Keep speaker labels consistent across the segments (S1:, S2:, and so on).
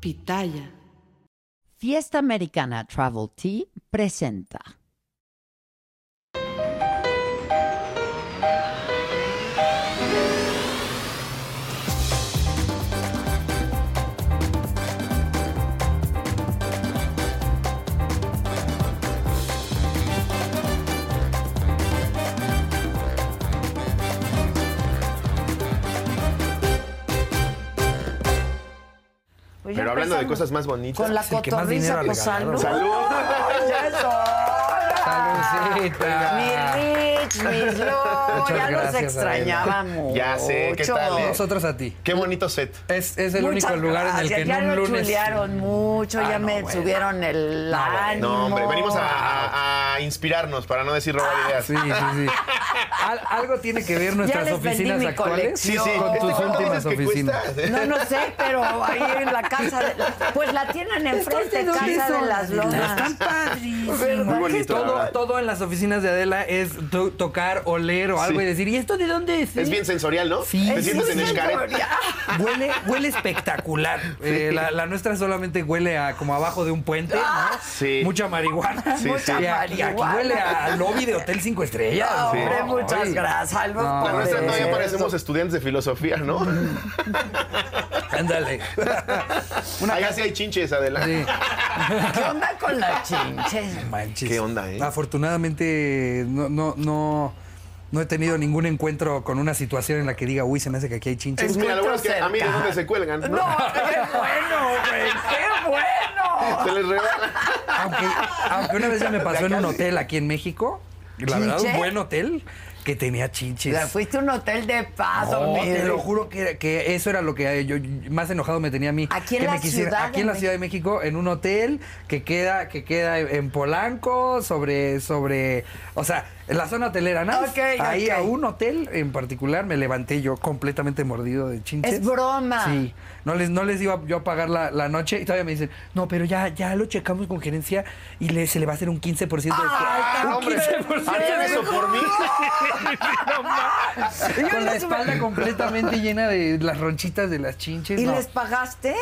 S1: Pitaya.
S2: Fiesta Americana Travel Tea presenta.
S3: Pues ya
S4: Pero hablando de
S3: empezamos.
S4: cosas más bonitas.
S3: Con la
S4: sí.
S3: cotorriza,
S5: el que más dinero ha
S3: pues
S5: regalado.
S3: salud.
S4: ¡Salud!
S3: Eso.
S5: Saludcita.
S3: Ah, Mi Rich, mi Ro, ya
S5: Muchas
S3: nos
S5: Ah. gracias,
S3: extrañábamos.
S4: Ya sé, ¿qué tal, eh?
S5: Nosotros a ti.
S4: Qué bonito set.
S5: Es, es el
S3: Muchas
S5: único lugar en el
S3: gracias,
S5: que
S3: ya
S5: no un
S3: lo
S5: lunes.
S3: chulearon mucho,
S5: Ah,
S3: ya
S5: no,
S3: me
S5: bueno.
S3: subieron el
S5: No, bueno.
S3: ánimo.
S4: No, hombre, venimos a, a- a inspirarnos para no decir robar ideas.
S5: Sí, sí, sí. Al- algo tiene que ver nuestras
S3: les vendí
S5: oficinas
S3: mi
S5: actuales
S4: Sí,
S3: colección.
S4: sí.
S5: con
S4: ¿Este
S5: tus
S4: cuánto
S5: últimas
S4: dices que
S5: oficinas.
S4: cuesta?
S3: No, no sé, pero ahí en la casa, de- pues la tienen enfrente,
S5: ¿dónde
S3: casa de
S5: son?
S3: las lomas.
S5: Están padrísimas.
S4: Muy bonito, la
S5: Todo,
S4: verdad.
S5: todo en las oficinas de Adela es to- tocar, oler o algo
S4: Sí.
S5: y decir, ¿y esto de dónde es?
S4: Es
S5: eh?"
S4: bien sensorial, ¿no?
S5: Sí.
S4: Te
S5: Es
S4: sientes en
S5: muy
S4: Xcaret.
S5: Huele, huele espectacular. Eh, la, la nuestra solamente huele a como abajo de un puente, ¿no?
S4: Sí.
S5: Mucha marihuana.
S4: Sí, Mucha sí.
S5: Y aquí- y aquí
S3: marihuana.
S5: huele a lobby de Hotel 5 Estrellas.
S3: Ah, Hombre,
S5: Ay.
S3: muchas gracias. Salvo
S5: No,
S4: La
S3: por
S4: nuestra
S5: Hombre,
S4: todavía
S3: eso.
S4: parecemos estudiantes de filosofía, ¿no?
S5: Ándale. Una
S4: Allá
S5: casa-
S4: sí hay chinches, adelante.
S5: Sí.
S3: ¿Qué onda con las chinches?
S5: Manches.
S4: ¿Qué onda, eh?
S5: Afortunadamente, no, no, no, no he tenido ningún encuentro con una situación en la que diga, uy, se me hace que aquí hay chinches.
S4: Es que lo bueno es que a mí de dónde se cuelgan,
S3: No,
S4: ¿no?
S3: qué bueno, güey, qué bueno.
S4: Se les revela.
S5: Aunque, aunque una vez ya me pasó en un hotel aquí en México, la verdad, un
S3: ¿Chinche?
S5: buen hotel que tenía chinches.
S3: Ya fuiste a un hotel de paso,
S5: No,
S3: mi
S5: te lo
S3: Rich.
S5: juro que, que eso era lo que eh, yo yo- más enojado me tenía a mí.
S3: Aquí en
S5: que
S3: la
S5: me quisiera-
S3: Ciudad
S5: aquí
S3: de
S5: en la
S3: Mex-
S5: Ciudad de México, en un hotel que queda, que queda en Polanco, sobre, sobre, o sea, en la zona hotelera, ¿no?
S3: Ok,
S5: Ahí
S3: ok.
S5: a un hotel en particular me levanté yo completamente mordido de chinches.
S3: Es broma.
S5: Sí. No les, no les iba yo a pagar la, la noche y todavía me dicen, no, pero ya, ya lo checamos con gerencia y le, se le va a hacer un 15% de descuento.
S3: Ay,
S5: Un
S3: tan
S4: hombre.
S5: 15%
S4: ¿Harían eso por mí?
S5: con la espalda completamente llena de las ronchitas de las chinches.
S3: ¿Y
S5: no.
S3: les pagaste?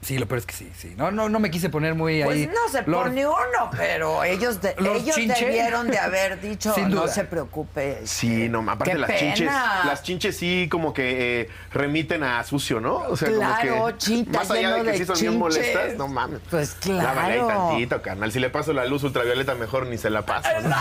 S5: Sí, lo peor es que sí, sí. No, no, no me quise poner muy
S3: Pues
S5: ahí.
S3: no se
S5: Lord-
S3: pone uno, pero ellos, de-
S5: Los
S3: ellos
S5: chinche.
S3: debieron de haber dicho,
S5: Sin
S3: no
S5: duda.
S3: se preocupe.
S4: Sí, no, aparte
S3: Qué
S4: las
S3: pena.
S4: chinches. Las chinches sí como que eh, remiten a sucio, ¿no? O sea, como
S3: Claro,
S4: que.
S3: chinta,
S4: Más allá
S3: lleno
S4: de que
S3: de
S4: sí son
S3: chinches.
S4: bien molestas, no mames.
S3: Pues
S4: Lávale ahí
S3: claro.
S4: tantito, carnal. Si le paso la luz ultravioleta, mejor ni se la paso. ¿no?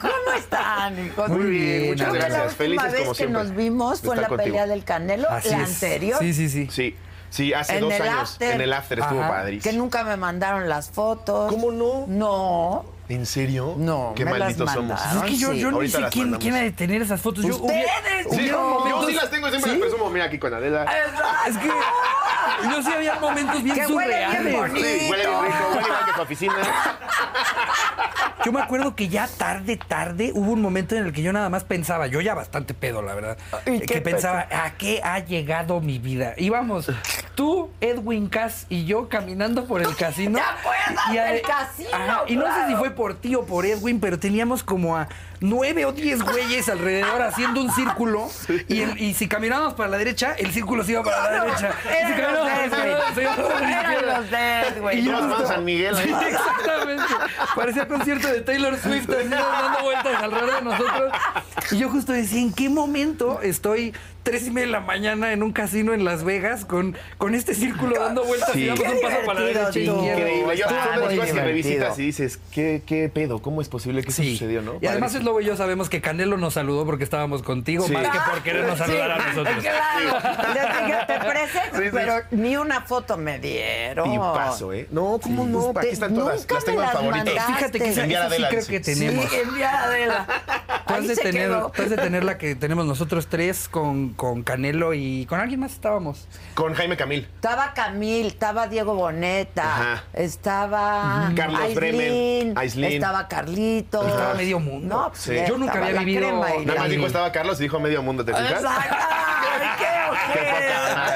S3: ¿Cómo están, hijos?
S5: Muy bien, muchas
S3: Creo que
S5: gracias.
S3: La última
S4: Felices
S3: vez
S4: como
S3: que
S4: siempre
S3: nos vimos
S4: de
S3: fue en la
S4: estar contigo.
S3: pelea del Canelo,
S5: Así
S3: la
S5: es.
S3: anterior.
S5: Sí, sí, Pues sí.
S4: Sí, sí, hace
S3: En
S4: dos
S3: el
S4: años.
S3: after.
S4: En el after estuvo
S5: Ajá.
S4: padrísimo.
S3: Que nunca me mandaron las fotos.
S4: ¿Cómo no?
S3: No.
S4: ¿En serio?
S3: No,
S4: Qué
S3: me las
S4: malditos somos.
S3: mandaron.
S5: Es que yo,
S3: Sí.
S5: yo no
S4: Ahorita
S5: sé
S4: las
S5: quién,
S4: mandamos.
S5: quién ha de tener esas fotos. Yo
S3: Ustedes,
S5: hubiera-
S4: Sí,
S5: hubiera
S4: yo
S5: momentos-
S4: sí las tengo, siempre las presumo. Mira aquí con Adela.
S5: Es que yo sí había momentos
S3: Que
S5: bien
S3: huele bien
S5: surreales.
S3: bonito.
S4: Sí, huele bien rico, huele igual que su oficina.
S5: Yo me acuerdo que ya tarde, tarde, hubo un momento en el que yo nada más pensaba, yo ya bastante pedo, la verdad,
S3: Ah, ¿Y
S5: eh,
S3: qué
S5: que pensaba, ¿a qué ha llegado mi vida? Íbamos tú, Edwin Cass y yo caminando por el casino.
S3: ¿Te acuerdas
S5: a- e-
S3: del casino,
S5: y no sé si
S3: claro?
S5: fue por ti o por Edwin, pero teníamos como a nueve o diez güeyes alrededor haciendo un círculo y, el- y si caminábamos para la derecha, el círculo se iba para la derecha. Y si
S3: Eran los
S5: caminábamos para la izquierda, se iba
S3: dedos,
S5: para
S3: güey.
S5: la
S3: Eran
S5: izquierda.
S3: los dedos,
S5: Y
S3: güey.
S5: yo
S4: Todos
S5: justo-
S4: van San Miguel.
S5: Sí,
S4: ¿no?
S5: exactamente. Parecía concierto de Taylor Swift, así dando vueltas alrededor de nosotros. Y yo justo decía, ¿en qué momento estoy tres y media de la mañana en un casino en Las Vegas con, con este círculo dando vueltas y
S4: Sí.
S5: damos
S4: Qué
S5: un paso para la
S3: divertido,
S5: derecha y
S3: tú.
S5: izquierda?
S4: Increíble. Yo
S3: Está
S4: son de las
S3: muy
S4: cosas que
S3: divertido.
S4: revisitas y dices, ¿qué, qué pedo? ¿Cómo es posible que eso
S5: Sí.
S4: sucedió, no?
S5: Y además es Lobo y yo sabemos que Canelo nos saludó porque estábamos contigo,
S4: Sí.
S5: más que por querernos saludar a nosotros.
S3: Claro, les dije, te presento,
S4: Sí, sí.
S3: pero ni una foto me dieron.
S4: Y paso, ¿eh? No, ¿cómo no? Aquí están
S3: Pues, Nunca me
S4: todas. Las tengo en
S3: las
S4: favoritos.
S5: Eh, Fíjate que esa,
S4: Enviar
S5: esa sí
S4: adelante.
S5: creo que
S4: Sí.
S5: tenemos.
S3: Sí, enviada Adela.
S5: Tú has,
S3: Ahí
S5: de
S3: se
S5: tener,
S3: quedó.
S4: Pues-
S5: tú has de tener la que tenemos nosotros tres con, con Canelo y con alguien más estábamos.
S4: Con Jaime Camil.
S3: Estaba Camil, estaba Diego Boneta,
S4: Ajá.
S3: estaba
S4: Carlos
S3: Aislinn,
S4: Bremen, Pues Aislinn.
S3: estaba Carlitos.
S5: Estaba medio mundo.
S3: No, pues,
S4: Sí.
S3: ya
S5: Yo nunca
S3: estaba
S5: había
S3: la
S5: vivido-
S3: crema y
S4: Nada
S3: la-
S4: más
S5: Sí.
S4: dijo estaba Carlos y dijo medio mundo, ¿te fijas?
S3: Exacto. Ay, qué
S4: Qué poca
S3: ojera.
S4: madre.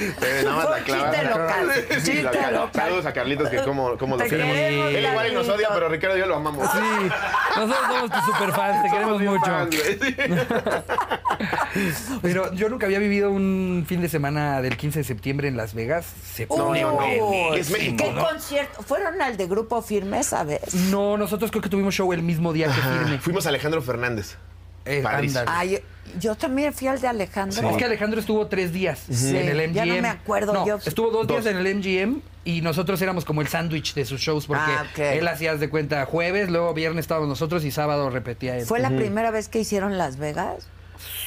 S4: Eh, nada más
S3: Fue
S4: la
S3: un
S4: clava.
S3: chiste local, chiste
S4: la clava.
S3: local.
S4: Saludos a Carlitos, que como, como lo
S3: Te
S4: queremos.
S3: queremos,
S4: Él igual y nos odia,
S3: Carlitos.
S4: pero Ricardo y yo lo amamos.
S5: Pues Sí, nosotros somos tus superfans, te queremos mucho. Pero yo nunca había vivido un fin de semana del 15 de septiembre en Las Vegas. Se pone
S4: no, no.
S5: buenísimo,
S4: Es México,
S3: ¿Qué
S4: ¿no?
S3: concierto? Fueron al de Grupo Firmeza, ¿ves?
S5: No, nosotros creo que tuvimos show el mismo día que
S4: Ah,
S5: firme.
S4: Fuimos a Alejandro Fernández.
S5: Eh,
S4: Padrísimo.
S5: ándale.
S3: Ay, yo también fui al de Alejandro.
S5: Es que Alejandro estuvo tres días
S3: Sí,
S5: en el MGM.
S3: ya no me acuerdo,
S5: No,
S3: yo-
S5: Estuvo dos,
S4: Dos.
S5: días en el MGM y nosotros éramos como el sándwich de sus shows porque
S3: Ah, ok.
S5: él hacía haz de cuenta jueves, luego viernes estábamos nosotros y sábado repetía él.
S3: ¿Fue la primera vez que hicieron Las Vegas?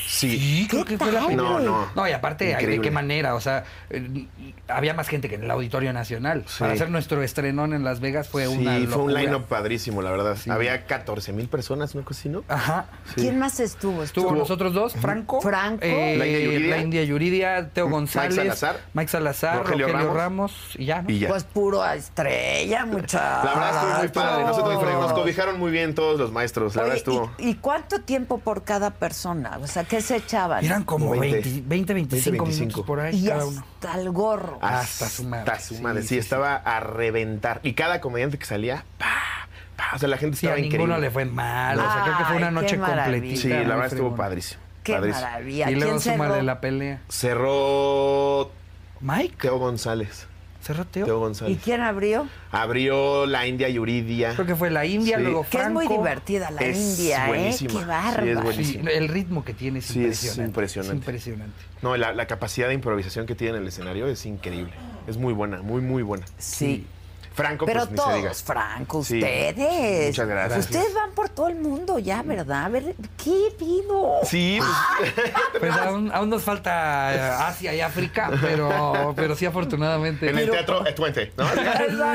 S4: Sí.
S5: Sí, creo que fue la
S3: tal?
S5: primera.
S4: No, no.
S5: No, y aparte, ay, ¿de
S4: Increíble.
S5: qué manera? O sea, eh, había más gente que en el Auditorio Nacional.
S4: Sí.
S5: Para hacer nuestro estrenón en Las Vegas fue una
S4: sí, fue un
S5: locura.
S4: line-up padrísimo, la verdad. Había 14 mil personas, ¿no? Cosino.
S5: Ajá.
S3: ¿Quién más estuvo?
S5: Estuvo nosotros dos, Franco. eh,
S3: Franco.
S4: La India Yuridia.
S5: la India Yuridia, Teo
S4: Mike
S5: González.
S4: Salazar.
S5: Mike Salazar,
S4: Rogelio
S5: Rogelio,
S4: Ramos.
S5: Ramos. y ya. ¿no?
S4: Y ya.
S3: Pues puro estrella, muchachos.
S4: la verdad estuvo muy padre. Nosotros nos cobijaron muy bien todos los maestros. La
S3: Oye,
S4: verdad estuvo.
S3: ¿y, y cuánto tiempo por cada persona? O sea, ¿qué se echaban?
S5: Eran como
S4: 20,
S5: 20, 20 25
S4: 25.
S5: minutos por ahí
S3: y
S5: cada uno.
S3: hasta el gorro.
S4: Ah,
S5: Hasta su madre.
S4: Hasta su
S5: Sí,
S4: madre. Sí,
S5: sí, sí.
S4: estaba a reventar. Y cada comediante que salía, pa, pa. O sea, la gente
S5: Sí, a
S4: estaba increíble.
S5: ninguno le fue mal. O sea, creo que fue una
S3: Ay, qué
S5: noche
S3: maravilla.
S5: completita.
S4: Sí, la
S5: muy
S4: verdad estuvo
S5: fregona.
S4: padrísimo.
S3: Qué
S4: padrísimo.
S3: maravilla.
S5: Y luego
S3: ¿Quién cerró?
S5: súmale la pelea.
S4: Cerró
S5: Mike,
S4: Teo González.
S5: cerró Teo.
S4: Teo
S3: ¿Y
S4: González.
S3: quién abrió?
S4: Abrió la India Yuridia.
S5: Creo que fue la India,
S4: Sí.
S5: luego
S4: Que
S5: Franco.
S3: Que es muy divertida la
S4: es
S3: India,
S4: buenísima.
S3: ¿eh? Qué
S4: Sí, es
S3: bárbaro.
S4: buenísima.
S5: Sí, el ritmo que tiene es
S4: Sí, es
S5: impresionante.
S4: impresionante.
S5: Es impresionante.
S4: No, la, la capacidad de improvisación que tiene en el escenario es increíble. Es muy buena, muy, muy buena.
S3: Sí.
S4: Franco,
S3: Pero
S4: pues ni se diga.
S3: todos, Franco,
S4: Sí.
S3: ustedes.
S4: Muchas gracias.
S3: Ustedes van por todo el mundo ya, ¿verdad? A ver, ¿qué vivo?
S4: Sí,
S3: Ah,
S4: pues,
S5: Pues aún, aún nos falta eh, Asia y África, pero, pero sí, afortunadamente.
S4: en el teatro Estuente, ¿no?
S3: Exacto.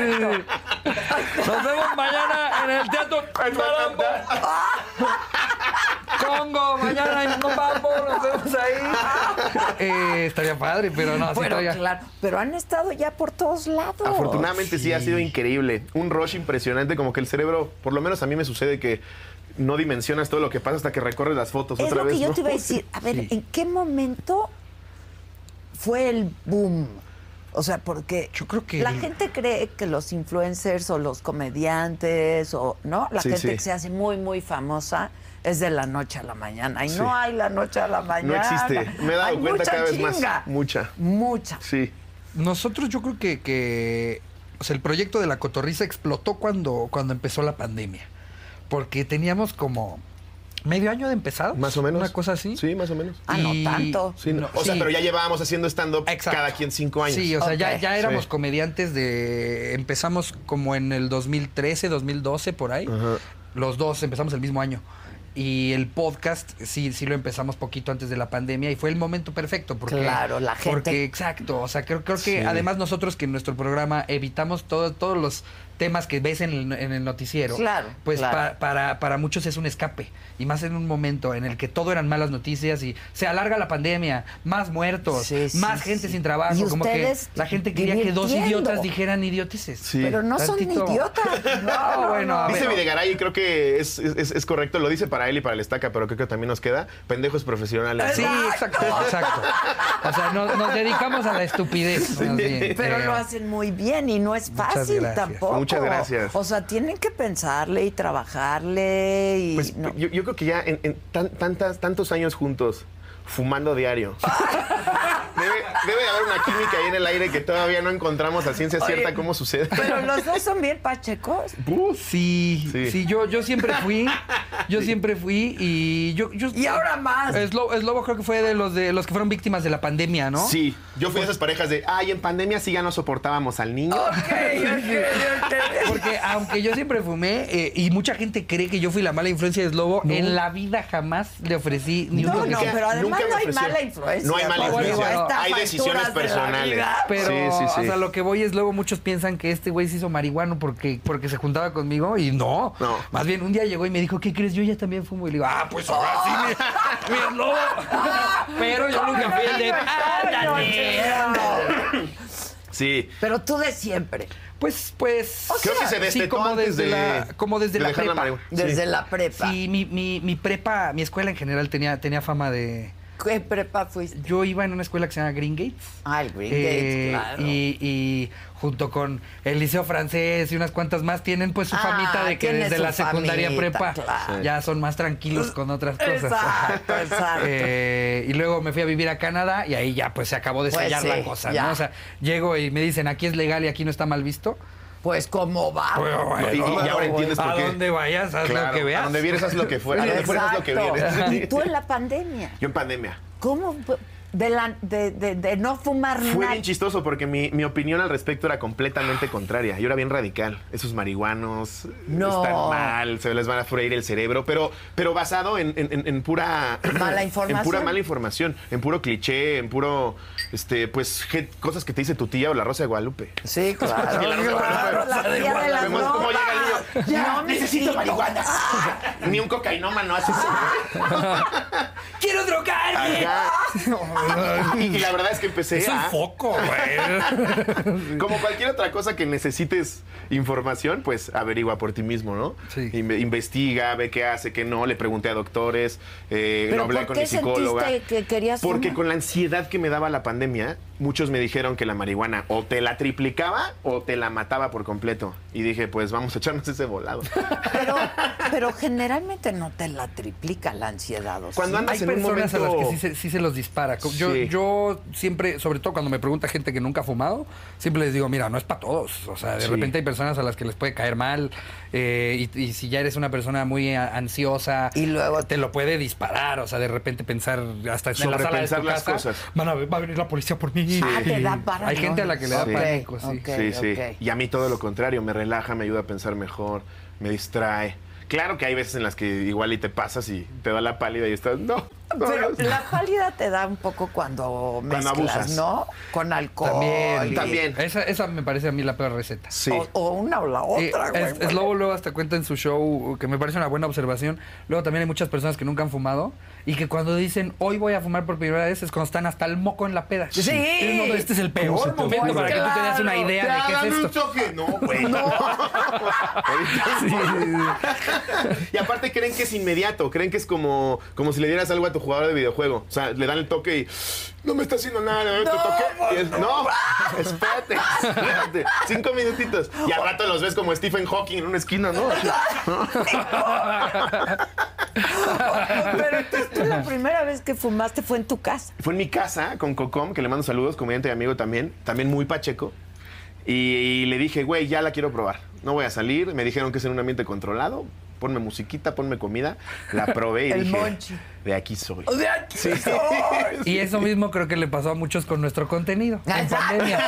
S5: Nos vemos mañana en el Teatro Tarambo. Congo, mañana en Mambo, nos vemos ahí. Eh, estaría padre, pero no, sí
S3: Bueno,
S5: todavía-
S3: claro. Pero han estado ya por todos lados.
S4: Afortunadamente sí. ha sido increíble. Un rush impresionante, como que el cerebro, por lo menos a mí me sucede que no dimensionas todo lo que pasa hasta que recorres las fotos
S3: Es
S4: otra
S3: lo
S4: vez.
S3: que yo
S4: ¿no?
S3: te iba a decir. A ver,
S5: Sí.
S3: ¿en qué momento fue el boom? O sea, porque
S5: Yo creo que-
S3: la gente cree que los influencers o los comediantes o no, la
S4: Sí,
S3: gente
S4: sí.
S3: que se hace muy muy famosa es de la noche a la mañana y
S4: Sí.
S3: no hay la noche a la
S4: No
S3: mañana.
S4: existe. Me he dado
S3: Hay
S4: cuenta
S3: mucha
S4: cada vez
S3: chinga.
S4: más. Mucha.
S3: Mucha.
S4: Sí.
S5: Nosotros yo creo que, que, o sea, el proyecto de la cotorriza explotó cuando, cuando empezó la pandemia. Porque teníamos como medio año de empezado.
S4: Más o menos.
S5: Una cosa así.
S4: Sí, más o menos.
S3: Ah, no
S5: Y-
S3: tanto.
S4: Sí, no. O sea,
S5: sí.
S4: pero ya llevábamos haciendo stand-up
S5: Exacto.
S4: cada quien cinco años.
S5: Sí, o sea, ya,
S3: Ok.
S5: ya éramos
S4: Sí.
S5: comediantes de... Empezamos como en el 2013, 2012, por ahí.
S4: Ajá.
S5: Los dos empezamos el mismo año. Y el podcast sí, sí lo empezamos poquito antes de la pandemia y fue el momento perfecto. Porque,
S3: Claro, la gente-
S5: Porque, exacto, o sea, creo, creo que
S4: Sí.
S5: además nosotros que en nuestro programa evitamos todo- todos los temas que ves en el, en el noticiero.
S3: Claro,
S5: Pues
S3: claro.
S5: pa- para, para muchos es un escape. Y más en un momento en el que todo eran malas noticias y se alarga la pandemia, más muertos,
S3: Sí, sí,
S5: más gente
S3: sí.
S5: sin trabajo.
S3: Y
S5: como que
S3: ustedes
S5: la gente quería que dos
S3: divirtiendo.
S5: idiotas dijeran idioteces.
S4: Sí.
S3: Pero no
S5: Tantito.
S3: son idiotas. No,
S5: No,
S3: bueno,
S5: bueno, a
S4: Dice
S5: ver.
S4: Videgaray y creo que es, es- es correcto, lo dice para él y para el estaca, pero creo que también nos queda pendejos profesionales.
S5: Sí, exacto, exacto. O sea, nos, nos dedicamos a la estupidez. más bien.
S3: Pero
S5: Eh,
S3: lo hacen muy bien y no es
S5: Muchas
S3: fácil
S5: gracias.
S3: tampoco.
S4: Muchas gracias.
S3: O sea, tienen que pensarle y trabajarle y
S4: Pues
S3: no.
S4: yo, yo creo que ya en, en tan- tantas, tantos años juntos, fumando diario. Debe, debe de haber una química ahí en el aire que todavía no encontramos a ciencia
S3: Oye,
S4: cierta cómo sucede.
S3: Pero los dos son bien pachecos.
S5: Sí,
S4: Sí.
S5: sí, yo, yo siempre fui, yo siempre fui y yo, yo-
S3: Y ahora más.
S5: Eslo- Eslobo creo que fue de los de los que fueron víctimas de la pandemia, ¿no?
S4: Sí, yo fui de esas parejas de, ay, en pandemia sí ya no soportábamos al niño.
S3: Oh,
S5: Porque aunque yo siempre fumé eh, y mucha gente cree que yo fui la mala influencia de Slobo, en la vida jamás le ofrecí ni un
S3: No,
S5: toque.
S3: no,
S4: Nunca-
S3: pero además
S4: nunca me
S3: no hay
S4: ofreció.
S3: mala influencia.
S4: No hay mala
S3: Digo, a
S5: influencia, no.
S3: estas
S4: Hay
S3: alturas
S4: decisiones
S3: de la
S4: personales.
S3: vida,
S5: Pero,
S4: Sí, sí, sí.
S5: o sea, lo que voy es luego muchos piensan que este güey se hizo marihuano porque, porque se juntaba conmigo y no.
S4: No.
S5: Más bien, un día llegó y me dijo, ¿qué crees? Yo ya también fumo. Y le digo, ah, pues ahora sí, mi, mi lobo". Pero yo nunca fui el de...
S3: Ay, no,
S5: "Ándale".
S3: chingado.
S4: Sí.
S3: Pero tú de siempre,
S5: Pues, pues.
S4: Creo que se
S5: sí,
S4: destetó
S5: como
S4: antes de-
S5: desde la, como desde
S4: de
S5: la
S4: dejar la
S5: prepa.
S4: marihuana. Ah. Sí.
S3: desde la prepa.
S5: sí, mi, mi, mi prepa, mi escuela en general tenía, tenía fama de.
S3: ¿Qué prepa fuiste?
S5: Yo iba en una escuela que se llama Green Gates.
S3: Ah, el Green
S5: Eh,
S3: Gates, claro.
S5: y, y junto con el Liceo Francés y unas cuantas más tienen pues su
S3: Ah,
S5: famita de que
S3: tiene
S5: desde
S3: su
S5: la secundaria
S3: famita,
S5: prepa
S3: claro.
S5: ya son más tranquilos con otras cosas.
S3: Exacto, exacto.
S5: Eh, y luego me fui a vivir a Canadá y ahí ya pues se acabó de
S3: Pues
S5: sellar
S3: sí,
S5: la cosa,
S3: ya.
S5: ¿no? O sea, llego y me dicen aquí es legal y aquí no está mal visto.
S3: Pues, ¿cómo va?
S5: Pero Pues, bueno,
S4: Y- y ahora
S5: bueno,
S4: entiendes por
S5: a
S4: qué.
S5: dónde vayas, haz
S4: Claro,
S5: lo que veas.
S4: A donde vienes, haz lo que fuera. A donde fueres, haz lo que
S3: Exacto. Y
S4: vienes.
S3: tú en la pandemia.
S4: Yo en pandemia.
S3: ¿Cómo? fue? De, la- de, de- de no fumar
S4: Fue
S3: nada.
S4: bien chistoso porque mi, mi opinión al respecto era completamente contraria. Yo era bien radical. Esos marihuanos
S3: No.
S4: están mal, se les van a freír el cerebro, pero, pero basado en, en- en- en pura
S3: Mala
S4: En pura
S3: información.
S4: mala información, en puro cliché, en puro este, pues je- cosas que te dice tu tía o la Rosa de Guadalupe.
S3: Sí, claro.
S4: Sí, la rosa de
S3: claro,
S4: Guadalupe.
S3: la tía de las
S4: Vemos cómo
S3: bromas.
S4: llega el niño.
S3: No me
S4: necesito
S3: digas.
S4: marihuana. Ni un cocainómano hace eso.
S5: ¡Quiero drogarme!
S3: Ah,
S4: Ajá. Y, y la verdad es que empecé
S5: Es un
S4: a...
S5: foco, güey.
S4: Como cualquier otra cosa que necesites información, pues averigua por ti mismo, ¿no?
S5: Sí.
S4: Inve- investiga, ve qué hace, qué no. Le pregunté a doctores, eh,
S3: ¿Pero
S4: lo hablé
S3: por
S4: con
S3: qué
S4: mi psicóloga.
S3: sentiste que querías
S4: Porque
S3: fumar?
S4: con la ansiedad que me daba la pandemia, muchos me dijeron que la marihuana o te la triplicaba o te la mataba por completo. Y dije, pues vamos a echarnos ese volado.
S3: Pero, pero generalmente no te la triplica la ansiedad. o sea.
S4: Cuando andas
S5: Hay
S4: en un
S5: personas
S4: momento...
S5: a las que sí se, sí se los dispara. Co- Yo,
S4: Sí.
S5: yo siempre, sobre todo cuando me pregunta gente que nunca ha fumado, siempre les digo, mira, no es para todos. O sea, de
S4: Sí.
S5: repente hay personas a las que les puede caer mal eh, y, y si ya eres una persona muy a- ansiosa,
S3: Y luego-
S5: te lo puede disparar. O sea, de repente pensar hasta en la sala de
S4: Sobrepensar
S5: tu
S4: las
S5: casa,
S4: cosas.
S5: Van a, ver- va a venir la policía por mí.
S3: Ah, te da paranoia.
S5: Hay gente a la que le da
S4: Sí.
S5: pánico, sí.
S3: Ok, ok.
S4: sí, sí. Y a mí todo lo contrario, me relaja, me ayuda a pensar mejor, me distrae. Claro que hay veces en las que igual y te pasas y te da la pálida y estás, no. no,
S3: Pero
S4: no".
S3: la pálida te da un poco cuando mezclas,
S4: abusas.
S3: ¿no? Con alcohol.
S5: También,
S3: y-
S4: También.
S5: Esa, esa me parece a mí la peor receta.
S4: Sí.
S3: O, o una o la
S5: Eh,
S3: otra, güey.
S5: es, es Lobo luego hasta cuenta en su show, uh, que me parece una buena observación. Luego también hay muchas personas que nunca han fumado y que cuando dicen hoy voy a fumar por primera vez es cuando están hasta el moco en la peda.
S3: Sí.
S5: Y uno, este es el peor momento para que tú te das una
S3: Claro,
S5: idea de qué es
S4: Dame un
S5: esto.
S4: toque. No, güey. Y aparte creen que es inmediato, creen que es como, como si le dieras algo a tu jugador de videojuego. O sea, le dan el toque y no me está haciendo nada, no, te toqué. Y es, no, espérate, espérate. Cinco minutitos. Y al rato los ves como Stephen Hawking en una esquina, ¿no? Así.
S3: Pero entonces tú la primera vez que fumaste fue en tu casa.
S4: Fue en mi casa con Cocom, que le mando saludos, comediante y amigo también, también muy pacheco. Y, le dije, güey, ya la quiero probar. No voy a salir. Me dijeron que es en un ambiente controlado. Ponme musiquita, ponme comida. La probé y
S3: El
S4: dije,
S3: monchi.
S4: de aquí soy.
S3: O sea,
S5: Y eso mismo creo que le pasó a muchos con nuestro contenido. En
S3: Exacto.
S5: pandemia.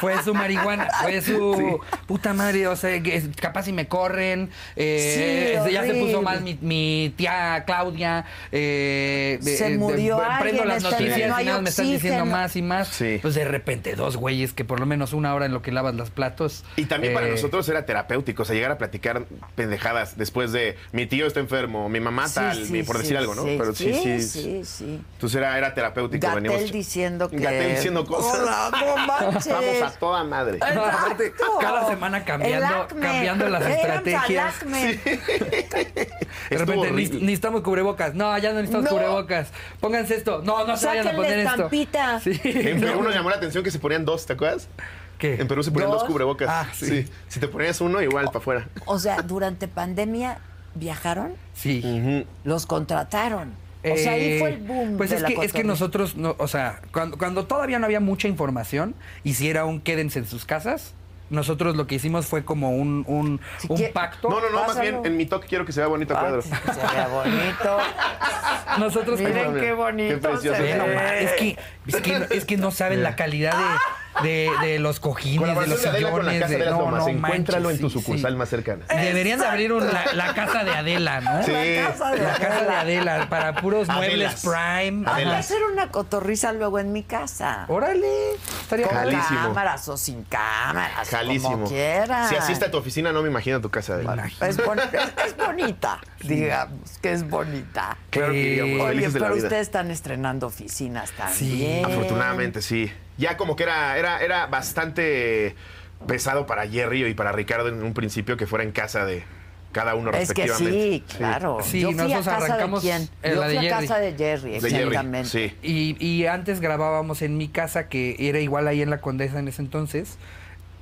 S5: Fue su marihuana, fue su puta madre, o sea, que es- capaz si me corren. eh,
S3: Sí,
S5: es- ya se
S3: horrible.
S5: puso mal mi, mi tía Claudia. eh, de-
S3: Se
S5: de-
S3: murió
S5: prendo
S3: alguien,
S5: las
S3: está-
S5: noticias
S3: no hay
S5: y nada, me están diciendo
S3: oxígeno.
S5: más y más.
S4: Sí.
S5: Pues de repente dos güeyes que por lo menos una hora en lo que lavas los platos.
S4: Y también para
S5: eh,
S4: nosotros era terapéutico, o sea, llegar a platicar pendejadas después de mi tío está enfermo, mi mamá tal,
S3: Sí, sí,
S4: mi- por decir
S3: sí,
S4: algo, ¿no?
S3: sí,
S4: Pero sí, sí.
S3: sí, sí.
S4: Entonces era, era terapéutico.
S3: Gatel
S4: veníamos-
S3: diciendo que.
S4: Gatel diciendo cosas.
S3: Hola, no manches.
S4: Vamos a toda madre.
S5: Aparte,
S3: Exacto.
S5: cada semana cambiando-
S3: El acme.
S5: cambiando las
S3: Éramos al
S5: estrategias.
S3: acme.
S5: De
S4: Estuvo
S5: repente,
S4: horrible.
S5: "Ni- necesitamos cubrebocas. No, ya no necesitamos
S3: No.
S5: cubrebocas. Pónganse esto. No, no se vayan a
S3: Sáquenle
S5: poner esto.
S3: estampita.
S5: Sí.
S4: En Perú nos llamó la atención que se ponían dos, ¿te acuerdas?
S5: ¿Qué?
S4: En Perú se ponían dos,
S3: ¿Dos?
S4: cubrebocas.
S5: Ah, sí.
S4: sí. Si te ponías uno, igual, para afuera.
S3: O sea, durante pandemia viajaron,
S5: Sí.
S3: los contrataron. O sea,
S5: Eh,
S3: ahí fue el boom.
S5: Pues
S3: de
S5: es,
S3: la
S5: que, es que
S3: cotorrisa.
S5: nosotros, no, o sea, cuando, cuando todavía no había mucha información y si era un quédense en sus casas, nosotros lo que hicimos fue como un, un,
S3: Si
S5: un
S3: quie-
S5: pacto.
S4: No, no, no, más
S3: Pásalo.
S4: bien en mi toque quiero que se vea bonito el
S3: Ah,
S4: cuadro.
S3: Se ve bonito.
S5: Nosotros
S3: Miren qué bonito
S4: Qué precioso.
S3: se
S5: Ve
S3: ve.
S5: nomás, es, que, es, que, es que no saben la calidad de, de- de los cojines, de los
S4: Colaboración de Adela con la
S5: sillones.
S4: Casa de las
S5: no,
S4: Lomas.
S5: no
S4: Encuéntralo
S5: manches,
S4: en tu
S5: sí, sí.
S4: sucursal más cercana.
S5: Deberían de abrir un- la, la casa de Adela, ¿no?
S4: Sí.
S3: La casa de
S5: La casa de Adela para puros muebles
S4: Adelas.
S5: Prime.
S3: Voy a
S4: Adelas.
S3: hacer una cotorriza luego en mi casa.
S5: Órale, estaría
S3: Con
S5: padre.
S4: Jalísimo.
S3: cámaras o sin cámaras.
S4: Jalísimo.
S3: Como quieran.
S4: Si asiste a tu oficina, no me imagino tu casa. Adela.
S5: Imagínate.
S3: Es, bon- es- es bonita, digamos, que es bonita.
S4: Claro que
S5: Sí.
S4: digamos,
S3: Oye,
S4: felices de la
S3: pero
S4: vida.
S3: ustedes están estrenando oficinas también.
S5: Sí.
S4: Afortunadamente, sí. ya como que era, era, era bastante pesado para Jerry y para Ricardo en un principio que fuera en casa de cada uno
S3: Es que
S4: respectivamente.
S3: sí, claro.
S5: Sí,
S3: Yo fui a
S5: nosotros
S3: casa de
S5: arrancamos
S3: quién.
S5: en
S3: Yo
S5: la de
S3: fui a
S5: Jerry.
S3: casa de Jerry,
S4: De Jerry,
S3: exactamente.
S4: sí.
S5: Y, y antes grabábamos en mi casa, que era igual ahí en la Condesa en ese entonces.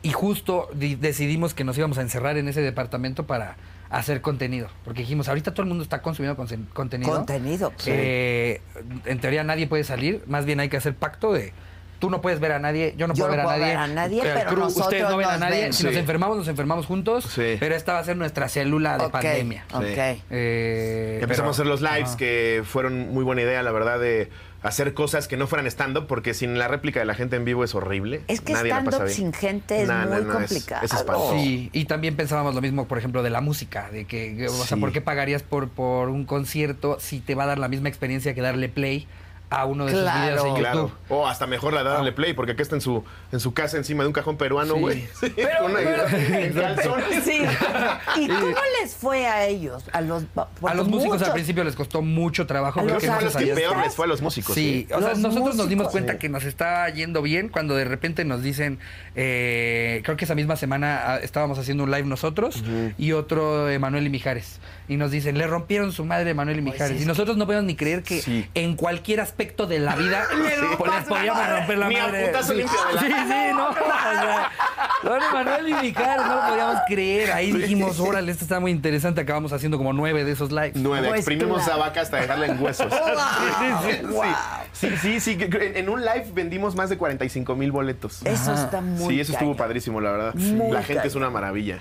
S5: Y justo di- decidimos que nos íbamos a encerrar en ese departamento para hacer contenido. Porque dijimos, ahorita todo el mundo está consumiendo consen- contenido.
S3: Contenido, pues.
S5: Eh, en teoría nadie puede salir. Más bien hay que hacer pacto de... Tú no puedes ver a nadie, yo no
S3: Yo
S5: puedo,
S3: no
S5: ver, a
S3: puedo
S5: nadie,
S3: ver a nadie,
S5: el
S3: pero nosotros
S5: ustedes no ven a
S3: nos
S5: nadie.
S3: ven.
S5: Si nos
S4: Sí.
S5: enfermamos, nos enfermamos juntos.
S4: Sí.
S5: Pero esta va a ser nuestra célula de
S3: Ok,
S5: pandemia.
S3: ok.
S4: Sí.
S5: Eh,
S4: Empezamos
S5: pero-
S4: a hacer los lives,
S5: Ajá.
S4: que fueron muy buena idea, la verdad, de hacer cosas que no fueran stand-up, porque sin la réplica de la gente en vivo es horrible.
S3: Es que
S4: Nadie la
S3: stand-up
S4: pasa bien.
S3: sin gente es muy complicado.
S4: Es, espantoso.
S5: Sí, y también pensábamos lo mismo, por ejemplo, de la música, de que, que, o sea,
S4: Sí.
S5: ¿por qué pagarías por, por un concierto si te va a dar la misma experiencia que darle play a uno de
S3: Claro.
S5: sus videos en
S4: Claro.
S5: YouTube?
S4: O hasta mejor la darle play, porque acá está en su, en su casa encima de un cajón peruano,
S5: Ah. Sí.
S4: güey. Sí, con una- en calzones.
S3: Sí. ¿Y cómo les fue a ellos? A los,
S5: A
S3: porque
S5: los músicos al
S3: muchos-
S5: principio les costó mucho trabajo.
S3: A
S4: Creo
S5: porque
S4: que
S3: los
S5: no
S4: fue a los que
S5: sabían-
S3: artistas.
S4: peor les fue a los músicos.
S5: Sí, eh. o sea,
S3: Los
S5: nosotros nos dimos
S3: músicos. eh.
S5: cuenta
S4: Sí.
S5: que nos está yendo bien cuando de repente nos dicen, eh, creo que esa misma semana ah, estábamos haciendo un live nosotros y otro Emanuel y Mijares. Y nos dicen, le rompieron su madre a Emanuel y Mijares. y nosotros no podemos ni creer que
S4: Sí.
S5: en cualquier aspecto de la vida pues, les
S3: rompas la
S5: podíamos
S3: madre.
S5: romper la
S4: Ni a
S5: madre.
S4: putazo
S5: sí.
S4: limpio de la-
S5: sí, sí, no. o sea, don Emanuel y Mijares no lo podíamos creer. Ahí dijimos, órale, esto está muy interesante. Acabamos haciendo como nueve de esos lives.
S4: Nueve,
S3: Pues
S4: exprimimos
S3: claro.
S4: a vaca hasta dejarla en huesos.
S3: ¡Wow! ¡Wow!
S4: Sí, sí, sí, sí, que- que En, en un live vendimos más de 45 mil boletos.
S3: Eso está muy
S4: sí, eso estuvo
S3: cañón.
S4: padrísimo, la verdad.
S3: Muy
S4: la gente
S3: cañón.
S4: es una maravilla.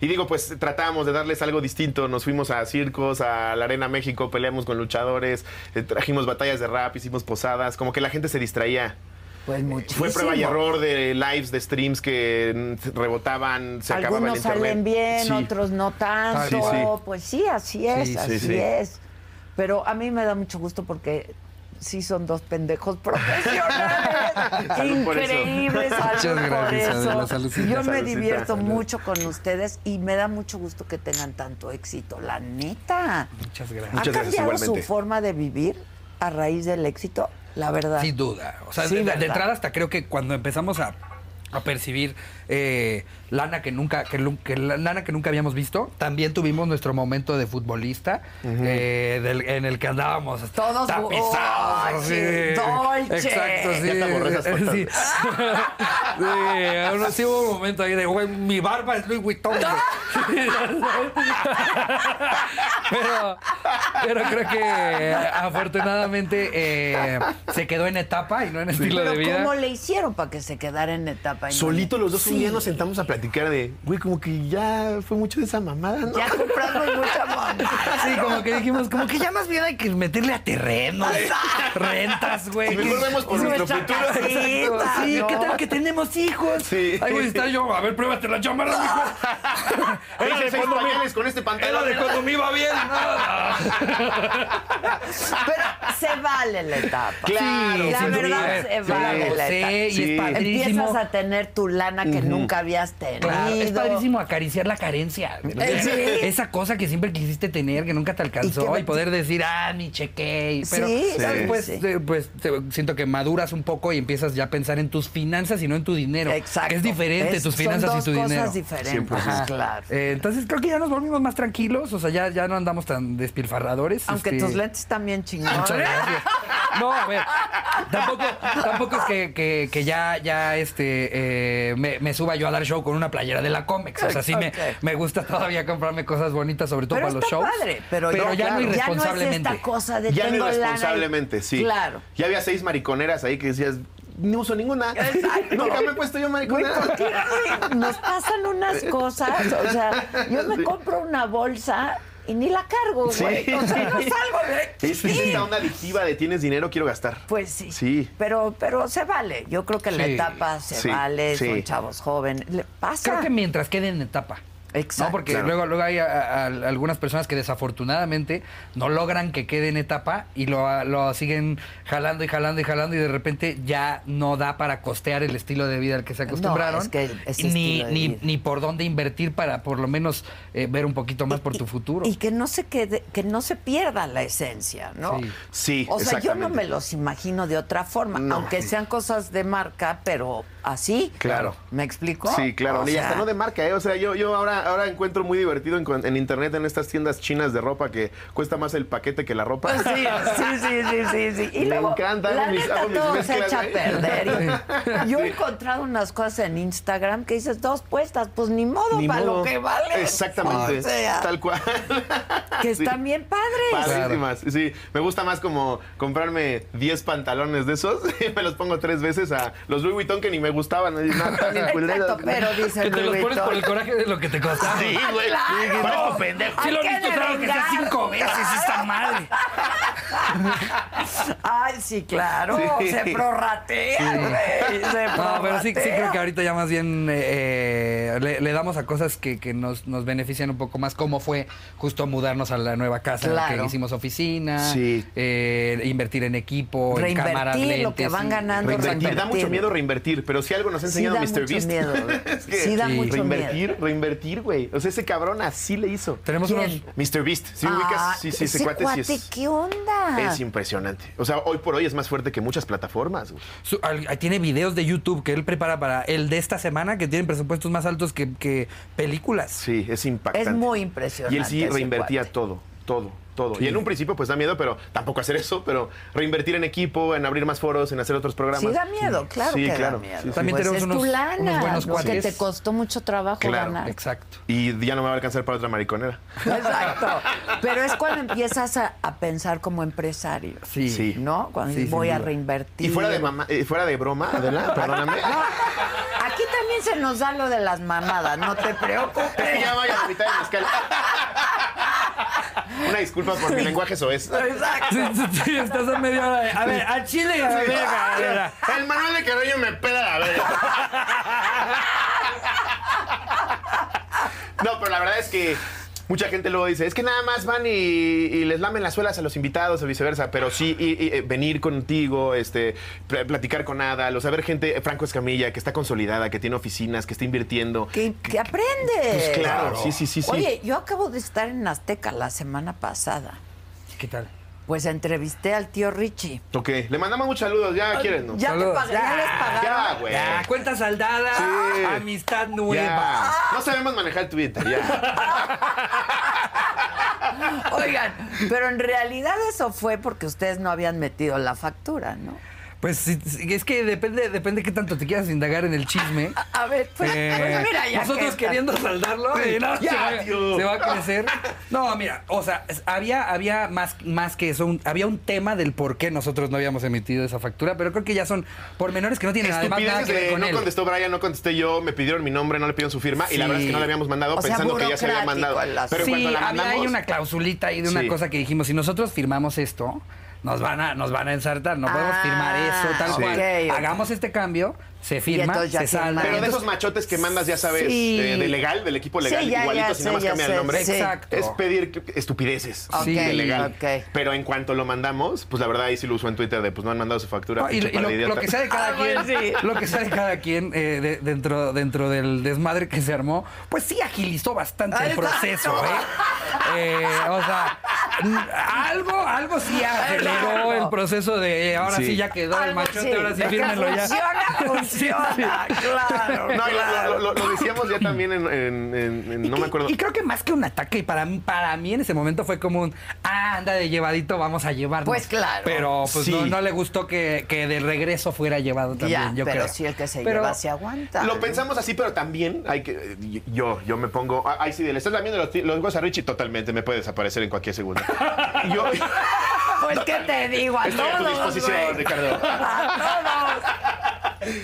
S4: Y digo, pues tratábamos de darles algo distinto. Nos fuimos a circos, a la Arena México, peleamos con luchadores, eh, trajimos batallas de rap, hicimos posadas. Como que la gente se distraía.
S3: Pues muchísimo.
S4: Fue prueba y error de lives, de streams que mm, rebotaban, se acababa el
S3: Algunos
S4: internet.
S3: salen bien,
S4: Sí.
S3: otros no tanto.
S4: Sí, sí.
S3: Pues sí, así es,
S5: Sí, sí,
S3: así
S4: sí.
S3: es. Pero a mí me da mucho gusto porque sí son dos pendejos profesionales.
S4: Salud por eso.
S3: increíbles. Salud
S5: Muchas
S3: por
S5: gracias, Adela,
S3: eso.
S5: saludcita,
S3: Yo me
S4: saludcita.
S3: divierto
S4: Salud.
S3: mucho con ustedes y me da mucho gusto que tengan tanto éxito. La neta.
S5: Muchas gracias.
S3: ¿Ha
S4: Muchas gracias,
S3: cambiado su
S4: igualmente.
S3: forma de vivir a raíz del éxito? La verdad.
S5: Sin duda. O sea,
S3: Sí,
S5: de, de
S3: ¿verdad?
S5: entrada hasta creo que cuando empezamos a, a percibir eh, lana que nunca, que, lu- que la- lana que nunca habíamos visto, también tuvimos nuestro momento de futbolista, eh, del- en el que andábamos
S3: Todos
S5: tapizados.
S3: Gucci,
S5: sí.
S3: Dolce.
S5: Exacto, sí.
S4: Ya te borré esas fotos.
S5: Sí. Sí, uno- sí hubo un momento ahí de, güey, mi barba es Louis Vuitton. güey. pero, pero creo que eh, afortunadamente eh, se quedó en etapa y no en estilo
S3: Pero
S5: de vida.
S3: ¿cómo le hicieron para que se quedara en etapa? inmediata?
S4: Solito los dos un día
S3: Sí.
S4: nos sentamos a platicar de, güey, como que ya fue mucho de esa mamada, ¿no?
S3: Ya compramos mucha mamá.
S5: Sí, como que dijimos, como que ya más bien hay que meterle a terreno, güey. rentas, güey.
S4: Y mejor
S5: que-
S4: vemos por
S5: Sí,
S4: nuestro
S5: nuestra
S4: futuro.
S5: casita,
S3: Exacto,
S5: Sí,
S3: ¿no?
S5: ¿qué tal que tenemos hijos?
S4: Sí.
S5: Ahí voy a estar yo, a ver, pruébate la chamarra, mijo. Era
S4: Hice
S5: de
S4: seis
S5: cuando me-
S4: pañales con este
S5: era
S4: pantalón.
S5: de cuando me iba bien. nada.
S3: Pero se vale la etapa.
S4: Claro,
S3: la
S5: sin
S3: verdad
S5: duda.
S3: se vale
S5: Yo
S3: la
S5: sé,
S3: etapa.
S5: y
S4: Sí.
S5: es padrísimo.
S3: Empiezas a tener tu lana que nunca habías tenido.
S5: Claro, es padrísimo acariciar la carencia.
S3: Eh, sí.
S5: Esa cosa que siempre quisiste tener, que nunca te
S3: Y
S5: alcanzó,
S3: que-
S5: y, poder decir, ah, mi cheque. Pero
S3: Sí,
S5: ya
S3: sí,
S5: después,
S3: sí.
S5: eh, pues, te- siento que maduras un poco y empiezas ya a pensar en tus finanzas y no en tu dinero.
S3: Exacto.
S5: Que es diferente
S3: Es-
S5: tus finanzas
S3: son
S5: y tu
S3: dos
S5: dinero.
S3: cosas diferentes, claro.
S5: Eh, entonces creo que ya nos volvimos más tranquilos, o sea, ya, ya no andamos tan despilfarradores.
S3: Aunque
S5: este-
S3: tus lentes también chingones.
S5: Muchas gracias. No, a ver. Tampoco, tampoco es que, que- que ya, ya este, eh, me, me suba yo a dar show con una playera de la Comex. O sea, sí me,
S3: Ok.
S5: me gusta todavía comprarme cosas bonitas, sobre todo
S3: Pero
S5: para
S3: está
S5: los shows.
S3: padre, pero, yo,
S5: ya
S3: claro,
S5: no irresponsablemente.
S3: es esta cosa de
S4: Ya no
S3: tengo lana.
S4: irresponsablemente, sí.
S3: Claro.
S4: Ya había seis mariconeras ahí que decías, no uso ninguna. Nunca me he puesto yo mariconera.
S3: Nos pasan unas cosas, o sea, yo me compro una bolsa y ni la cargo,
S4: Sí.
S3: güey. O sea, no salgo de
S4: Es es esta onda adictiva de tienes dinero, quiero gastar.
S3: Pues sí.
S4: Sí.
S3: Pero, pero se vale. Yo creo que la
S5: Sí.
S3: etapa se
S4: Sí,
S3: vale,
S4: sí.
S3: son chavos jóvenes. Le pasa.
S5: Creo que mientras quede en etapa.
S3: Exacto.
S5: ¿no? Porque
S4: Claro.
S5: luego, luego hay a- a- a- algunas personas que desafortunadamente no logran que quede en etapa y lo, lo siguen jalando y jalando y jalando y de repente ya no da para costear el estilo de vida al que se acostumbraron.
S3: es que ese
S5: ni,
S3: estilo de
S5: ni,
S3: vida.
S5: ni por dónde invertir para por lo menos eh, ver un poquito más por tu futuro.
S3: Y que no se quede, que no se pierda la esencia, ¿no?
S5: Sí.
S4: Sí,
S3: O sea, yo no
S4: exactamente.
S3: me los imagino de otra forma,
S4: No.
S3: aunque sean cosas de marca, pero así.
S4: Claro.
S3: ¿Me explico?
S4: Sí, claro.
S3: O
S4: y hasta
S3: sea,
S4: no de marca, ¿eh? O sea, yo, yo ahora, ahora encuentro muy divertido en, con- en internet, en estas tiendas chinas de ropa, que cuesta más el paquete que la ropa.
S3: Pues Sí, sí, sí, sí, sí, sí. Y
S4: Me
S3: luego,
S4: encanta,
S3: la
S4: hago mis-
S3: neta,
S4: hago mis
S3: todo se
S4: mezclas,
S3: echa a
S4: ¿eh?
S3: perder. Y- Yo he encontrado unas cosas en Instagram que dices dos puestas, pues ni modo
S4: Ni
S3: para
S4: modo.
S3: lo que vale.
S4: Exactamente.
S3: O sea,
S4: Tal cual.
S3: que
S4: sí.
S3: están bien padres.
S4: Padrísimas. Sí, me gusta más como comprarme 10 pantalones de esos y me los pongo tres veces a los Louis Vuitton que ni me gustaban. No, están bien
S3: Exacto,
S4: culeros.
S3: pero dice
S5: que te los
S3: Louis
S5: pones por el
S3: Vuitton.
S5: coraje de lo que te costaron.
S4: Sí, güey.
S3: ¡Claro!
S4: Parezco pendejo.
S5: Sí lo he
S3: ¿A qué
S5: visto
S3: le
S5: claro que sea
S3: vengas?
S5: cinco veces esta madre.
S3: Ay, sí, claro.
S4: Sí.
S3: Se prorratea, güey. Se
S5: No, pero sí, sí creo que
S3: prorratea.
S5: ahorita ya más bien eh, eh, le, le damos a cosas que, que nos, nos benefician un poco más, como fue justo mudarnos a la nueva casa, en la
S3: Claro.
S5: que hicimos oficina,
S4: Sí.
S5: eh, invertir en equipo, en
S3: Reinvertir
S5: cámaras,
S3: lo
S5: lentes,
S3: que van
S5: sí.
S3: ganando.
S4: Reinvertir. Da mucho
S3: Reinvertir.
S4: miedo reinvertir, pero si algo nos ha enseñado
S3: Sí da
S4: Mr.
S3: mucho
S4: Beast.
S3: miedo, güey.
S4: es que
S3: Sí da
S5: Sí.
S3: mucho
S4: reinvertir,
S3: miedo.
S4: reinvertir, güey. O sea, ese cabrón así le hizo.
S5: Tenemos
S3: ¿Quién?
S5: unos...
S4: Mr. Beast, sí,
S3: Ah,
S4: ubicas, sí, sí, ese cuate, sí es.
S3: ¿Qué onda?
S4: Es impresionante. O sea, hoy por hoy es más fuerte que muchas plataformas. güey.
S5: su- al- ah, tiene videos de YouTube que él prepara para el de esta semana que tienen presupuestos más altos que, que películas.
S4: Sí, es impactante.
S3: Es muy impresionante.
S4: Y él sí
S3: ese
S4: reinvertía
S3: cuate.
S4: todo, todo, todo. Y en un principio pues da miedo, pero tampoco hacer eso, pero reinvertir en equipo, en abrir más foros, en hacer otros programas.
S3: Sí da miedo, claro
S4: Sí,
S3: que
S4: claro.
S3: da miedo.
S4: Sí, sí.
S5: También
S3: Pues
S5: tenemos
S3: es tu
S5: unos-
S3: lana,
S5: unos buenos
S3: lo que
S5: cuates.
S3: te costó mucho trabajo
S4: Claro,
S3: ganar.
S5: Exacto.
S4: Y ya no me va a alcanzar para otra mariconera.
S3: Exacto. Pero es cuando empiezas a, a pensar como empresario,
S5: Sí.
S4: Sí.
S3: ¿no? Cuando
S5: Sí, sin
S3: voy a
S5: duda.
S3: reinvertir.
S4: Y fuera de mamá, eh, fuera de broma, Adela, perdóname.
S3: Aquí también se nos da lo de las mamadas, no te preocupes.
S4: ya vaya a la mitad de mi escala. Una disculpa por mi lenguaje soez.
S3: Exacto.
S5: Sí, sí, sí, estás a media hora de- A ver, a Chile y a la verga, a ver, a-
S4: El manual de Carollo me pela la verga. No, pero la verdad es que mucha gente luego dice, es que nada más van y, y les lamen las suelas a los invitados o viceversa, pero sí y- y, eh, venir contigo, este, pl- platicar con nada, o saber gente, eh, Franco Escamilla, que está consolidada, que tiene oficinas, que está invirtiendo.
S3: Que, que aprendes.
S4: Pues claro, sí, sí, sí, sí.
S3: Oye, yo acabo de estar en Azteca la semana pasada.
S5: ¿Qué tal?
S3: Pues entrevisté al tío Richie.
S4: Ok, le mandamos muchos saludos, ya quieren, ¿no?
S3: Ya, te
S5: Saludos.
S3: pag- ya les pagaron.
S4: Ya, güey.
S5: Ya, cuenta saldada, Ah,
S4: Sí.
S5: amistad nueva.
S4: Ya. No sabemos manejar Twitter, ya.
S3: Oigan, pero en realidad eso fue porque ustedes no habían metido la factura, ¿no?
S5: Pues sí, sí, es que depende, depende qué tanto te quieras indagar en el chisme.
S3: A ver, pues,
S5: Eh,
S3: pues mira, ya
S5: nosotros
S3: que-
S5: queriendo saldarlo, eh, no,
S4: Ya,
S5: se, va,
S4: tío.
S5: se va a crecer. No, mira, o sea, es- había, había más, más que eso, un- había un tema del por qué nosotros no habíamos emitido esa factura, pero creo que ya son pormenores que no tienen además nada
S4: Estupideces
S5: que ver
S4: de
S5: con
S4: no
S5: él.
S4: contestó Brian, no contesté yo, me pidieron mi nombre, no le pidieron su firma y la
S5: Sí.
S4: verdad es que no la habíamos mandado
S3: O sea,
S4: pensando que ya se había
S3: burocrático
S4: mandado.
S3: el asunto.
S4: Pero en
S5: sí,
S4: cuanto la
S5: había
S4: mandamos,
S5: ahí una clausulita ahí de una
S4: Sí.
S5: cosa que dijimos, si nosotros firmamos esto, nos van a, nos van a ensartar, no podemos
S3: Ah,
S5: firmar eso, tal
S3: sí.
S5: cual.
S3: ok, ok.
S5: Hagamos este cambio, se firma,
S3: entonces ya
S5: se salda.
S4: pero de
S3: entonces-
S4: esos machotes que mandas, ya sabes,
S3: Sí.
S4: eh, de legal, del equipo legal,
S3: Sí, ya, ya
S4: igualitos y
S3: sé,
S4: nada más
S3: ya
S4: cambia el
S3: sé,
S4: nombre.
S3: sí.
S5: Exacto.
S4: Es pedir que- estupideces
S3: Ok,
S4: de legal.
S3: ok.
S4: Pero en cuanto lo mandamos, pues la verdad ahí sí lo usó en Twitter de pues no han mandado su factura.
S5: No, y,
S4: pinche
S5: y
S4: par
S5: lo,
S4: de
S5: lo
S4: idiotas.
S5: que sea de cada
S3: Ah, bueno,
S5: quien,
S3: sí.
S5: lo que sea de cada quien eh, de- dentro, dentro del desmadre que se armó, pues sí agilizó bastante el
S3: Exacto.
S5: proceso, ¿eh? Eh, O sea, n- algo, algo sí
S3: Claro.
S5: aceleró el proceso de ahora sí,
S4: Sí.
S5: ya quedó el
S3: Algo
S5: machote,
S3: sí,
S5: ahora sí
S3: de que
S5: fírmenlo ya.
S3: Funciona, funciona, claro.
S4: No, y lo-
S3: claro.
S4: lo, lo- lo decíamos ya también en, en- en- en-
S5: Y
S4: no
S5: que-
S4: me acuerdo.
S5: Y creo que más que un ataque, para, mí- para mí en ese momento fue como un, ah, anda de llevadito, vamos a llevarnos.
S3: Pues claro.
S5: Pero pues
S4: Sí.
S5: no, no le gustó que, que de regreso fuera llevado también,
S3: ya,
S5: yo
S3: pero
S5: creo.
S3: si el que se
S5: Pero-
S3: lleva se aguanta.
S4: Lo pensamos así, pero también hay que. eh, Yo, yo me pongo. Ay, sí, le estás lamiendo los, ti- los huevos a Richie totalmente. Me puede desaparecer en cualquier segundo. Yo
S3: Pues, ¿qué te digo? A
S4: estoy a tu
S3: todos,
S4: disposición,
S3: güey.
S4: Ricardo.
S3: A todos.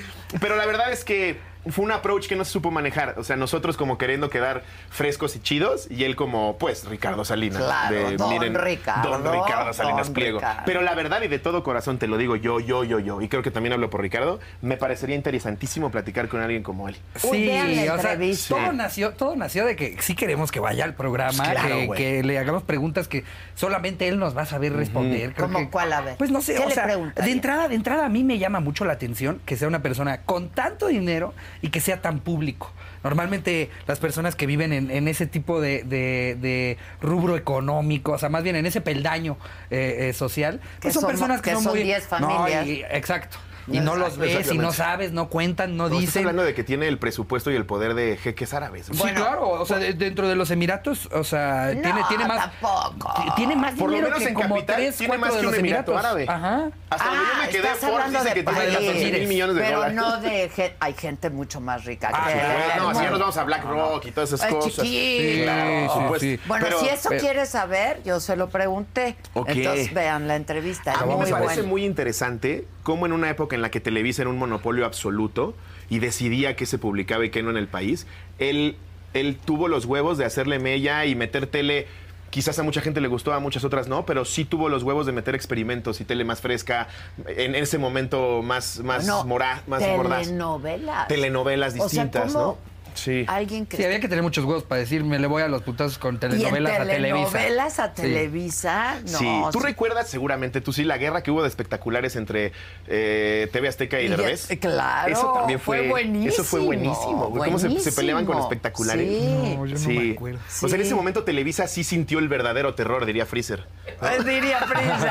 S4: Pero la verdad es que fue un approach que no se supo manejar. O sea, nosotros como queriendo quedar frescos y chidos y él como, pues, Ricardo Salinas.
S3: Claro, don Ricardo,
S4: Don Ricardo Salinas
S3: don
S4: Pliego.
S3: Ricardo.
S4: Pero la verdad y de todo corazón te lo digo yo, yo, yo, yo, y creo que también hablo por Ricardo, me parecería interesantísimo platicar con alguien como él.
S3: Un día en la entrevista.
S5: todo nació, todo nació de que sí queremos que vaya al programa,
S4: Pues claro,
S5: que,
S4: güey.
S5: que le hagamos preguntas que solamente él nos va a saber responder. creo
S3: ¿Cómo
S5: que-
S3: cuál? A ver,
S5: Pues no sé,
S3: ¿qué
S5: o
S3: le
S5: sea,
S3: preguntaría?
S5: de entrada, de entrada a mí me llama mucho la atención que sea una persona con tanto dinero y que sea tan público. Normalmente las personas que viven en, en ese tipo de, de- de rubro económico, o sea, más bien en ese peldaño eh, eh, social, pues
S3: Que
S5: son
S3: son-
S5: personas que,
S3: que
S5: son
S3: son
S5: muy...
S3: 10
S5: No,
S3: familias.
S5: y- exacto. Y no los ves, y
S4: Exactamente.
S5: no sabes, no cuentan, no,
S4: No, estás
S5: dicen.
S4: hablando de que tiene el presupuesto y el poder de jeques árabes. güey.
S5: Sí, claro, o sea, de- dentro de los Emiratos, o sea,
S3: No,
S5: tiene, tiene más.
S3: tampoco.
S5: t- Tiene más
S4: Por lo
S5: dinero
S4: menos
S5: que
S4: en
S5: como
S4: capital
S5: tres,
S4: tiene
S5: cuatro
S4: más
S5: de
S4: que un
S5: los
S4: Emirato
S5: Emiratos.
S4: árabe.
S5: Ajá.
S4: Hasta donde yo me quedé,
S3: Ah, estás
S4: Forbes
S3: hablando
S4: dice
S3: de
S4: que tiene 14 mil
S3: países,
S4: millones de
S3: pero
S4: dólares.
S3: no de... gen- Hay gente mucho más rica
S5: Ah,
S3: que
S5: sí,
S3: él,
S4: Bueno, así ya
S3: hermano.
S4: nos vamos a BlackRock y todas esas
S3: Ay,
S4: cosas.
S3: chiquito.
S4: claro,
S5: Sí,
S4: por supuesto.
S5: sí, sí.
S3: Bueno,
S4: Pero
S3: si eso
S5: pero-
S3: quieres saber, yo se lo pregunté.
S4: Ok.
S3: Entonces vean la entrevista.
S4: A
S3: es
S4: mí me
S3: muy
S4: parece
S3: buena.
S4: muy interesante cómo en una época en la que Televisa era un monopolio absoluto y decidía qué se publicaba y qué no en el país, él, él tuvo los huevos de hacerle mella y meter tele. Quizás a mucha gente le gustó, a muchas otras no, pero sí tuvo los huevos de meter experimentos y tele más fresca, en ese momento más, más,
S3: No,
S4: mora- más mordaz.
S3: telenovelas.
S4: Telenovelas
S3: O sea,
S4: distintas,
S3: ¿cómo
S4: ¿no? Sí.
S3: Alguien que este
S5: Sí, había que tener muchos huevos para decir, me le voy a los putazos con
S3: Y en
S5: telenovelas a Televisa.
S3: telenovelas a
S5: Sí.
S3: Televisa, no.
S4: sí. Tú
S3: sí.
S4: recuerdas seguramente, tú sí, la guerra que hubo de espectaculares entre eh, TV Azteca y
S3: Y
S4: Derbez.
S3: ya- claro,
S4: Eso también
S3: fue
S4: fue, Eso fue buenísimo.
S3: buenísimo,
S4: güey. ¿Cómo se, se peleaban con
S3: buenísimo.
S4: espectaculares?
S3: Sí.
S5: No, yo no
S4: Sí.
S5: me acuerdo.
S4: O sea, en
S3: Sí.
S4: ese momento Televisa sí sintió el verdadero terror, diría Freezer.
S3: Pues diría Prince.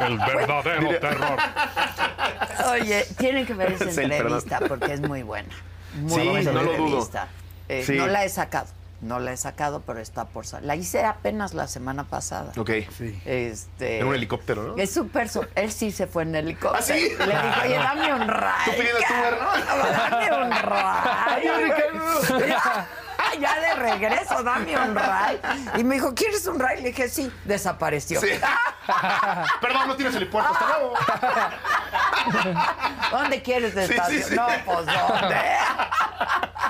S1: El verdadero terror.
S3: Oye, tienen que ver esa
S4: Sí, perdón.
S3: entrevista porque es muy buena. Muy
S4: Sí,
S3: buena
S4: no lo dudo.
S3: entrevista. Eh,
S4: Sí.
S3: No la he sacado, no la he sacado, pero está por sa- La hice apenas la semana pasada.
S4: Ok.
S5: Sí.
S3: Este,
S4: En un helicóptero, ¿no?
S3: Es súper. so- Él sí se fue en helicóptero.
S4: ¿Ah, sí?
S3: Le dije, oye, dame un ride.
S4: Tú pidiendo tu Uber, ¿no?
S3: Dame un
S4: Ay,
S3: ride. Ya, ya de regreso, dame un ride. Y me dijo, ¿quieres un ride? Le dije, sí, desapareció.
S4: Sí. Perdón, no tienes el puerto, hasta luego.
S3: ¿Dónde quieres de
S4: Sí,
S3: estación?
S4: sí, sí.
S3: No, pues dónde.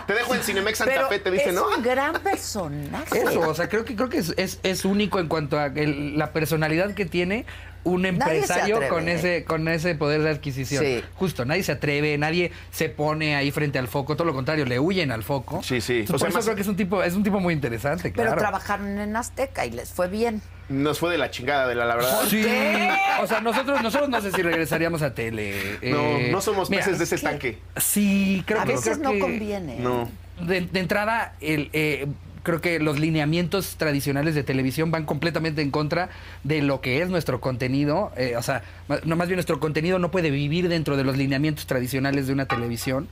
S4: Te dejo en Cinemex Santa
S3: Pero
S4: Fe, te dice,
S3: es
S4: ¿no?
S3: un gran personaje.
S5: Eso, o sea, creo que creo que es, es, es único en cuanto a el- la personalidad que tiene un
S3: se
S5: empresario
S3: atreve,
S5: con
S3: ¿eh?
S5: ese con ese poder de adquisición.
S3: Sí.
S5: Justo, nadie se atreve, nadie se pone ahí frente al foco, todo lo contrario, le huyen al foco.
S4: Sí, sí.
S5: Entonces,
S4: O sea,
S5: por eso
S4: más-
S5: creo que es un tipo es un tipo muy interesante,
S3: Pero
S5: claro.
S3: trabajaron en Azteca y les fue bien.
S4: Nos fue de la chingada, de la, la verdad.
S5: Sí.
S3: qué?
S5: O sea, nosotros nosotros no sé si regresaríamos a tele.
S4: No,
S5: eh,
S4: no somos
S5: mira,
S4: peces de ese
S3: es que-
S4: tanque.
S5: Sí, creo
S3: A
S5: que
S3: veces
S5: creo
S3: no
S5: que-
S3: conviene. ¿eh?
S4: No.
S5: De, de entrada, el, eh, creo que los lineamientos tradicionales de televisión van completamente en contra de lo que es nuestro contenido. eh, o sea, ma- no más bien nuestro contenido no puede vivir dentro de los lineamientos tradicionales de una televisión,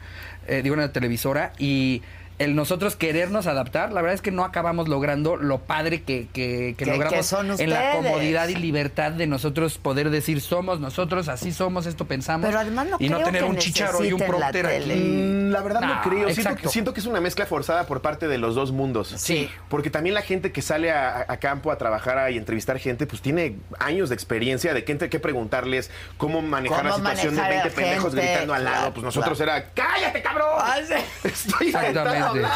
S5: eh, de una televisora. Y el nosotros querernos adaptar, la verdad es que no acabamos logrando lo padre que, que- que
S3: Que-
S5: logramos
S3: que son
S5: en la
S3: ustedes.
S5: comodidad y libertad de nosotros poder decir somos nosotros, así somos, esto pensamos.
S3: Pero además no
S5: y no
S3: creo
S5: tener
S3: que
S5: un chicharo y
S3: necesiten
S5: un
S3: la
S5: prompter
S3: tele.
S5: aquí.
S4: Mm, La verdad
S5: No,
S4: no creo. Siento,
S5: exacto.
S4: siento que es una mezcla forzada por parte de los dos mundos.
S5: Sí.
S4: Porque también la gente que sale a, a campo a trabajar a- y entrevistar gente, pues tiene años de experiencia de qué, qué preguntarles, cómo manejar
S3: Cómo
S4: la situación de
S3: manejar a
S4: 20
S3: gente,
S4: pendejos gritando al lado.
S3: claro,
S4: Pues nosotros
S3: claro. Ah,
S4: era, ¡cállate, cabrón! Estoy intentando
S5: Exactamente.
S4: hablar".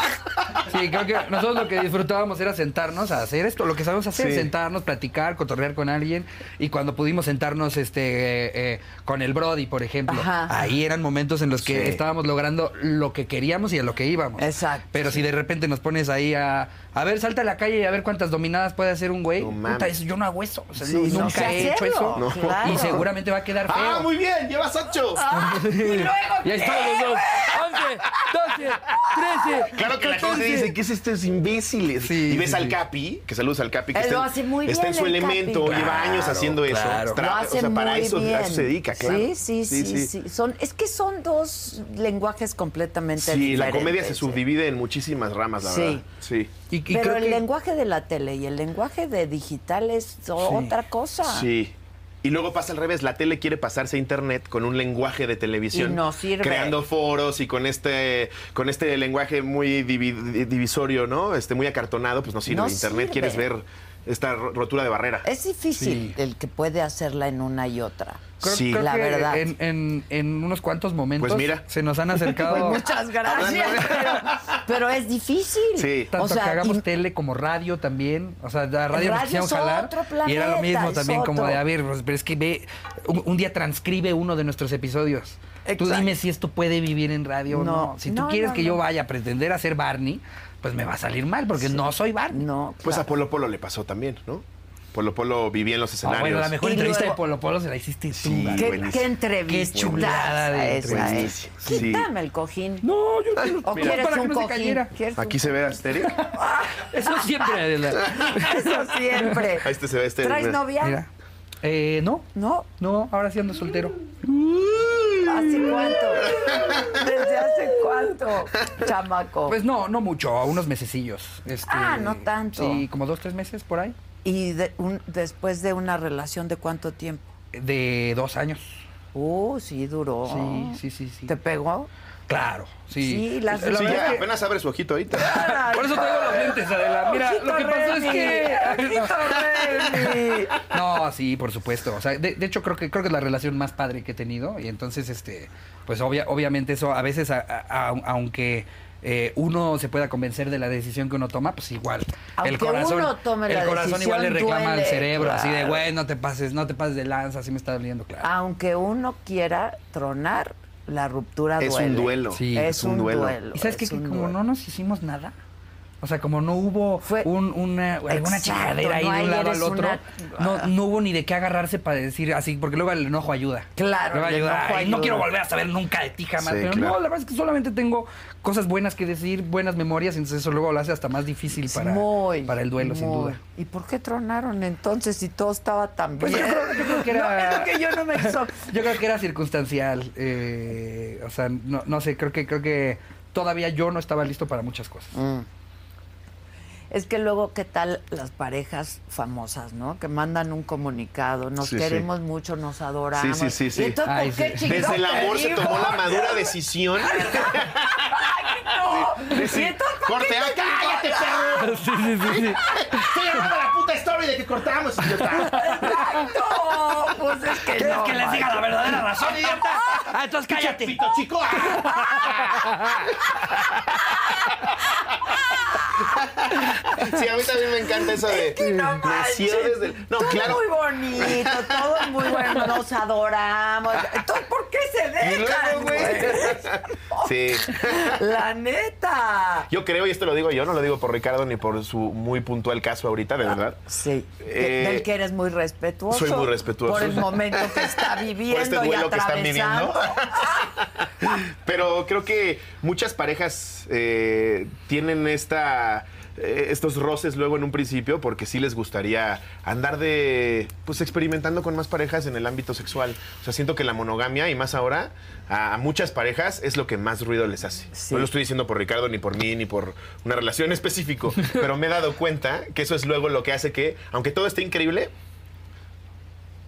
S5: Sí, creo que nosotros lo que disfrutábamos era sentarnos a hacer esto, lo que sabemos hacer,
S4: Sí.
S5: sentarnos, platicar, cotorrear con alguien. Y cuando pudimos sentarnos este eh, eh, con el Brody, por ejemplo,
S3: Ajá.
S5: ahí eran momentos en los que
S4: Sí.
S5: estábamos logrando lo que queríamos y a lo que íbamos.
S3: Exacto.
S5: Pero si de repente nos pones ahí a, a ver, salta a la calle y a ver cuántas dominadas puede hacer un güey,
S4: No
S5: puta,
S4: mames.
S5: eso yo no hago eso. O sea,
S4: Sí,
S5: no-
S4: no
S5: nunca
S3: sé
S5: he hecho
S3: hacerlo,
S5: eso.
S3: No. claro.
S5: Y seguramente va a quedar feo.
S4: ¡Ah, muy bien! ¡Llevas ocho!
S3: Ah, Y luego,
S5: Y ahí están los dos. 11, 12, 13.
S4: Claro que la gente
S5: 14.
S4: dice, ¿qué es estos imbéciles?
S5: Sí,
S4: y ves
S5: sí,
S4: al
S5: sí.
S4: Capi, que saludos al Capi, que
S3: Él
S4: está,
S3: lo
S4: en-
S3: hace muy
S4: está
S3: bien,
S4: en su
S3: el
S4: elemento,
S3: Capi.
S4: lleva años haciendo eso.
S5: claro.
S4: Tra-
S3: lo hace
S4: o sea, para
S3: muy
S4: eso, a
S3: bien.
S4: eso se dedica, claro.
S3: Sí sí sí, sí, Son, es que son dos lenguajes completamente
S4: Sí, la
S3: diferentes.
S4: comedia se
S3: ¿eh?
S4: subdivide en muchísimas ramas, la
S3: Sí.
S4: verdad. Sí.
S5: Y- y creo
S3: Pero el
S5: que-
S3: lenguaje de la tele y el lenguaje de digital es otra cosa.
S4: Sí. Y luego pasa al revés, la tele quiere pasarse a internet con un lenguaje de televisión.
S3: Y no sirve.
S4: Creando foros y con este, con este lenguaje muy divi- divisorio, ¿no? Este, muy acartonado, pues no sirve.
S3: No
S4: internet
S3: sirve.
S4: quieres ver esta ro- rotura de barrera.
S3: Es difícil el que puede hacerla en una y otra.
S5: Creo,
S4: Sí.
S5: creo
S3: La
S5: que
S3: verdad.
S5: En, en- en unos cuantos momentos
S4: Pues mira.
S5: se nos han acercado
S3: Muchas gracias. Pero es difícil.
S4: Sí.
S5: tanto
S3: O sea,
S5: que hagamos
S3: y-
S5: tele como radio también. O sea, la radio, nos
S3: Radio
S5: quisieron
S3: es
S5: jalar.
S3: otro
S5: y era lo
S3: planeta,
S5: mismo
S3: es
S5: también, como
S3: otro.
S5: de, a ver, pues, pero es que ve, un, un día transcribe uno de nuestros episodios. Tú
S3: Exacto.
S5: dime si esto puede vivir en radio o no.
S3: No,
S5: Si tú
S3: no,
S5: quieres
S3: no,
S5: que
S3: no.
S5: yo vaya a pretender a ser Barney, pues me va a salir mal, porque no soy Barney.
S3: no,
S4: Pues a
S3: claro.
S4: Polo Polo le pasó también, ¿no? Polo Polo vivía en los
S5: Ah,
S4: escenarios.
S5: bueno, la mejor
S3: Y
S5: entrevista
S3: luego-
S5: de Polo Polo se la hiciste tú.
S4: Sí,
S5: Barney.
S3: ¿Qué,
S4: buenísimo.
S3: qué entrevista.
S5: Qué chulada de
S3: esa es.
S4: entrevista. Sí.
S3: Quítame el cojín.
S5: No, yo quiero-
S3: ¿O
S5: no,
S3: quieres
S5: para que
S3: un
S5: no se
S3: cojín?
S5: cayera.
S3: ¿Quieres un-
S4: Aquí se ve Asterix.
S5: Eso siempre, Adela.
S3: Eso siempre.
S4: Ahí este se ve Asterix.
S3: ¿Traes
S4: mira.
S3: novia?
S5: Mira. Eh, no,
S3: No.
S5: no, ahora sí ando soltero.
S3: ¿Hace cuánto? ¿Desde hace cuánto, chamaco?
S5: Pues no, no mucho, a unos mesecillos. Este,
S3: Ah, no tanto.
S5: Sí, como dos, tres meses por ahí.
S3: ¿Y de- un- después de una relación de cuánto tiempo?
S5: De dos años.
S3: Uh, sí, duró.
S5: Sí, sí, sí, sí.
S3: ¿Te pegó?
S5: Claro, sí.
S3: Sí, las-
S5: La
S4: Sí,
S5: verdad
S4: ya
S5: que-
S4: apenas abre su ojito ahorita.
S5: Por eso traigo los lentes, Adela. Mira,
S3: Ojito
S5: lo que pasó es
S3: Remy,
S5: que. No, sí, por supuesto. O sea, de, de hecho, creo que creo que es la relación más padre que he tenido. Y entonces, este, pues obvia- obviamente eso a veces, a- a- a- aunque eh, uno se pueda convencer de la decisión que uno toma, pues igual.
S3: Aunque
S5: el corazón,
S3: uno tome
S5: el
S3: la
S5: corazón igual le
S3: decisión,
S5: reclama al
S3: duele,
S5: cerebro, así de
S3: claro.
S5: güey, no te pases, no te pases de lanza, así me está doliendo, claro.
S3: Aunque uno quiera tronar, la ruptura
S4: Es
S3: duele.
S4: un duelo.
S5: Sí.
S3: es, un duelo.
S5: ¿Y sabes qué?
S3: es
S5: Que
S3: un
S5: como
S3: duelo.
S5: no nos hicimos nada, o sea, como no hubo
S3: Fue-
S5: un- una, alguna
S3: Exacto,
S5: chicadera ahí
S3: no
S5: de
S3: hay,
S5: un lado
S3: eres
S5: al otro,
S3: una- Ah.
S5: no, no hubo ni de qué agarrarse para decir así, porque luego el enojo ayuda.
S3: Claro,
S5: Luego
S3: el
S5: ayuda,
S3: enojo
S5: "Ay, no
S3: ayuda".
S5: quiero volver a saber nunca de ti jamás.
S4: Sí,
S5: pero
S4: claro.
S5: no, la verdad es que solamente tengo cosas buenas que decir, buenas memorias, entonces eso luego lo hace hasta más difícil
S3: Es
S5: para,
S3: muy,
S5: para el duelo, sin
S3: muy.
S5: duda.
S3: ¿Y por qué tronaron entonces si todo estaba tan
S5: Pues yo
S3: bien?
S5: creo, yo creo que
S3: No,
S5: era.
S3: es lo que yo no me exo-
S5: Yo creo que era circunstancial. eh, o sea, no, no sé, creo que, creo que todavía yo no estaba listo para muchas cosas.
S3: Es que luego, ¿qué tal las parejas famosas, no? Que mandan un comunicado, nos
S4: Sí, sí.
S3: queremos mucho, nos adoramos.
S4: Sí, sí, sí, sí.
S3: ¿Y entonces
S5: Ay,
S3: por qué
S5: sí.
S3: chingados
S4: Desde el
S3: te
S4: amor se
S3: digo?
S4: tomó la madura decisión.
S3: No.
S4: de decir,
S3: ¿Y entonces por qué
S4: Corte A, cállate, perro.
S5: Sí, sí, sí, sí.
S4: Estoy grabando la puta story de que cortamos, idiota.
S3: No, pues es que
S5: ¿Quieres
S3: no.
S5: que les
S3: man.
S5: diga la verdadera razón, idiota? Ah, entonces cállate.
S4: Pito chico. ah. Sí, a mí también me encanta eso de.
S3: No manches.
S4: nació desde el- No,
S3: todo
S4: claro.
S3: muy bonito, todo es muy bueno, nos adoramos. Entonces, ¿por qué se
S4: Y luego,
S3: dejan,
S4: güey. Sí.
S3: güey? La neta.
S4: Yo creo, y esto lo digo yo, no lo digo por Ricardo ni por su muy puntual caso ahorita, de verdad.
S3: Sí,
S4: Eh,
S3: del que eres muy respetuoso.
S4: soy muy respetuoso.
S3: Por el momento que está viviendo
S4: por este duelo
S3: y
S4: que están
S3: atravesando.
S4: viviendo. Pero creo que muchas parejas eh, tienen esta eh, estos roces luego en un principio porque sí les gustaría andar de pues experimentando con más parejas en el ámbito sexual o sea siento que la monogamia y más ahora a, a muchas parejas es lo que más ruido les hace
S3: Sí.
S4: no lo estoy diciendo por Ricardo ni por mí ni por una relación específico pero me he dado cuenta que eso es luego lo que hace que aunque todo esté increíble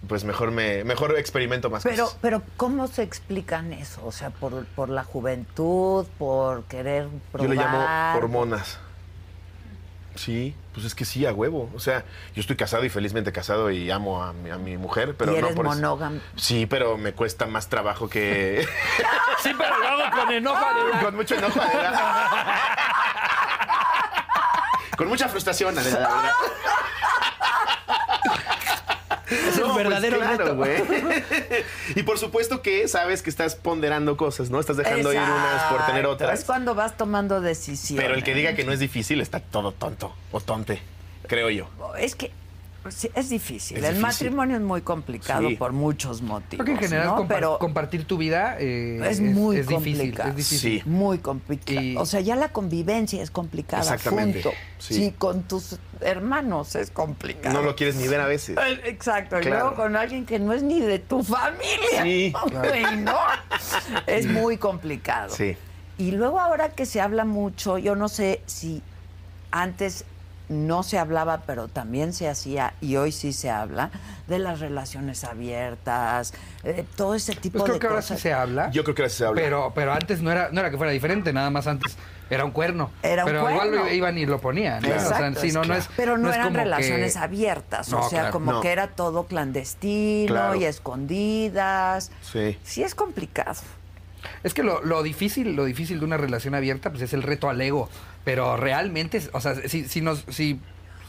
S4: pues mejor me mejor experimento más
S3: Pero,
S4: cosas.
S3: pero, ¿cómo se explican eso? O sea, por, por la juventud, por querer
S4: Yo
S3: probar.
S4: le llamo hormonas. Sí, pues es que sí, a huevo. O sea, yo estoy casado y felizmente casado y amo a mi, a mi mujer, pero
S3: y
S4: no
S3: eres
S4: por eso.
S3: monógamo.
S4: Sí, pero me cuesta más trabajo que
S5: Sí, pero lo hago con enojo.
S4: con mucho enojo. Adela. Con mucha frustración, Adela, la verdad.
S5: Es el
S4: No, pues,
S5: verdadero
S4: claro,
S5: reto.
S4: güey. Y por supuesto que sabes que estás ponderando cosas, ¿no? Estás dejando ir unas por tener
S3: Exacto,
S4: otras.
S3: Es cuando vas tomando decisiones.
S4: Pero el que diga que no es difícil está todo tonto o tonte, creo yo.
S3: Es que sí, es difícil.
S4: Es
S3: el
S4: difícil.
S3: matrimonio es muy complicado
S4: Sí.
S3: por muchos motivos.
S5: Creo que en general
S3: Pues ¿no?
S5: compa-
S3: Pero
S5: compartir tu vida eh,
S3: es muy
S5: difícil.
S3: complicado.
S5: Es
S4: Sí.
S5: difícil.
S3: Muy complicado.
S5: Y-
S3: O sea, ya la convivencia es complicada.
S4: Exactamente,
S3: Junto. Sí.
S4: sí.
S3: con tus hermanos es complicado.
S4: No lo quieres ni ver a veces.
S3: Eh, Exacto, y
S4: Claro.
S3: luego con alguien que no es ni de tu familia.
S4: Sí,
S3: Güey, no. Es muy complicado.
S4: Sí.
S3: Y luego ahora que se habla mucho, yo no sé si antes no se hablaba, pero también se hacía, y hoy sí se habla, de las relaciones abiertas, eh, todo ese tipo
S5: Pues creo
S3: de
S5: que ahora sí
S3: cosas.
S5: se habla.
S4: Yo creo que ahora sí se habla.
S5: Pero, pero antes no era, no era que fuera diferente, nada más antes era un cuerno.
S3: Era un
S5: pero igual
S3: cuerno.
S5: lo iban y lo ponían. ¿no?
S3: Exacto,
S5: o sea, sí,
S3: es
S5: no, no
S3: claro.
S5: es,
S3: Pero no,
S5: es
S3: eran
S5: como que-
S3: relaciones abiertas, o
S5: No,
S3: sea,
S5: claro,
S3: como
S4: no.
S3: que era todo clandestino
S4: Claro.
S3: y escondidas.
S4: Sí.
S3: Sí es complicado.
S5: Es que lo, lo difícil, lo difícil de una relación abierta, pues es el reto al ego. Pero realmente, o sea, si, si nos, si,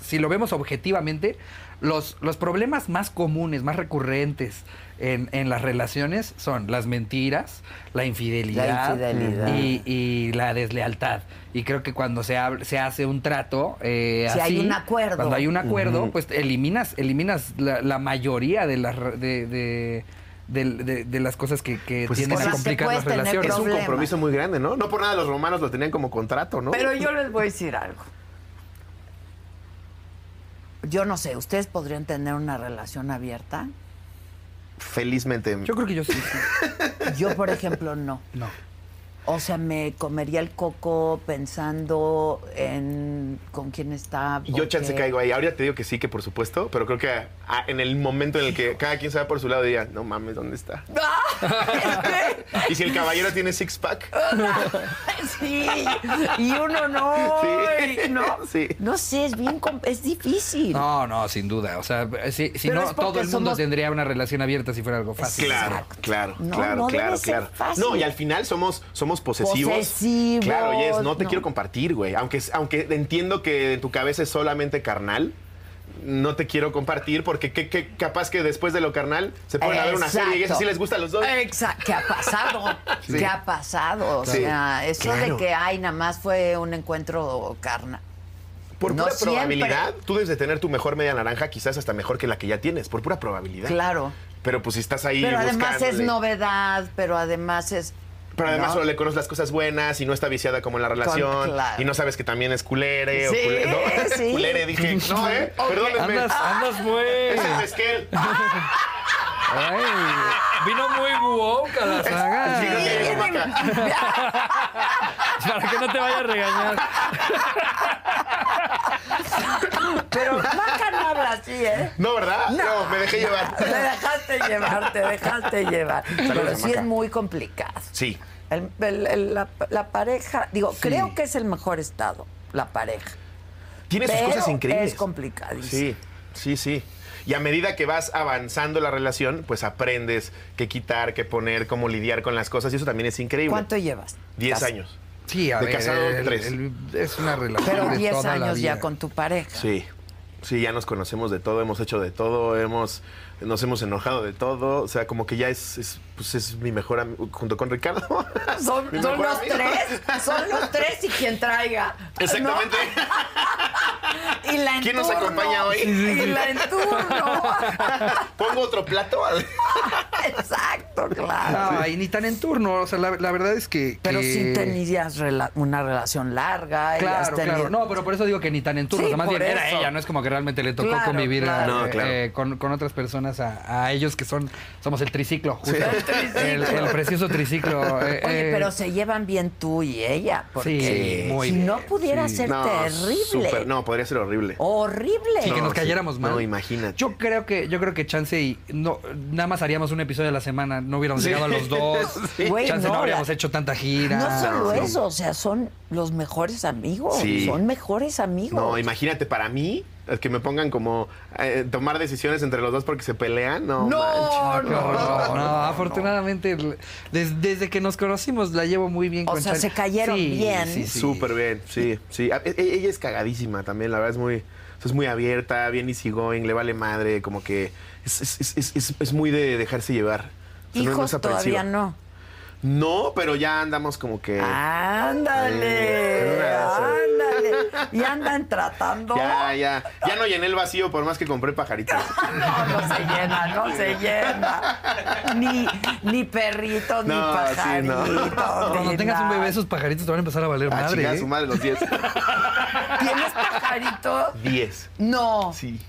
S5: si lo vemos objetivamente, los, los problemas más comunes, más recurrentes en, en las relaciones son las mentiras, la infidelidad,
S3: La infidelidad.
S5: Y, y la deslealtad. Y creo que cuando se, hab- se hace un trato, eh,
S3: Si hay
S5: así,
S3: un acuerdo.
S5: Cuando hay un acuerdo, pues eliminas, eliminas la, la mayoría de las re- de, de- del- de- de las cosas que, que
S4: Pues es
S5: tienden
S4: que
S5: a
S4: sí.
S5: complicar
S3: Con las
S5: las
S3: que puedes tener
S5: relaciones.
S4: Es un
S3: Problema.
S4: compromiso muy grande, ¿no? No por nada los romanos lo tenían como contrato, ¿no?
S3: Pero yo les voy a decir algo. Yo no sé, ¿ustedes podrían tener una relación abierta?
S4: Felizmente.
S5: Yo creo que yo sí. sí.
S3: Yo, por ejemplo, no.
S5: No.
S3: O sea, me comería el coco pensando en con quién está.
S4: Y yo chance
S3: porque-
S4: caigo ahí. Ahora te digo que sí, que por supuesto, pero creo que ah, en el momento en el que cada quien se va por su lado diría, no mames, ¿dónde está? y si el caballero tiene six pack,
S3: Sí, y uno no.
S4: Sí.
S3: y no.
S4: Sí.
S3: No sé, es bien, com- es difícil.
S5: No, no, sin duda. O sea, si, si
S3: Pero
S5: no,
S3: es porque
S5: todo el mundo
S3: somos-
S5: tendría una relación abierta si fuera algo fácil.
S4: claro,
S3: Exacto.
S4: claro,
S3: No,
S4: claro,
S3: no debe
S4: claro,
S3: ser
S4: claro.
S3: fácil.
S4: No, y al final somos, somos posesivos.
S3: Posesivos,
S4: Claro, y es, no te
S3: no.
S4: quiero compartir, güey. Aunque, aunque entiendo que en tu cabeza es solamente carnal. No te quiero compartir porque qué- qué- capaz que después de lo carnal se ponen a ver una serie y eso sí les gusta a los dos.
S3: Exacto. ¿Qué ha pasado? ¿Qué ha pasado? O
S4: Sí.
S3: sea, eso
S4: Claro.
S3: de que, ay, nada más fue un encuentro carna.
S4: Por
S3: No
S4: pura
S3: siempre.
S4: probabilidad, tú debes de tener tu mejor media naranja, quizás hasta mejor que la que ya tienes, por pura probabilidad.
S3: Claro.
S4: Pero pues si estás ahí
S3: Pero además es
S4: buscándole.
S3: novedad, pero además es.
S4: Pero además
S3: ¿no?
S4: solo le conoces las cosas buenas y no está viciada como en la relación.
S3: claro.
S4: Y no sabes que también es culere
S3: Sí,
S4: o culere. ¿no?
S3: sí.
S4: Culere, dije. No, ¿eh? Perdónenme.
S5: Andas, andas muy.
S4: Es el mezquel.
S5: Ay, vino muy woke a la
S4: Sí, creo
S5: saga.
S4: que llegó para acá.
S5: Para que no te vaya a regañar.
S3: Pero Maca no habla así, ¿eh?
S4: No, ¿verdad? No, me dejé
S3: Te
S4: llevar.
S3: dejaste llevar, te dejaste llevar. pero sí
S4: Maca.
S3: es muy complicado.
S4: Sí.
S3: El- el- el- la, la pareja, digo, creo que es el mejor estado, la pareja.
S4: Tiene sus
S3: Pero
S4: cosas increíbles.
S3: es complicadísimo.
S4: Sí, sí, sí. Y a medida que vas avanzando la relación, pues aprendes qué quitar, qué poner, cómo lidiar con las cosas. Y eso también es increíble.
S3: ¿Cuánto llevas?
S4: Diez
S3: Casi.
S4: años.
S5: Sí, a
S4: De
S5: ver.
S4: casado,
S5: el-
S4: tres.
S5: el- es una relación.
S3: Pero
S5: de
S3: 10
S5: toda la
S3: años ya
S5: vida.
S3: con tu pareja.
S4: Sí, sí, ya nos conocemos de todo, hemos hecho de todo, hemos, nos hemos enojado de todo. O sea, como que ya es, es, pues es mi mejor amigo, junto con Ricardo.
S3: Son,
S4: Mi
S3: son
S4: mejor
S3: los
S4: amigo.
S3: tres, son los tres y quien traiga.
S4: Exactamente.
S3: ¿no? Y la en
S4: ¿Quién nos
S3: turno.
S4: acompaña hoy?
S3: Y la en turno.
S4: Pongo otro plato.
S3: Exacto, claro.
S5: No, y ni tan en turno. O sea, la, la verdad es que.
S3: Pero
S5: Ah, que-
S3: sí tenías rela- una relación larga. y has
S5: Claro,
S3: tenido-
S5: claro. No, pero por eso digo que ni tan en turno.
S3: Sí,
S5: o sea, más
S3: por
S5: bien era
S3: eso.
S5: ella, no es como que realmente le tocó
S3: Claro,
S5: convivir a-
S3: claro.
S4: No, claro.
S5: eh, con, con otras personas, a, a ellos que son somos el triciclo, justo.
S3: El triciclo.
S5: El, el precioso triciclo. eh,
S3: Oye,
S5: eh,
S3: pero se llevan bien tú y ella, porque
S5: Sí, muy
S3: si no
S5: bien,
S3: pudiera
S5: sí.
S3: ser terrible.
S4: súper, no, podría ser horrible.
S3: Horrible.
S5: Y Oh, que
S4: No,
S5: nos
S4: sí.
S5: cayéramos mal.
S4: No, imagínate.
S5: Yo creo que, yo creo que chance y no, nada más haríamos un episodio a la semana, no hubiéramos llegado a los dos.
S3: Sí. Güey,
S5: Chance
S3: no,
S5: no, habríamos
S3: la-
S5: hecho tanta gira.
S3: No solo
S4: sí.
S3: eso, o sea, son los mejores amigos.
S4: Sí.
S3: Son mejores amigos.
S4: No, imagínate, para mí, es que me pongan como eh, tomar decisiones entre los dos porque se pelean. No,
S3: No,
S4: manches.
S5: Qué horror. No, afortunadamente l- des- desde que nos conocimos la llevo muy bien
S3: O
S5: con
S3: sea,
S5: Chan-
S3: se cayeron bien.
S4: Súper bien, sí, sí. A- e- Ella es cagadísima también, la verdad es muy, o sea, es muy abierta, bien easygoing, le vale madre, como que es, es- es- es- es- es muy de dejarse llevar. O sea, no- no
S3: Hijos
S4: es aprensiva.
S3: todavía no. Ah,
S4: No, pero ya andamos como que...
S3: Ándale,
S4: Eh,
S3: ándale. Y andan tratando.
S4: Ya, ya. Ya no llené el vacío por más que compré pajaritos.
S3: No, no se llena, no se llena. Ni, ni perritos, ni
S4: No, sí, no.
S3: pajaritos.
S5: Cuando
S3: ni
S5: tengas un
S3: nada.
S5: bebé, esos pajaritos te van a empezar a valer
S4: A
S5: madre.
S4: chingar a
S5: ¿eh?
S4: Ah, su madre los 10.
S3: ¿Tienes pajaritos?
S4: 10.
S3: No.
S4: Sí.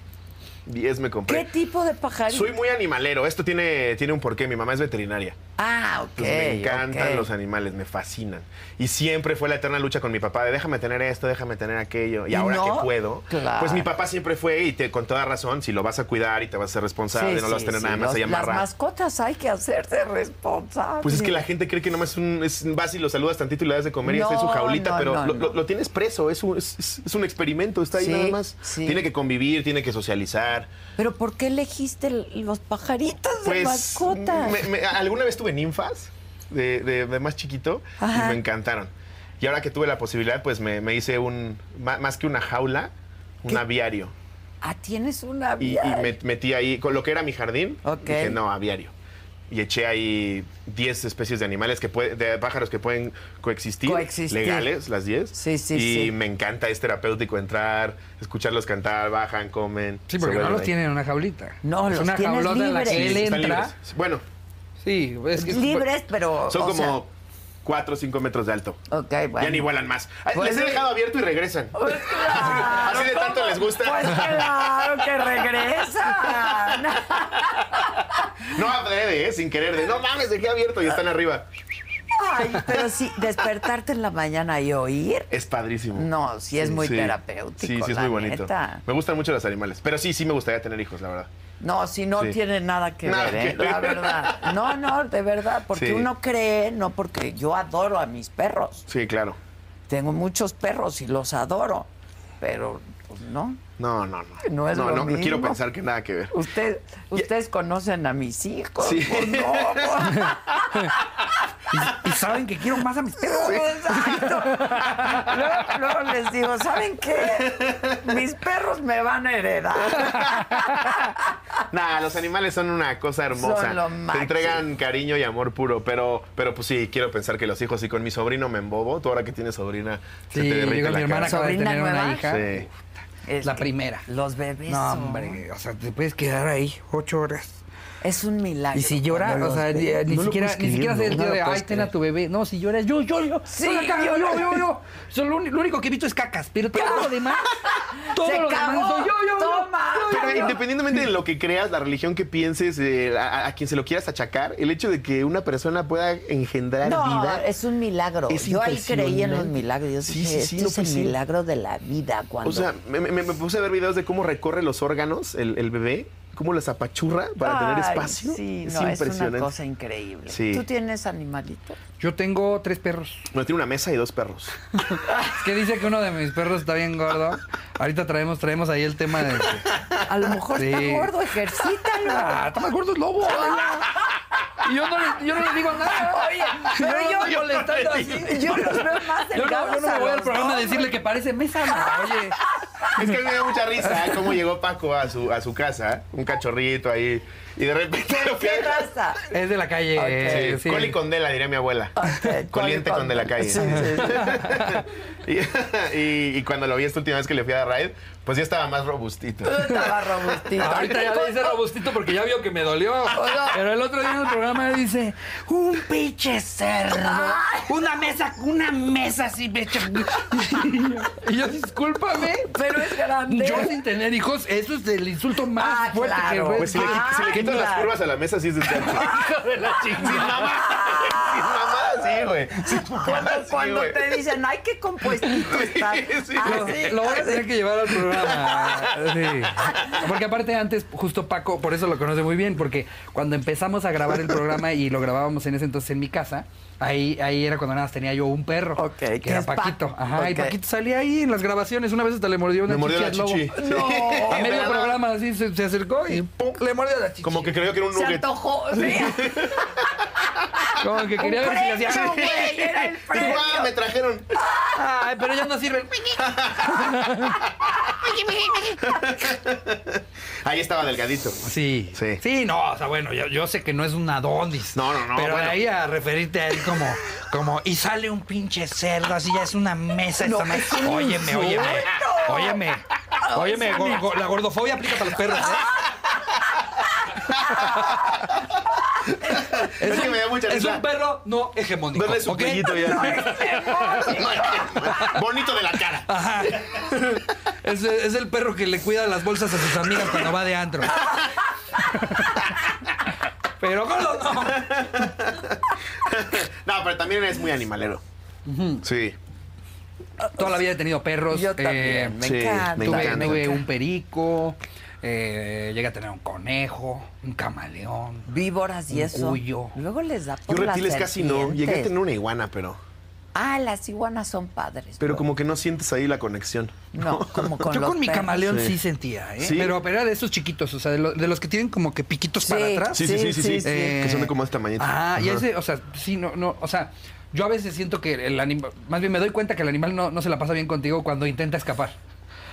S4: 10 me
S3: ¿Qué
S4: compré.
S3: tipo de pajarito?
S4: Soy muy animalero. Esto tiene, tiene un porqué. Mi mamá es veterinaria.
S3: Ah, ok.
S4: Pues me encantan
S3: ok.
S4: los animales, me fascinan. Y siempre fue la eterna lucha con mi papá de déjame tener esto, déjame tener aquello. Y,
S3: Y
S4: ahora
S3: no,
S4: que puedo,
S3: claro.
S4: pues mi papá siempre fue y te, con toda razón, si lo vas a cuidar y te vas a ser responsable,
S3: Sí,
S4: no lo vas a
S3: sí,
S4: tener
S3: sí,
S4: nada más
S3: los-
S4: ahí
S3: Las
S4: amarrado.
S3: mascotas hay que hacerse responsable.
S4: Pues es que la gente cree que nomás es un, es, vas y lo saludas tantito y le das de comer y
S3: No,
S4: está en su jaulita,
S3: no,
S4: pero
S3: no,
S4: lo,
S3: no.
S4: lo- lo tienes preso, es un, es- es- es un experimento, está ahí
S3: Sí,
S4: nada más.
S3: sí.
S4: Tiene que convivir, tiene que socializar.
S3: Pero ¿por qué elegiste l- los pajaritos Pues, de mascotas?
S4: Pues, me- me- alguna vez tuve ninfas de, de- de más chiquito
S3: Ajá.
S4: y me encantaron. Y ahora que tuve la posibilidad, pues me, me hice un, ma- más que una jaula, un aviario.
S3: Ah, tienes una
S4: Y,
S3: vida.
S4: y me- metí ahí, con lo que era mi jardín,
S3: Ok.
S4: dije, no, aviario. Y eché ahí 10 especies de animales, que puede- de pájaros que pueden coexistir,
S3: Coexistir.
S4: legales, las 10.
S3: Sí, sí,
S4: y
S3: sí.
S4: me encanta, es terapéutico entrar, escucharlos cantar, bajan, comen.
S5: Sí,
S4: se
S5: porque no
S4: vuelven
S5: los
S4: ahí.
S5: tienen en una jaulita.
S3: No,
S5: es
S3: los
S5: una
S3: tienes
S5: jaulota en la que
S4: Sí,
S5: él
S3: libres.
S4: están
S5: entra.
S4: libres. Bueno,
S5: Sí, es que
S3: Libres, pero.
S4: son
S3: o sea,
S4: como 4 o 5 metros de alto.
S3: ok, bueno.
S4: Ya ni vuelan más. Ay,
S3: Pues
S4: les he
S3: sí.
S4: dejado abierto y regresan.
S3: Pues claro,
S4: Así de tanto
S3: ¿cómo?
S4: les gusta.
S3: Pues claro que regresan.
S4: No adrede, ¿eh? sin querer. De, no mames, dejé abierto y están arriba.
S3: Ay, pero sí, despertarte en la mañana y oír.
S4: Es padrísimo.
S3: No, sí es muy terapéutico,
S4: Sí, sí es
S3: la
S4: muy bonito.
S3: neta.
S4: Me gustan mucho los animales. Pero sí, sí me gustaría tener hijos, la verdad.
S3: No, si no
S4: Sí.
S3: tiene nada que
S4: Nada
S3: ver,
S4: que
S3: ¿eh? la
S4: ver.
S3: verdad. No, no, de verdad, porque
S4: Sí.
S3: uno cree, no porque yo adoro a mis perros.
S4: Sí, claro.
S3: Tengo muchos perros y los adoro, pero pues, no.
S4: No, no, no.
S3: No es
S4: no,
S3: lo
S4: no,
S3: mismo.
S4: quiero pensar que nada que ver.
S3: Usted, ustedes conocen a mis hijos.
S4: Sí.
S3: pues, no, pues,
S5: Y saben que quiero más a mis perros.
S3: pues, exacto. Luego, luego les digo, ¿saben qué? Mis perros me van a heredar.
S4: Nah, los animales son una cosa hermosa.
S3: Son lo
S4: Te
S3: máximo.
S4: entregan cariño y amor puro, pero, pero pues sí, quiero pensar que los hijos, y con mi sobrino me embobo, tú ahora que tienes sobrina, se te
S5: Sí, yo
S4: derrite
S5: con
S4: la
S5: mi hermana
S4: cara.
S5: acaba de
S3: ¿Sobrina
S5: tener
S3: nueva?
S5: una hija.
S4: Sí.
S3: Es
S5: La
S3: que
S5: primera.
S3: Los bebés.
S5: No,
S3: son-
S5: hombre, o sea, te puedes quedar ahí ocho horas.
S3: Es un milagro.
S5: Y si llora,
S3: cuando
S5: o
S3: los
S5: sea,
S3: ves.
S5: ni, ni
S4: No lo
S5: siquiera,
S4: puedes
S5: ni siquiera
S4: creer,
S5: hace el
S4: ¿no?
S5: tío
S4: No
S5: de,
S4: lo
S5: ay,
S4: puedes
S5: ten a
S4: creer".
S5: tu bebé. No, si llora, yo, yo, yo.
S3: Sí,
S5: no la cago,
S3: llora.
S5: yo, yo, yo. Eso es lo, uni- lo único que evito es cacas, pero todo lo demás, todo
S3: Se
S5: lo demás,
S3: cagó.
S5: soy yo, yo, yo.
S3: Toma.
S4: Pero independientemente de lo que creas, la religión que pienses, eh, a, a quien se lo quieras achacar, el hecho de que una persona pueda engendrar
S3: No,
S4: vida.
S3: es un milagro.
S4: Es
S3: Yo ahí creí en los
S4: impresionante.
S3: milagros. Yo
S4: Sí,
S3: dije,
S4: sí, sí,
S3: "Este
S4: no
S3: es el
S4: puede ser".
S3: milagro de la vida. Cuando...
S4: O sea, me, me- me puse a ver videos de cómo recorre los órganos el, el bebé, cómo las apachurra para tener
S3: Ay,
S4: espacio.
S3: Sí,
S4: es
S3: no, es,
S4: impresionante.
S3: una cosa increíble.
S4: Sí.
S3: ¿Tú tienes animalitos?
S5: Yo tengo tres perros.
S4: Bueno, tiene una mesa y dos perros.
S5: Es que dice que uno de mis perros está bien gordo. Ahorita traemos, traemos ahí el tema de...
S3: A lo mejor
S5: Sí.
S3: está gordo, ejercítalo.
S5: Ah, está más gordo el lobo. Y yo no, le, yo no le digo nada. Oye,
S3: pero yo-
S5: yo molestando así.
S3: Yo los veo más
S5: Yo no,
S3: delgados.
S5: yo no me
S3: a
S5: voy al
S3: los
S5: programa a
S3: dos.
S5: decirle que parece mesa. no, Oye,
S4: Es que a mí me dio mucha risa ¿eh? cómo llegó Paco a su, a su casa, un cachorrito ahí, y de repente lo fui a
S3: ¿Qué
S4: dejar-
S3: raza?
S5: es de la calle. eh,
S4: Sí,
S5: sí.
S4: Col y condela, diría mi abuela.
S3: Ok,
S4: Coliente
S3: col y
S4: con de la
S3: condela.
S4: calle.
S3: Sí, sí,
S4: y, y- y cuando lo vi esta última vez que le fui a dar ride, pues ya estaba más robustito.
S3: Estaba robustito.
S5: Ahorita ya le dice robustito porque ya vio que me dolió. Pero el otro día en el programa dice, un pinche cerdo. Una mesa, una mesa así, pecho. Y yo, discúlpame.
S3: Pero es grande.
S5: Yo sin tener hijos, eso es el insulto más
S3: Ah,
S5: fuerte
S3: claro.
S5: que
S4: Pues si le, si le quitas las
S3: Ay,
S4: curvas a la mesa, sí es descanso.
S5: Hijo de la chingada.
S4: Sin mamá. Sin mamá, sí, güey. Sin mamá,
S3: Cuando,
S4: Ah, sí,
S3: cuando
S4: güey.
S3: te dicen, ay, qué compuestito estás.
S4: sí.
S3: Ah,
S5: Lo,
S3: sí,
S5: lo voy
S3: ah,
S5: a tener que llevar al programa. Sí. Porque aparte antes, justo Paco, por eso lo conoce muy bien, porque cuando empezamos a grabar el programa y lo grabábamos en ese entonces en mi casa, ahí, ahí era cuando nada más tenía yo un perro.
S3: Ok,
S5: que
S3: que
S5: era
S3: es Paco.
S5: Paquito. Ajá, y
S3: Ok.
S5: Paquito salía ahí en las grabaciones. Una vez hasta le mordió una
S4: Me mordió
S5: chichi
S4: la
S5: al lobo.
S4: chichi. Sí.
S5: No, a medio
S4: ¿Verdad?
S5: programa así se, se acercó y ¡pum! le mordió la chichi.
S4: Como que creyó que era un
S3: Se
S4: nugget.
S3: antojó. sí.
S5: Como que quería ver si le hacía.
S3: Premio, güey, era el
S4: Dijo,
S3: premio.
S4: "Ah, me trajeron.
S5: Ay, pero ya no sirve.
S4: Ahí estaba delgadito.
S5: Sí.
S4: Sí.
S5: no, o sea, bueno, yo, yo sé que no es un Adonis.
S4: No, no, no,
S5: Pero
S4: bueno.
S5: de ahí a referirte a él como, como, y sale un pinche cerdo, así ya es una mesa.
S3: No,
S5: esta ma-
S3: es un
S5: óyeme,
S3: insulto.
S5: óyeme, óyeme, óyeme,
S3: es
S5: go- go- la gordofobia aplica para los perros.
S3: Ah,
S5: ¿eh?
S4: Es, que me da mucha
S5: Es
S4: risa.
S5: un perro no hegemónico.
S4: Verle su
S5: ¿ok?
S4: pellito ya. Bonito de la cara.
S5: Ajá. Es, es el perro que le cuida las bolsas a sus amigas cuando va de antro. Pero gordo no.
S4: pero también es muy animalero. Sí.
S5: Toda la vida he tenido perros.
S3: Yo
S5: eh,
S3: también, me
S4: sí,
S3: encanta.
S4: me
S5: tuve,
S4: encanta.
S5: tuve un perico, eh, llegué a tener un conejo, un camaleón.
S3: Víboras y
S5: Un
S3: eso.
S5: cuyo.
S3: Luego les da
S4: Yo
S3: por las
S4: reptiles casi no. Llegué a
S3: serpientes.
S4: tener una iguana, pero.
S3: Ah, las iguanas son padres.
S4: Pero
S3: bro.
S4: como que no sientes ahí la conexión.
S3: No, como con
S5: Yo
S3: los
S5: con mi
S3: perros.
S5: camaleón sí,
S4: Sí.
S5: sentía, ¿eh?
S4: Sí.
S5: Pero, pero era de esos chiquitos, o sea, de, lo- de los que tienen como que piquitos
S3: Sí.
S5: para atrás.
S4: Sí, sí, sí,
S3: Sí,
S4: sí,
S3: sí,
S4: sí. Eh.
S3: sí.
S4: Que son de como esta mañana.
S5: Eh, Ah, y ese, o sea, sí, no, no, o sea, yo a veces siento que el animal, más bien me doy cuenta que el animal no, no se la pasa bien contigo cuando intenta escapar.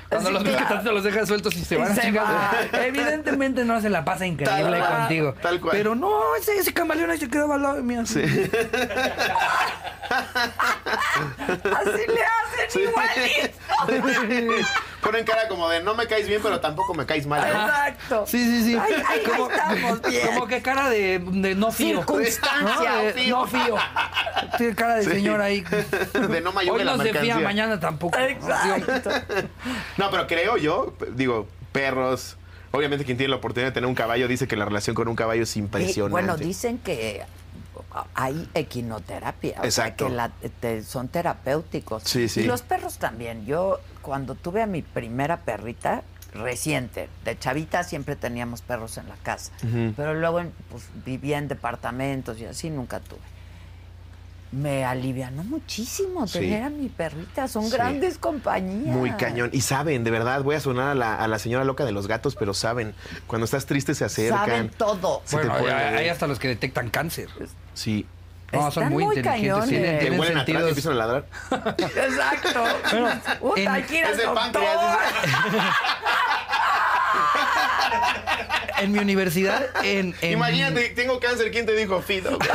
S5: Cuando
S3: Sí,
S5: los ves que
S3: claro.
S5: tanto los dejas sueltos y se
S3: Y
S5: van a
S3: se
S5: chingar. Evidentemente no se la pasa increíble
S4: cual,
S5: contigo.
S4: tal cual.
S5: Pero no, ese, ese camaleón ahí se quedaba al lado de mí. así.
S3: Así le hacen
S4: Sí.
S3: igualito.
S4: Ponen cara como de no me caes bien, pero tampoco me caes mal. ¿no?
S3: Exacto.
S5: Sí, sí, sí.
S3: Ay, ay, ahí estamos bien.
S5: como que cara de, de no fío.
S3: Circunstancia,
S5: ¿no? De
S4: fío.
S5: No fío. Tiene cara de
S4: Sí.
S5: señora ahí.
S4: De no me ayude
S5: Hoy
S4: la
S5: no se
S4: mercancía.
S5: fía, mañana tampoco.
S3: Exacto.
S4: No, pero creo yo, digo, perros. Obviamente quien tiene la oportunidad de tener un caballo dice que la relación con un caballo es
S3: Y,
S4: impresionante.
S3: bueno, dicen que hay equinoterapia. o sea,
S4: Exacto.
S3: que la- te- son terapéuticos.
S4: Sí, sí.
S3: Y los perros también. Yo, cuando tuve a mi primera perrita, reciente, de chavita siempre teníamos perros en la casa.
S4: Ujú.
S3: Pero luego en- pues, vivía en departamentos y así, nunca tuve. Me alivianó muchísimo
S4: Sí.
S3: tener a mi perrita. Son
S4: Sí.
S3: grandes compañías.
S4: Muy cañón. Y saben, de verdad, voy a sonar a la, a la señora loca de los gatos, pero saben, cuando estás triste se acercan.
S3: Saben todo.
S4: Se te
S5: Bueno, hay,
S4: ponen ahí.
S5: hay hasta los que detectan cáncer.
S4: Sí.
S5: No,
S3: Están
S5: son muy,
S3: muy
S5: inteligentes.
S3: cañones.
S5: Tienen,
S4: Te
S5: Eh, tienen
S4: huelen atrás y
S5: sentidos.
S4: empiezan a ladrar.
S3: Exacto. Puta,
S5: en-
S3: hay que ir al
S4: Es de
S3: doctor.
S4: páncreas,
S5: En mi universidad, en, en-
S4: Imagínate, tengo cáncer, ¿quién te dijo Fido?
S5: Que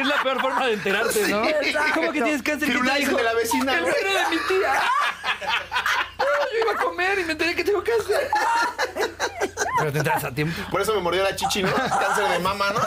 S5: es la peor forma de enterarte, ¿no?
S3: exacto.
S5: ¿Cómo que tienes cáncer? ¿Quién te
S4: Firulais
S5: dijo?
S4: de la vecina.
S5: El vecino de mi tía. Ay, Yo iba a comer y me enteré que tengo cáncer. Pero te entras a tiempo.
S4: Por eso me mordió la chichi, ¿no? Cáncer de mama, ¿no?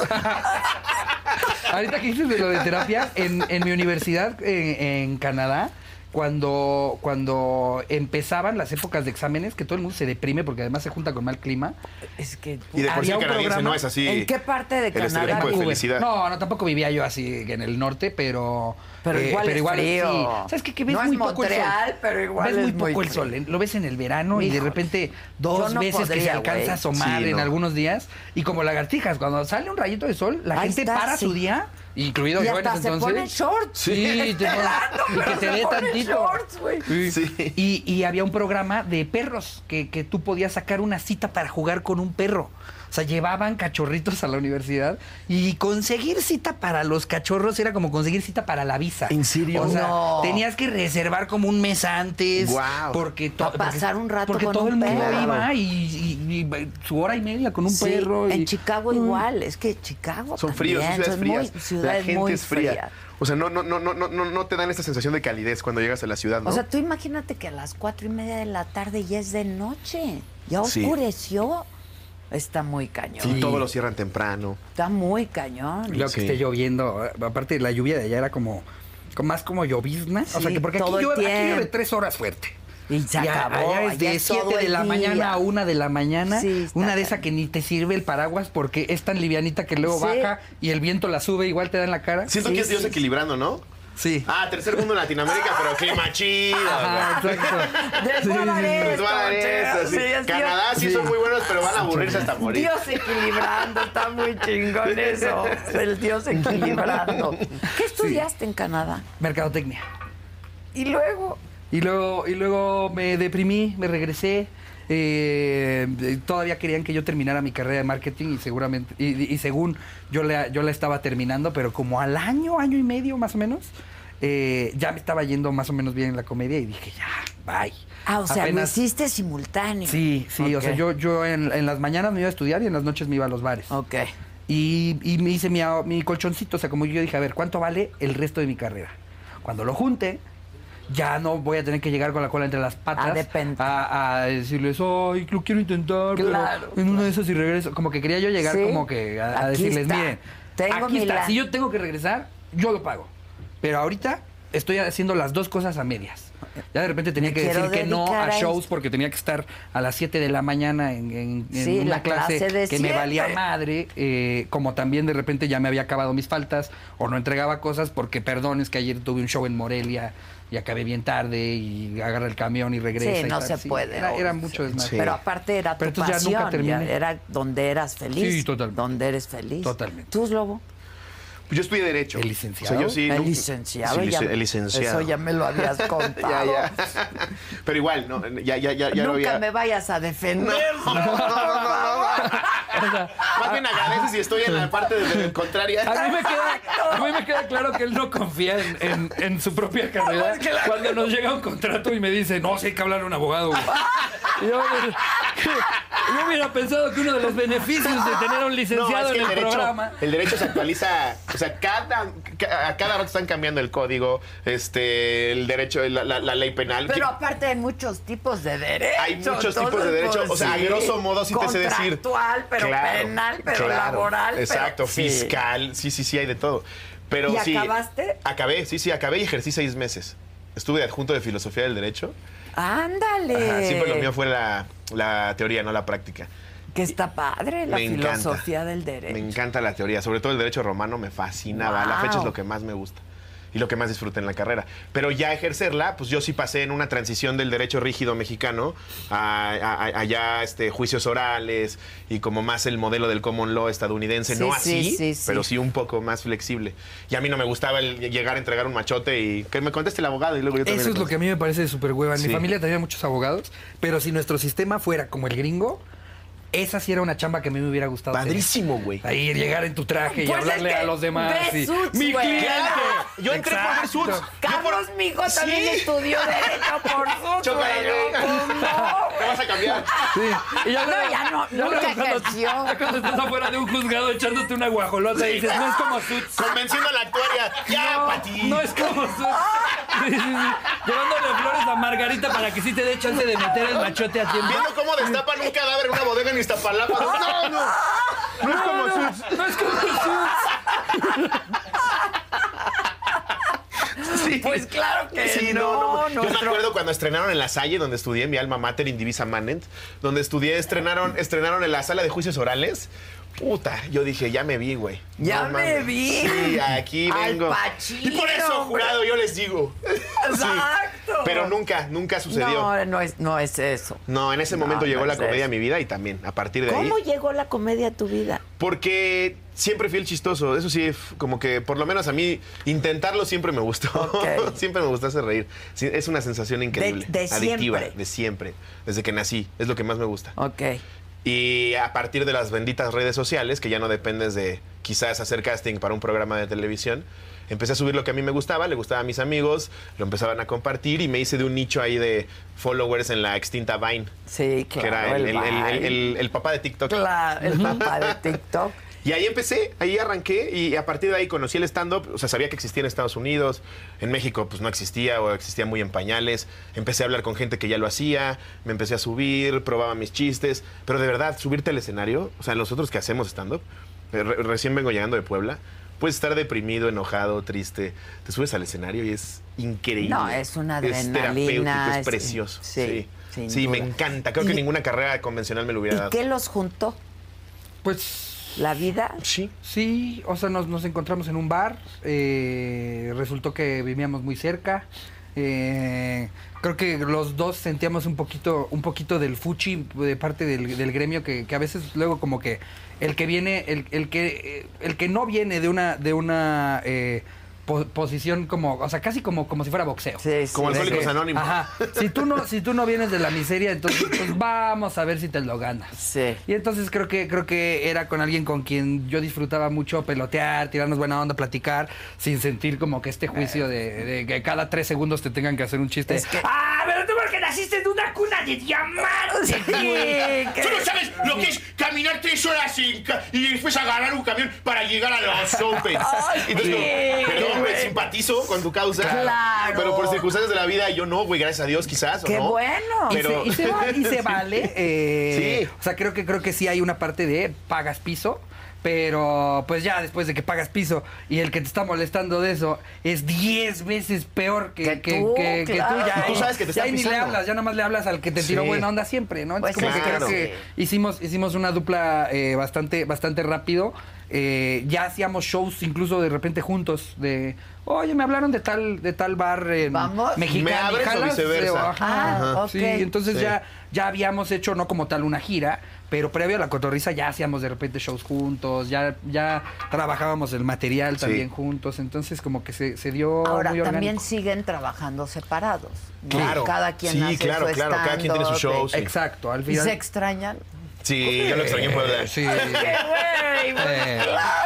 S5: Ahorita que dices de lo de terapia, en, en mi universidad en, en Canadá, cuando, cuando empezaban las épocas de exámenes, que todo el mundo se deprime porque además se junta con mal clima.
S3: Es que
S4: Y de por sí el
S5: Había un
S4: canadiense
S5: programa-
S4: no es así.
S3: ¿En qué parte de
S4: el
S3: Canadá
S4: estereotipo de
S5: Vancouver.
S4: Pues, felicidad.
S5: No, no, tampoco vivía yo así en el norte, pero.
S3: Pero igual es frío.
S5: sí. ¿Sabes qué? Que ves
S3: No es
S5: muy poco
S3: Montreal,
S5: el sol.
S3: pero igual
S5: Ves
S3: es
S5: muy
S3: muy
S5: poco el
S3: frío.
S5: sol. en- Lo ves en el verano y de
S3: Híjole.
S5: repente dos
S3: Yo no
S5: veces que se
S3: podría,
S5: alcanza
S3: güey.
S5: a asomar
S4: Sí,
S5: en
S4: no.
S5: algunos días. Y como lagartijas, cuando sale un rayito de sol, la
S3: Ahí
S5: gente
S3: está,
S5: para su
S3: sí.
S5: día, incluido
S3: Y
S5: yo en
S3: hasta
S5: ese
S3: se
S5: entonces.
S3: pone shorts.
S5: Sí, te pone-
S3: Ah,
S5: y que te dé tantito.
S3: shorts, güey.
S4: Sí.
S5: Y, y había un programa de perros que, que tú podías sacar una cita para jugar con un perro. O sea, llevaban cachorritos a la universidad y conseguir cita para los cachorros era como conseguir cita para la visa.
S4: ¿En serio?
S5: O sea,
S3: No.
S5: tenías que reservar como un mes antes.
S4: Guau.
S5: Porque to-
S3: Pa' pasar un rato
S5: Porque
S3: con
S5: todo
S3: un
S5: el mundo
S3: perro.
S5: iba y, y- y su hora y media con un
S3: Sí,
S5: perro. y- Mm.
S3: En Chicago igual. Es que Chicago
S4: Son fríos, son
S3: también, son
S4: ciudades
S3: muy-
S4: frías.
S3: ciudades
S4: la gente
S3: muy
S4: es fría.
S3: frías.
S4: O sea, no, no, no, no, no, no no te dan esa sensación de calidez cuando llegas a la ciudad, ¿no?
S3: O sea, tú imagínate que a las cuatro y media de la tarde ya es de noche. Ya
S4: Sí.
S3: oscureció. Está muy cañón.
S4: Sí, todo lo cierran temprano.
S3: Está muy cañón.
S5: Lo que
S4: Sí.
S5: esté lloviendo. Aparte, la lluvia de allá era como, como más como llovizna. o sea,
S3: Sí,
S5: que porque aquí
S3: todo el
S5: llueve, aquí llueve
S3: tiempo.
S5: tres horas fuerte.
S3: Y se
S5: Ya,
S3: acabó.
S5: allá es
S3: allá
S5: de
S3: es todo
S5: 7 de
S3: el
S5: la
S3: día.
S5: mañana a 1 de la mañana.
S3: Sí, está
S5: una de esas
S3: cañón.
S5: que ni te sirve el paraguas porque es tan livianita que luego
S3: Sí.
S5: baja y el viento la sube, igual te da en la cara.
S4: Siento
S3: Sí,
S4: que es Dios
S3: sí.
S4: equilibrando, ¿no?
S5: Sí.
S4: Ah, tercer mundo en Latinoamérica, pero clima chido.
S5: Ajá,
S3: Del Guadalupe.
S5: exacto. Sí, sí, sí.
S4: Pues van a ver eso, sí.
S3: Sí, es
S4: Canadá sí,
S5: Sí.
S4: son muy buenos, pero van a aburrirse hasta morir.
S3: Dios equilibrando, está muy chingón eso. El Dios equilibrando. ¿Qué estudiaste en Canadá?
S5: Mercadotecnia.
S3: Y luego,
S5: Y luego, y luego me deprimí, me regresé. eh, eh, todavía querían que yo terminara mi carrera de marketing y seguramente y, y- y según yo la, yo la estaba terminando, pero como al año, año y medio más o menos, eh, ya me estaba yendo más o menos bien en la comedia y dije, ya, bye.
S3: ah, o sea,
S5: Apenas-
S3: lo hiciste simultáneo.
S5: Sí, sí, o sea,
S3: Ok.
S5: yo, yo en, en las mañanas me iba a estudiar y en las noches me iba a los bares.
S3: Ok.
S5: Y, y me hice mi, a- mi colchoncito, o sea, como yo dije, a ver, ¿cuánto vale el resto de mi carrera? Cuando lo junte, ya no voy a tener que llegar con la cola entre
S3: Ah,
S5: las patas.
S3: A depender.
S5: A, a decirles, ay, lo quiero intentar, pero
S3: Claro,
S5: en una de esas y regreso. Como que quería yo llegar
S3: Sí.
S5: como que a, a
S3: Aquí
S5: decirles,
S3: está.
S5: miren,
S3: Tengo
S5: aquí
S3: mi
S5: está,
S3: lana".
S5: si yo tengo que regresar, yo lo pago. Pero ahorita estoy haciendo las dos cosas a medias. Ya de repente tenía
S3: Me
S5: que
S3: quiero
S5: decir que no
S3: dedicar
S5: a
S3: a
S5: shows
S3: esto.
S5: porque tenía que estar a las 7 de la mañana en, en- en
S3: Sí,
S5: una
S3: la clase
S5: clase,
S3: de
S5: que me valía
S3: siete.
S5: madre. eh, como también de repente ya me había acabado mis faltas o no entregaba cosas porque, perdón, es que ayer tuve un show en Morelia y acabé bien tarde y agarra el camión y regresa.
S3: Sí,
S5: y
S3: no
S5: tal.
S3: se puede.
S5: Era,
S3: o-
S5: era mucho desmadre.
S4: Sí.
S3: Pero aparte era
S5: Pero
S3: tu
S5: entonces
S3: pasión,
S5: ya nunca terminé.
S3: era donde eras feliz.
S5: Sí, totalmente.
S3: Donde eres feliz.
S5: Totalmente.
S3: ¿Tú, Lobo?
S4: Yo estudié Derecho.
S5: ¿El licenciado?
S4: O sea, yo sí,
S3: el
S4: nunca-
S3: licenciado.
S4: Sí,
S3: ya-
S4: lic- el licenciado.
S3: Eso ya me lo habías
S4: Ya,
S3: contado.
S4: ya. Pero igual, no, ya, ya, ya, ya lo
S3: Nunca
S4: había-
S3: me vayas a defender.
S4: No, no, no, no, no. Más bien agradeces y estoy en la parte de, de- contraria.
S5: A mí, me queda, a mí me queda claro que él no confía en, en- en su propia carrera. Cuando nos llega un contrato y me dice, no, sí hay que hablar a un abogado. güey". Y Yo, yo hubiera pensado que uno de los beneficios de tener a
S4: No,
S5: un licenciado
S4: es que
S5: en
S4: el
S5: el,
S4: derecho,
S5: programa...
S4: el derecho se actualiza, o sea, cada, ca- a cada rato están cambiando el código, este, el derecho, la, la- la ley penal.
S3: Pero aparte hay muchos tipos de derechos.
S4: Hay muchos
S3: entonces,
S4: tipos de derechos,
S3: pues,
S4: o sea, a
S3: sí.
S4: grosso modo sí te sé decir.
S3: Contractual, pero
S4: Claro,
S3: penal, pero
S4: claro,
S3: laboral. pero-
S4: Exacto,
S3: sí.
S4: fiscal, sí, sí, sí, hay de todo. Pero
S3: ¿Y
S4: sí,
S3: acabaste?
S4: Acabé, sí, sí, acabé y ejercí seis meses. Estuve de adjunto de filosofía del derecho.
S3: Ándale.
S4: Ajá, siempre lo mío fue la, la teoría, no la práctica.
S3: Que está padre la
S4: Me encanta.
S3: filosofía del derecho.
S4: Me encanta la teoría, sobre todo el derecho romano me fascinaba. A La
S3: Wow.
S4: fecha es lo que más me gusta y lo que más disfruté en la carrera. Pero ya ejercerla, pues yo sí pasé en una transición del derecho rígido mexicano a, a- a- a ya este, juicios orales y como más el modelo del common law estadounidense,
S3: Sí,
S4: no
S3: sí,
S4: así,
S3: sí, sí.
S4: pero sí un poco más flexible. Y a mí no me gustaba el llegar a entregar un machote y que me conteste el abogado y luego yo también
S5: Eso
S4: le
S5: es lo que a mí me parece de súper hueva. En
S4: Sí.
S5: mi familia tenía muchos abogados, pero si nuestro sistema fuera como el gringo, esa sí era una chamba que a mí me hubiera gustado. tener.
S4: Padrísimo, güey.
S5: Ahí llegar en tu traje y
S3: Pues es
S5: hablarle
S3: que
S5: a los demás.
S3: ve
S5: y,
S3: suits,
S5: ¡Mi
S3: güey!
S5: cliente!
S4: Claro. Yo entré por ver suits.
S5: Exacto.
S3: Carlos Migo también
S4: Sí.
S3: estudió derecho por su
S4: Chócala,
S3: suelo.
S4: güey. Te vas a cambiar.
S5: Sí. Y ya
S3: No, ya no, nunca
S5: luego cuando-
S3: ejerció.
S5: ya cuando estás afuera de un juzgado echándote una guajolota y dices, no es como suits.
S4: Convenciendo a la actuaria. Ya, Pati.
S5: No es como suits. Sí, sí, sí. Llevándole flores a Margarita para que sí te dé chance de meter el machote a tiempo.
S4: Viendo cómo destapan un cadáver en una bodega en Iztapalapa. No, no. No es como sus.
S5: No es como suits.
S4: Sí.
S3: Pues claro que
S4: Sí, no, no.
S3: no,
S4: Yo me acuerdo cuando estrenaron en La Salle, donde estudié, mi alma mater, Indivisa Manent, donde estudié, estrenaron, estrenaron en la sala de juicios orales. Puta, yo dije, ya me vi, güey.
S3: Ya me
S4: mames.
S3: vi.
S4: Sí, aquí
S3: Al
S4: vengo.
S3: Pacino,
S4: y por eso, jurado, yo les digo. Sí.
S3: Exacto.
S4: Pero nunca, nunca sucedió. No,
S3: No, no es, no es eso.
S4: en ese momento
S3: No,
S4: llegó
S3: no
S4: la
S3: es
S4: comedia
S3: eso.
S4: a mi vida y también, a partir de ahí.
S3: ¿Cómo llegó la comedia a tu vida?
S4: Porque siempre fui el chistoso. Eso sí, f- como que por lo menos a mí intentarlo siempre me gustó.
S3: Ok.
S4: siempre me gustó hacer reír. Sí, es una sensación increíble.
S3: de
S4: adictiva,
S3: siempre.
S4: de siempre. Desde que nací. Es lo que más me gusta.
S3: Ok.
S4: Y a partir de las benditas redes sociales, que ya no dependes de quizás hacer casting para un programa de televisión, empecé a subir lo que a mí me gustaba, le gustaba a mis amigos, lo empezaban a compartir y me hice de un nicho ahí de followers en la extinta Vine.
S3: Sí, claro.
S4: que era el, el- el- el-
S3: Vine.
S4: el- el papá de TikTok.
S3: Claro, el papá de TikTok.
S4: Y ahí empecé, ahí arranqué y a partir de ahí conocí el stand-up, o sea, sabía que existía en Estados Unidos, en México pues no existía o existía muy en pañales, empecé a hablar con gente que ya lo hacía, me empecé a subir, probaba mis chistes, pero de verdad, subirte al escenario, o sea, nosotros que hacemos stand-up, eh, re- recién vengo llegando de Puebla, puedes estar deprimido, enojado, triste, te subes al escenario y es increíble.
S3: No, es una
S4: Es
S3: adrenalina,
S4: terapéutico, es
S3: es-
S4: precioso.
S3: sí,
S4: Sí,
S3: sin
S4: sí, me
S3: duda.
S4: encanta, creo
S3: Y-
S4: que ninguna carrera convencional me lo hubiera
S3: ¿Y
S4: dado.
S3: qué los juntó?
S5: Pues
S3: ¿La vida?
S4: Sí.
S5: Sí, o sea, nos, nos encontramos en un bar, eh, resultó que vivíamos muy cerca. eh, creo que los dos sentíamos un poquito, un poquito del fuchi de parte del, del gremio que, que a veces luego como que el que viene, el, el que eh, el que no viene de una, de una eh, po- posición como, o sea, casi como, como si fuera boxeo.
S3: Sí, sí,
S4: Como
S3: de-
S4: Alcohólicos
S5: Porque,
S4: Anónimos.
S5: Ajá. Si tú no, si tú no vienes de la miseria, entonces pues, vamos a ver si te lo ganas.
S3: Sí.
S5: Y entonces creo que creo que era con alguien con quien yo disfrutaba mucho pelotear, tirarnos buena onda, platicar, sin sentir como que este juicio de, de que cada tres segundos te tengan que hacer un chiste.
S3: Es que-
S5: ¡Ah,
S1: pero tú porque naciste en una cuna de diamantes, güey.
S6: Tú no sabes lo que es caminar tres horas en ca- y después agarrar un camión para llegar a los Open. Entonces,
S3: güey,
S6: como, perdón,
S3: güey.
S6: me simpatizo con tu causa.
S3: Claro.
S4: Pero por circunstancias de la vida, yo no, güey, gracias a Dios, quizás. ¿o
S3: ¡Qué
S4: no?
S3: bueno!
S5: Y,
S4: Pero-
S5: se, y se va- y se vale. eh,
S4: Sí.
S5: O sea, creo que creo que sí hay una parte de pagas piso. Pero pues ya después de que pagas piso y el que te está molestando de eso es 10 veces peor que,
S3: Que tú, claro.
S5: ya.
S4: Tú
S5: ahí-
S4: sabes que te
S5: ya
S4: están
S5: ahí ni le
S4: pisando.
S5: hablas, ya nada más le hablas al que te tiró
S4: Sí.
S5: buena onda siempre, ¿no? Entonces
S3: Pues
S5: como
S4: claro.
S5: que creo que hicimos, hicimos una dupla eh, bastante, bastante rápido. eh, ya hacíamos shows incluso de repente juntos de oye me hablaron de tal de tal bar en
S3: Vamos.
S5: mexicano
S4: ¿Me abres o viceversa?
S3: Ah,
S5: Sí,
S3: ok.
S5: entonces
S4: Sí.
S5: ya, ya habíamos hecho, no como tal, una gira, pero previo a la cotorriza ya hacíamos de repente shows juntos, ya, ya trabajábamos el material
S4: Sí.
S5: también juntos, entonces como que se, se dio
S3: Ahora
S5: muy
S3: también
S5: orgánico.
S3: siguen trabajando separados. ¿no?
S4: Claro.
S3: Cada quien
S4: Sí,
S3: hace
S4: claro,
S3: su
S4: claro, cada quien tiene su
S3: stand-up, eh,
S4: show, sí.
S5: Exacto, al
S3: ¿Y
S5: final.
S3: se extrañan?
S4: Sí, yo lo extrañé en Puebla.
S5: Sí.
S3: ¡Qué güey!
S5: Eh,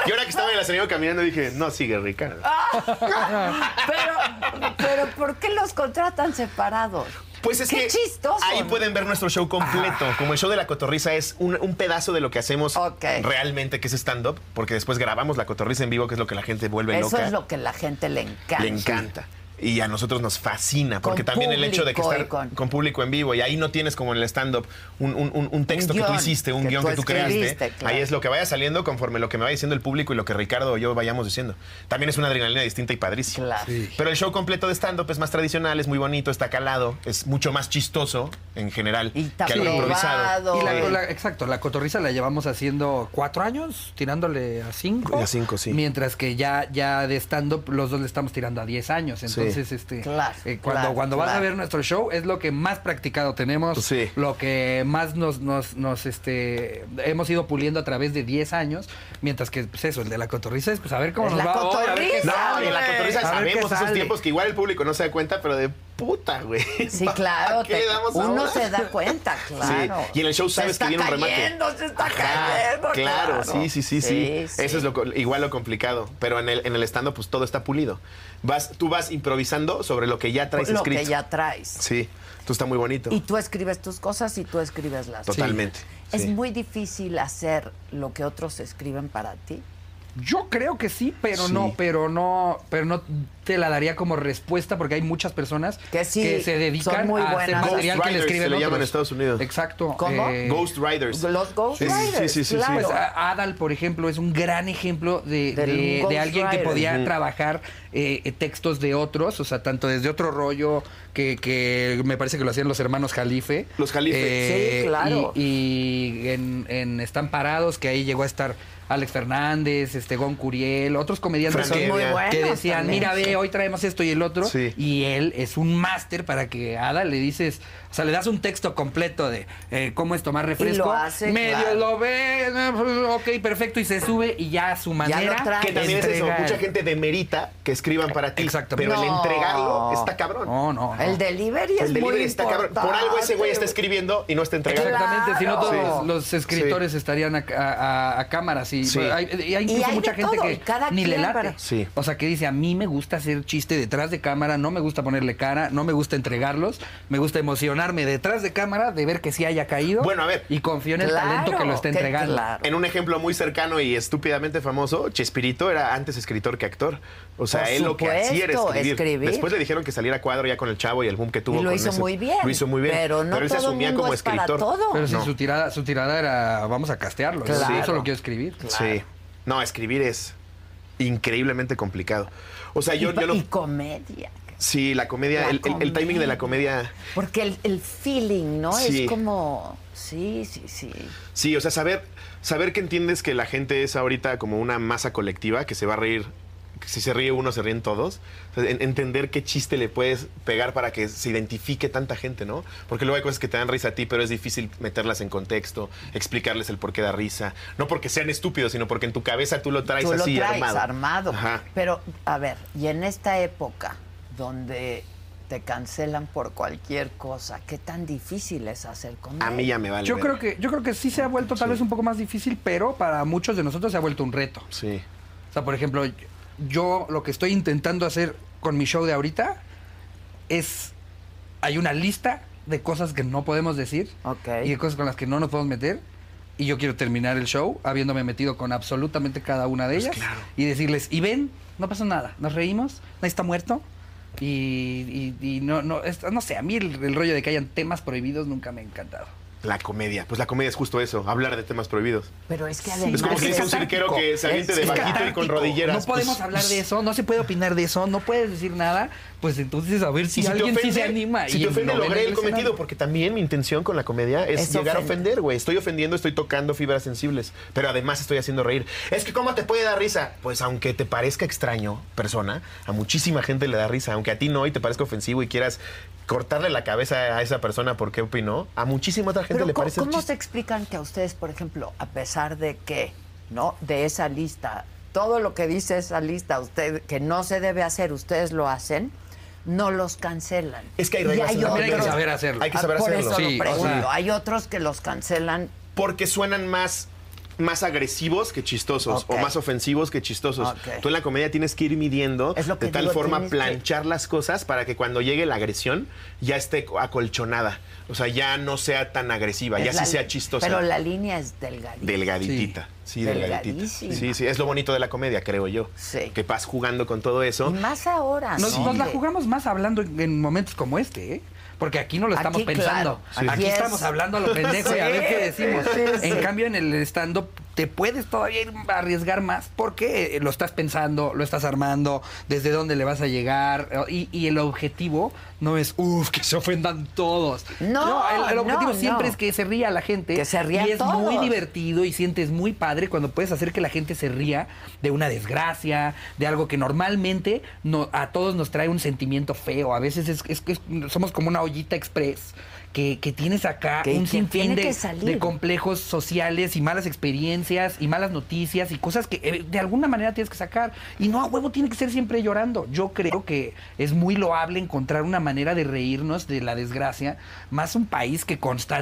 S4: Y ahora que estaba en el ascendido caminando, dije, no, sigue Ricardo.
S3: Ah, Pero, pero ¿por qué los contratan separados?
S4: Pues es
S3: qué
S4: que
S3: chistoso,
S4: ahí
S3: ¿no?
S4: pueden ver nuestro show completo. Como el show de la cotorriza es un, un pedazo de lo que hacemos
S3: Ok.
S4: realmente, que es stand-up, porque después grabamos la cotorriza en vivo, que es lo que la gente vuelve
S3: Eso
S4: loca.
S3: es lo que la gente le encanta.
S4: Pues Le encanta. Y a nosotros nos fascina, porque
S3: Con
S4: también el hecho de que
S3: público y
S4: estar
S3: con-
S4: con... público en vivo, y ahí no tienes como en el stand-up un, un- un- un texto que tú
S3: guión,
S4: hiciste, un
S3: que
S4: guión
S3: tú
S4: que tú
S3: escribiste,
S4: creaste.
S3: claro.
S4: Ahí es lo que vaya saliendo conforme lo que me va diciendo el público y lo que Ricardo o yo vayamos diciendo. También es una adrenalina distinta y padrísima.
S3: Claro.
S4: Pero el show completo de stand-up es más tradicional, es muy bonito, está calado, es mucho más chistoso en general
S3: Y está
S4: que algo improvisado.
S3: probado.
S5: y la- la- exacto, la cotorriza la llevamos haciendo cuatro años, tirándole a cinco.
S4: A cinco, sí.
S5: Mientras que ya, ya de stand-up los dos le estamos tirando a diez años. Entonces, este
S3: Claro,
S5: eh, cuando,
S3: claro,
S5: cuando vas a
S3: claro.
S5: ver nuestro show es lo que más practicado tenemos,
S4: Sí.
S5: lo que más nos, nos, nos este, hemos ido puliendo a través de 10 años. Mientras que, pues eso, el de la cotorriza es pues a ver cómo
S3: Es
S5: nos
S3: la
S5: va hoy, a ver qué
S3: cotorriza,
S4: No,
S5: sale.
S4: y en la
S3: güey.
S4: cotorriza
S5: A ver qué
S4: sabemos esos
S5: sale.
S4: tiempos que igual el público no se da cuenta, pero de puta, güey.
S3: Sí, claro.
S4: ¿A qué
S3: te-
S4: le damos
S3: uno
S4: ahora?
S3: se da cuenta, claro.
S4: Sí, y en el show sabes
S3: se
S4: que viene un remate.
S3: Está cayendo, se está
S4: Ajá,
S3: cayendo.
S4: claro, sí, sí, sí, sí.
S3: Sí,
S4: Eso es lo, co- igual lo complicado. Pero en el, en el stand-up, pues todo está pulido. Vas, tú vas improvisando sobre lo que ya traes
S3: Lo
S4: escrito.
S3: que ya traes.
S4: Sí, tú está muy bonito.
S3: Y tú escribes tus cosas y tú escribes las tuyas.
S4: Totalmente.
S3: Es
S4: sí.
S3: muy difícil hacer lo que otros escriben para ti.
S5: Yo creo que sí, pero
S4: Sí.
S5: no, pero no, pero no te la daría como respuesta porque hay muchas personas
S3: Que sí,
S5: se dedican
S3: son muy
S5: a hacer
S3: buenas.
S5: material que le
S4: Ghostwriters
S5: escriben
S4: se le llaman
S5: otros.
S4: en Estados Unidos.
S5: Exacto.
S3: ¿Cómo?
S5: Eh,
S4: Ghost Riders.
S3: Los Ghost
S4: Sí, sí, sí,
S3: Riders,
S4: sí, sí, sí.
S3: claro.
S5: Pues, a- Adal, por ejemplo, es un gran ejemplo de,
S3: Del
S5: de-
S3: Ghost
S5: de alguien que
S3: Rider.
S5: podía trabajar eh, eh, textos de otros, o sea, tanto desde otro rollo que, que me parece que lo hacían los hermanos Jalife. Eh,
S4: Los Jalife.
S3: Sí, claro.
S5: Y, y en, en Están Parados, que ahí llegó a estar Alex Fernández, este Gon Curiel, otros comediantes
S4: Frank
S5: que,
S4: Evia. Muy
S3: buenos
S5: que decían,
S3: también,
S5: mira, ve,
S3: sí.
S5: hoy traemos esto y el otro.
S4: Sí.
S5: Y él es un máster para que a Adal le dices, o sea, le das un texto completo de eh, cómo es tomar refresco.
S3: hace,
S5: medio
S3: claro.
S5: lo lo ve, pues, ok, perfecto, y se sube y ya a su manera.
S3: trae.
S4: Que también es eso.
S5: entrega
S4: Mucha
S5: el-
S4: gente demerita que escriban para ti.
S5: Exactamente.
S4: Pero el
S3: No.
S4: entregarlo está cabrón.
S5: No, no, no.
S3: El delivery es
S4: El delivery
S3: muy
S4: está cabrón. Por algo ese güey está
S3: importante.
S4: escribiendo y no está
S3: este
S4: entregando.
S5: Exactamente, si no
S3: Claro.
S5: todos los escritores estarían a, a- a- a cámaras y,
S4: Sí.
S5: hay, y hay
S3: Y
S5: incluso
S3: hay
S5: mucha
S3: de
S5: gente
S3: todo, y
S5: que
S3: cada
S5: ni le
S3: quien
S5: late.
S3: para-
S4: Sí.
S5: O sea, que dice, a mí me gusta hacer chiste detrás de cámara, no me gusta ponerle cara, no me gusta entregarlos, me gusta emocionarme detrás de cámara de ver que sí haya caído.
S4: Bueno, a ver.
S5: Y confío en el
S3: Claro,
S5: talento que lo está
S3: que-
S5: entregando.
S3: claro.
S4: En un ejemplo muy cercano y estúpidamente famoso, Chespirito era antes escritor que actor. O sea,
S3: Por
S4: él lo que hacía era
S3: supuesto,
S4: escribir.
S3: escribir.
S4: Después le dijeron que saliera a cuadro ya con el chavo y el boom que tuvo.
S3: Y lo
S4: con
S3: hizo
S4: ese-
S3: muy bien.
S4: Lo hizo muy bien.
S3: Pero no
S4: él se
S3: todo
S4: asumía
S3: mundo
S4: como
S3: es para
S4: escritor.
S3: todo.
S5: Pero si
S4: No.
S5: su tirada, su tirada era, vamos a castearlo. ¿no?
S3: Claro.
S5: Eso lo quiero escribir.
S4: Sí. No, escribir es increíblemente complicado. O sea,
S3: Y,
S4: yo,
S3: pa-
S4: yo no.
S3: y comedia.
S4: Sí, la comedia,
S3: La
S4: el, el- el timing de la comedia.
S3: Porque el, el feeling, ¿no?
S4: Sí.
S3: Es como. Sí, sí, sí.
S4: Sí, o sea, saber, saber que entiendes que la gente es ahorita como una masa colectiva que se va a reír. que Si se ríe uno, se ríen todos. O sea, en- entender qué chiste le puedes pegar para que se identifique tanta gente, ¿no? Porque luego hay cosas que te dan risa a ti, pero es difícil meterlas en contexto, explicarles el por qué da risa. No porque sean estúpidos, sino porque en tu cabeza tú lo traes
S3: Tú lo
S4: así
S3: traes
S4: armado.
S3: armado.
S4: Ajá.
S3: Pero, a ver, y en esta época donde te cancelan por cualquier cosa, ¿qué tan difícil es hacer comedia?
S4: A mí ya me vale.
S5: Yo
S4: verga.
S5: creo que, yo creo que sí se ha vuelto tal
S4: Sí.
S5: vez un poco más difícil, pero para muchos de nosotros se ha vuelto un reto.
S4: Sí.
S5: O sea, por ejemplo, yo lo que estoy intentando hacer con mi show de ahorita es hay una lista de cosas que no podemos decir
S3: Ok.
S5: y de cosas con las que no nos podemos meter. Y yo quiero terminar el show habiéndome metido con absolutamente cada una
S4: Pues
S5: de ellas y decirles, y ven, no pasó nada, nos reímos, nadie está muerto. Y, y- y no, no, es- no sé, a mí el, el rollo de que hayan temas prohibidos nunca me ha encantado.
S4: La comedia. Pues la comedia es justo eso, hablar de temas prohibidos.
S3: Pero es que
S5: Sí.
S3: además.
S4: Es como
S5: Es
S4: si es un
S5: catártico.
S4: cirquero que se aviente de
S5: Es
S4: bajito y con
S5: catártico.
S4: rodilleras.
S5: No podemos
S4: Pues,
S5: hablar de eso, no se puede opinar de eso, no puedes decir nada. Pues entonces a ver si,
S4: Y te
S5: alguien sí
S4: ofende-
S5: se anima.
S4: Si
S5: y
S4: te ofende,
S5: lo ven
S4: logré
S5: en
S4: el
S5: escenario.
S4: cometido, porque también mi intención con la comedia es,
S3: Es
S4: llegar
S3: ofender.
S4: a ofender, güey. Estoy ofendiendo, estoy tocando fibras sensibles, pero además estoy haciendo reír. Es que, ¿cómo te puede dar risa? Pues aunque te parezca extraño, persona, a muchísima gente le da risa, aunque a ti no y te parezca ofensivo y quieras cortarle la cabeza a esa persona porque opinó, a muchísima otra gente
S3: Pero
S4: le
S3: ¿cómo,
S4: parece
S3: cómo
S4: chiste.
S3: se explican que a ustedes, por ejemplo, a pesar de que, ¿no? De esa lista, todo lo que dice esa lista, usted que no se debe hacer, ustedes lo hacen, no los cancelan.
S4: Es que hay
S3: Y
S4: reglas en la
S5: También hay que
S4: comedia.
S5: saber hacerlo.
S4: Hay que saber
S3: Ah, por
S4: hacerlo.
S3: eso
S5: Sí,
S3: lo
S5: o sea-
S3: pregunto. Hay otros que los cancelan.
S4: porque suenan más más agresivos que chistosos
S3: Ok.
S4: o más ofensivos que chistosos.
S3: Ok.
S4: Tú en la comedia tienes que ir midiendo
S3: Es lo que
S4: de tal
S3: digo,
S4: forma
S3: tienes que-
S4: planchar las cosas para que cuando llegue la agresión ya esté acolchonada, o sea, ya no sea tan agresiva, ya
S3: Es la-
S4: sí sea chistosa.
S3: Pero la línea es delgadita.
S4: Delgaditita. Sí, delgaditita.
S3: Delgadísima.
S4: Sí, sí, es lo bonito de la comedia, creo yo.
S3: Sí.
S4: Que vas jugando con todo
S3: y
S4: eso.
S3: más
S4: pues.
S3: ahora.
S5: Nos,
S3: ¿no?
S5: nos la
S3: Que-
S5: jugamos más hablando en, en momentos como este, ¿eh? Porque aquí no lo estamos
S3: Aquí, claro.
S5: pensando.
S3: Sí.
S5: Aquí
S3: Aquí es.
S5: estamos hablando a lo pendejo y a ver
S3: Sí,
S5: qué decimos.
S3: sí, sí.
S5: En cambio, en el stand-up te puedes todavía ir a arriesgar más porque eh, lo estás pensando, lo estás armando, desde dónde le vas a llegar. eh, Y, y el objetivo no es, uff, que se ofendan todos.
S3: No,
S5: el, el objetivo
S3: no,
S5: siempre
S3: no.
S5: es que se ría la gente.
S3: Que se ría
S5: Y es muy
S3: todos.
S5: divertido divertido y sientes muy padre cuando puedes hacer que la gente se ría de una desgracia, de algo que normalmente no, a todos nos trae un sentimiento feo. A veces es, es- es- somos como una ollita express. Que, que tienes acá
S3: Que-
S5: un
S3: que
S5: sinfín
S3: tiene
S5: de,
S3: que salir.
S5: de complejos sociales y malas experiencias y malas noticias y cosas que eh, de alguna manera tienes que sacar. Y no, a huevo tiene que ser siempre llorando. Yo creo que es muy loable encontrar una manera de reírnos de la desgracia, más un país que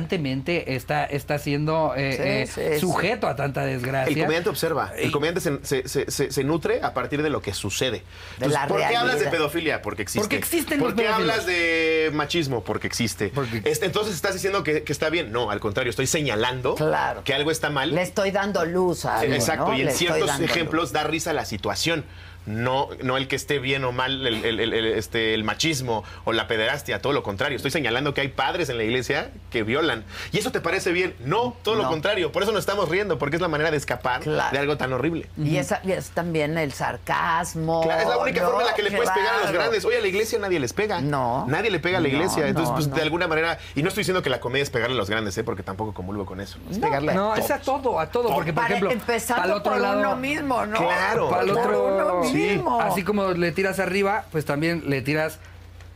S5: constantemente está, está siendo eh, eh,
S3: Sí, sí,
S5: sujeto a tanta desgracia.
S4: El comediante observa.
S5: Y-
S4: El comediante se, se- se- se- se nutre a partir de lo que sucede.
S3: De la
S4: ¿Por qué
S3: realidad.
S4: hablas de pedofilia? Porque existe.
S5: Porque existen los
S4: ¿Por qué
S5: pedófilos.
S4: hablas de machismo? Porque existe.
S5: Porque-
S4: Este, entonces estás diciendo que, que está bien. No, al contrario, estoy señalando
S3: Claro.
S4: que algo está mal.
S3: Le estoy dando luz a
S4: Sí,
S3: algo,
S4: Exacto,
S3: ¿no?
S4: y en
S3: Le estoy
S4: ciertos
S3: dando
S4: ejemplos da risa la situación. No, no el que esté bien o mal el, el- el- el- este, el machismo o la pederastia, todo lo contrario. Estoy señalando que hay padres en la iglesia que violan. ¿Y eso te parece bien? No, todo
S3: No.
S4: lo contrario. Por eso nos estamos riendo, porque es la manera de escapar
S3: Claro.
S4: de algo tan horrible.
S3: luz. Y esa- y es también el sarcasmo.
S4: Claro, es la única
S3: ¿no?
S4: forma en la que le
S3: Qué
S4: puedes pegar a los
S3: bárbaro.
S4: grandes. Oye, a la iglesia nadie les pega.
S3: No.
S4: Nadie le pega a la
S3: No,
S4: iglesia. Entonces,
S3: no,
S4: pues,
S3: no.
S4: de alguna manera... Y no estoy diciendo que la comedia es pegarle a los grandes, ¿eh? porque tampoco comulgo con eso. Es pegarle a
S5: no, es a
S4: todos.
S5: todo, a todo. Porque, por
S3: Para-
S5: ejemplo,
S3: empezando
S5: al otro
S3: por
S5: lado,
S3: uno mismo, ¿no?
S4: Claro.
S5: Para el
S4: Por
S5: otro.
S3: uno mismo.
S5: Así como le tiras arriba, pues también le tiras.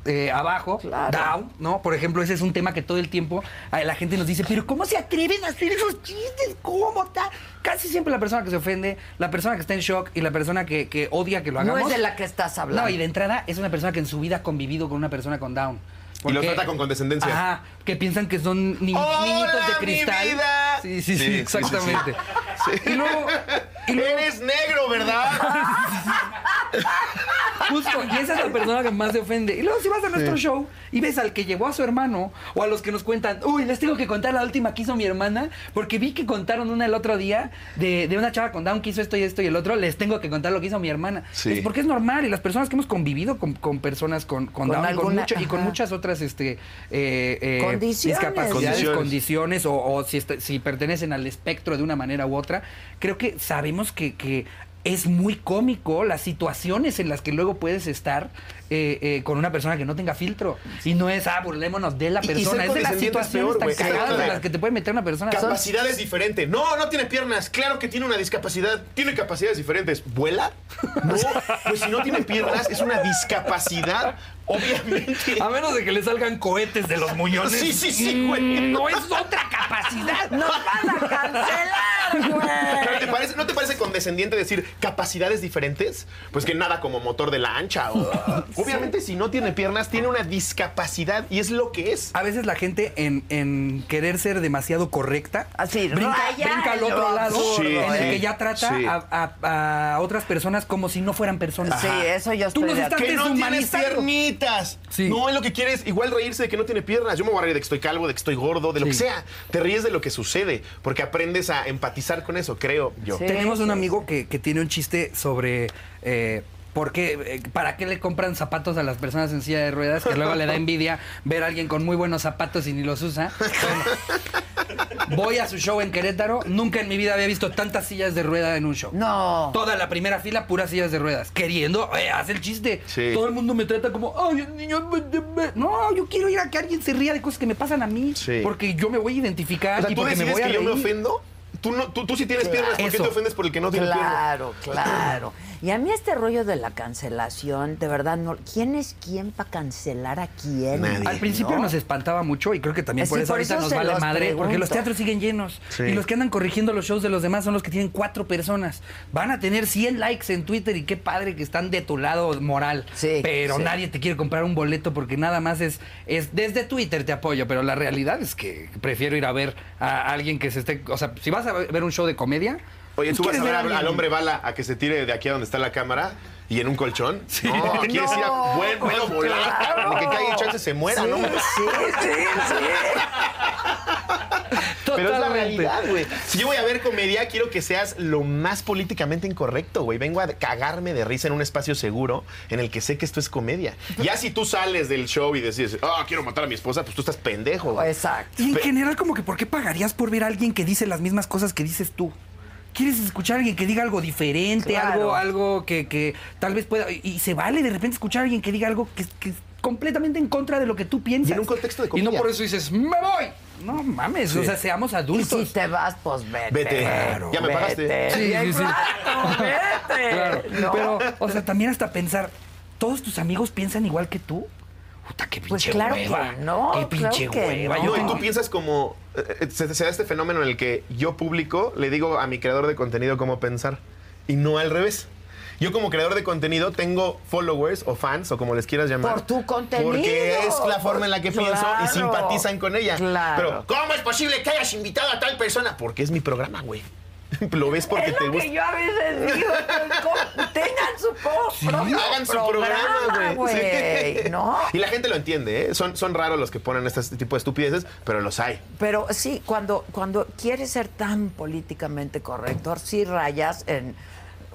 S5: eh, abajo,
S3: Claro.
S5: down, ¿no? Por ejemplo, ese es un tema que todo el tiempo eh, la gente nos dice, pero ¿cómo se atreven a hacer esos chistes? ¿Cómo tal? Casi siempre la persona que se ofende, la persona que está en shock y la persona que, que odia que lo
S3: No
S5: hagamos.
S3: es de la que estás hablando.
S5: No, y de entrada es una persona que en su vida ha convivido con una persona con down.
S4: Y lo
S5: Porque-
S4: trata con condescendencia.
S5: Ajá, que piensan que son ni-
S4: ¡Hola,
S5: niñitos de
S4: mi
S5: cristal.
S4: vida!
S5: Sí,
S4: Sí, sí,
S5: sí, sí,
S4: sí, sí.
S5: exactamente. Y luego, y luego
S4: Eres negro, ¿verdad?
S5: Justo, y esa es la persona que más se ofende. Y luego si vas a nuestro show y ves al que llevó a su hermano o a los que nos cuentan, uy, les tengo que contar la última que hizo mi hermana, porque vi que contaron una el otro día de, de una chava con Down que hizo esto y esto y el otro, les tengo que contar lo que hizo mi hermana.
S4: Sí.
S5: Es porque es normal y las personas que hemos convivido con, con personas con, con,
S3: Con
S5: Down y con
S3: alguna-
S5: mucho- y con
S3: ajá.
S5: muchas otras este, eh, eh,
S3: Condiciones.
S5: discapacidades,
S4: Condiciones.
S5: condi- condiciones o, o si, est- si pertenecen al espectro de una manera u otra, creo que sabemos que, que es muy cómico las situaciones en las que luego puedes estar eh, eh, con una persona que no tenga filtro. Y no es, ah, burlémonos de la
S4: Y- y ser
S5: persona, es de las
S4: condescendiente es
S5: situaciones
S4: peor,
S5: tan
S4: güey.
S5: cagadas
S4: Exacto.
S5: en las que te puede meter una persona. Son-
S4: Capacidad es diferente. No, no tiene piernas. Claro que tiene una discapacidad. Tiene capacidades diferentes. ¿Vuela? No. Pues si no tiene piernas, es una discapacidad, obviamente.
S5: A menos de que le salgan cohetes de los muñones.
S4: Sí, sí, sí, güey.
S5: No es otra capacidad.
S3: ¡Nos van a cancelar! ¡Claro, güey!
S4: Pero ¿te parece- ¿No te parece condescendiente decir capacidades diferentes? Pues que nada como motor de la ancha. o- Obviamente, si no tiene piernas, tiene una discapacidad y es lo que es.
S5: A veces la gente en, en querer ser demasiado correcta,
S3: Así,
S5: brinca,
S3: raya
S5: brinca al
S3: en
S5: otro
S3: lo
S5: lado,
S4: absurdo,
S5: en el
S4: ¿eh?
S5: que ya trata
S4: Sí.
S5: a, a- a otras personas como si no fueran personas.
S3: Sí, eso yo
S5: Tú
S3: estoy
S5: los
S3: de
S5: estás
S4: Que no tiene
S5: deshumanizando.
S4: piernitas.
S5: Sí.
S4: No, es lo que quieres. Igual reírse de que no tiene piernas. Yo me voy a reír de que estoy calvo, de que estoy gordo, de lo
S5: Sí.
S4: que sea. Te ríes de lo que sucede porque aprendes a empatizar con eso, creo yo.
S3: Sí.
S5: Tenemos un
S3: sí,
S5: amigo que, que tiene un chiste sobre eh, por qué, eh, para qué le compran zapatos a las personas en silla de ruedas, que luego le da envidia ver a alguien con muy buenos zapatos y ni los usa. Bueno, voy a su show en Querétaro, nunca en mi vida había visto tantas sillas de rueda en un show.
S3: No.
S5: Toda la primera fila, puras sillas de ruedas. Queriendo, eh, hace el chiste.
S4: Sí.
S5: Todo el mundo me trata como, ay, el niño. me- me- me". No, yo quiero ir a que alguien se ría de cosas que me pasan a mí.
S4: Sí.
S5: Porque yo me voy a identificar
S4: O sea,
S5: y
S4: tú
S5: porque me
S4: decides
S5: voy a
S4: que yo me
S5: reír.
S4: ofendo. Tú, no, tú, tú sí tienes piernas. ¿Por qué
S5: Eso.
S4: te ofendes por el que no tiene piernas?
S3: Claro, claro. Y a mí este rollo de la cancelación, de verdad, no. ¿Quién es quién para cancelar a quién?
S4: Nadie.
S5: Al principio
S3: ¿No?
S5: nos espantaba mucho y creo que también
S3: Eh, Sí,
S5: por eso
S3: por
S5: ahorita
S3: eso
S5: nos
S3: se
S5: vale
S3: los
S5: madre, porque
S3: pregunto.
S5: los teatros siguen llenos
S4: Sí.
S5: y los que andan corrigiendo los shows de los demás son los que tienen cuatro personas. Van a tener 100 likes en Twitter y qué padre que están de tu lado moral,
S3: Sí,
S5: pero
S3: sí.
S5: nadie te quiere comprar un boleto porque nada más es, es desde Twitter te apoyo, pero la realidad es que prefiero ir a ver a alguien que se esté, o sea, si vas a ver un show de comedia,
S4: Oye,
S5: pues
S4: tú vas
S5: quieres
S4: a ver al-
S5: alguien-
S4: al hombre bala a que se tire de aquí a donde está la cámara y en un colchón. No, quieres ir a buen, vuelo volar.
S3: claro.
S4: Porque caiga y chance se muera,
S3: Sí,
S4: ¿no?
S3: sí, sí, sí.
S4: Pero es la
S5: Totalmente.
S4: realidad, güey. Si yo voy a ver comedia, quiero que seas lo más políticamente incorrecto, güey. Vengo a cagarme de risa en un espacio seguro en el que sé que esto es comedia. Ya si tú sales del show y decís, ah, quiero matar a mi esposa, pues tú estás pendejo, güey.
S3: Exacto.
S5: Y en general, como que, ¿por qué pagarías por ver a alguien que dice las mismas cosas que dices tú? ¿Quieres escuchar a alguien que diga algo diferente,
S3: Claro.
S5: algo, algo que, que tal vez pueda... Y se vale de repente escuchar a alguien que diga algo que, que es completamente en contra de lo que tú piensas.
S4: Y en un contexto de
S5: Y no
S4: comedia.
S5: por eso dices, ¡me voy! No mames, o sea,
S3: Y
S5: seamos
S3: si
S5: adultos.
S3: te vas, pues vete.
S4: Vete. Ya me
S3: vete.
S4: pagaste.
S5: Sí, sí, sí.
S3: Exacto, vete.
S5: Claro.
S3: ¿No?
S5: Pero, o sea, también hasta pensar, ¿todos tus amigos piensan igual que tú? Puta, qué pinche
S3: Pues claro que
S5: hueva.
S3: no,
S5: Qué pinche
S3: claro que
S5: hueva.
S3: no.
S5: Yo
S4: Ah, No, y
S5: tengo-
S4: tú piensas como. eh, eh, Se, se da este fenómeno en el que yo publico, le digo a mi creador de contenido cómo pensar. Y no al revés. Yo, como creador de contenido, tengo followers o fans o como les quieras llamar.
S3: Por tu contenido.
S4: Porque es la forma en la que pienso
S3: Claro.
S4: y simpatizan con ella.
S3: Claro.
S4: Pero, ¿cómo es posible que hayas invitado a tal persona? Porque es mi programa, güey. Lo ves porque
S3: es
S4: te
S3: lo
S4: gusta.
S3: que yo a veces digo, pues, ¿cómo? tengan su po- propio
S4: hagan su programa, güey. Sí.
S3: ¿no?
S4: Y la gente lo entiende, ¿eh? Son, son raros los que ponen este tipo de estupideces, pero los hay.
S3: Pero sí, cuando, cuando quieres ser tan políticamente correcto, sí rayas en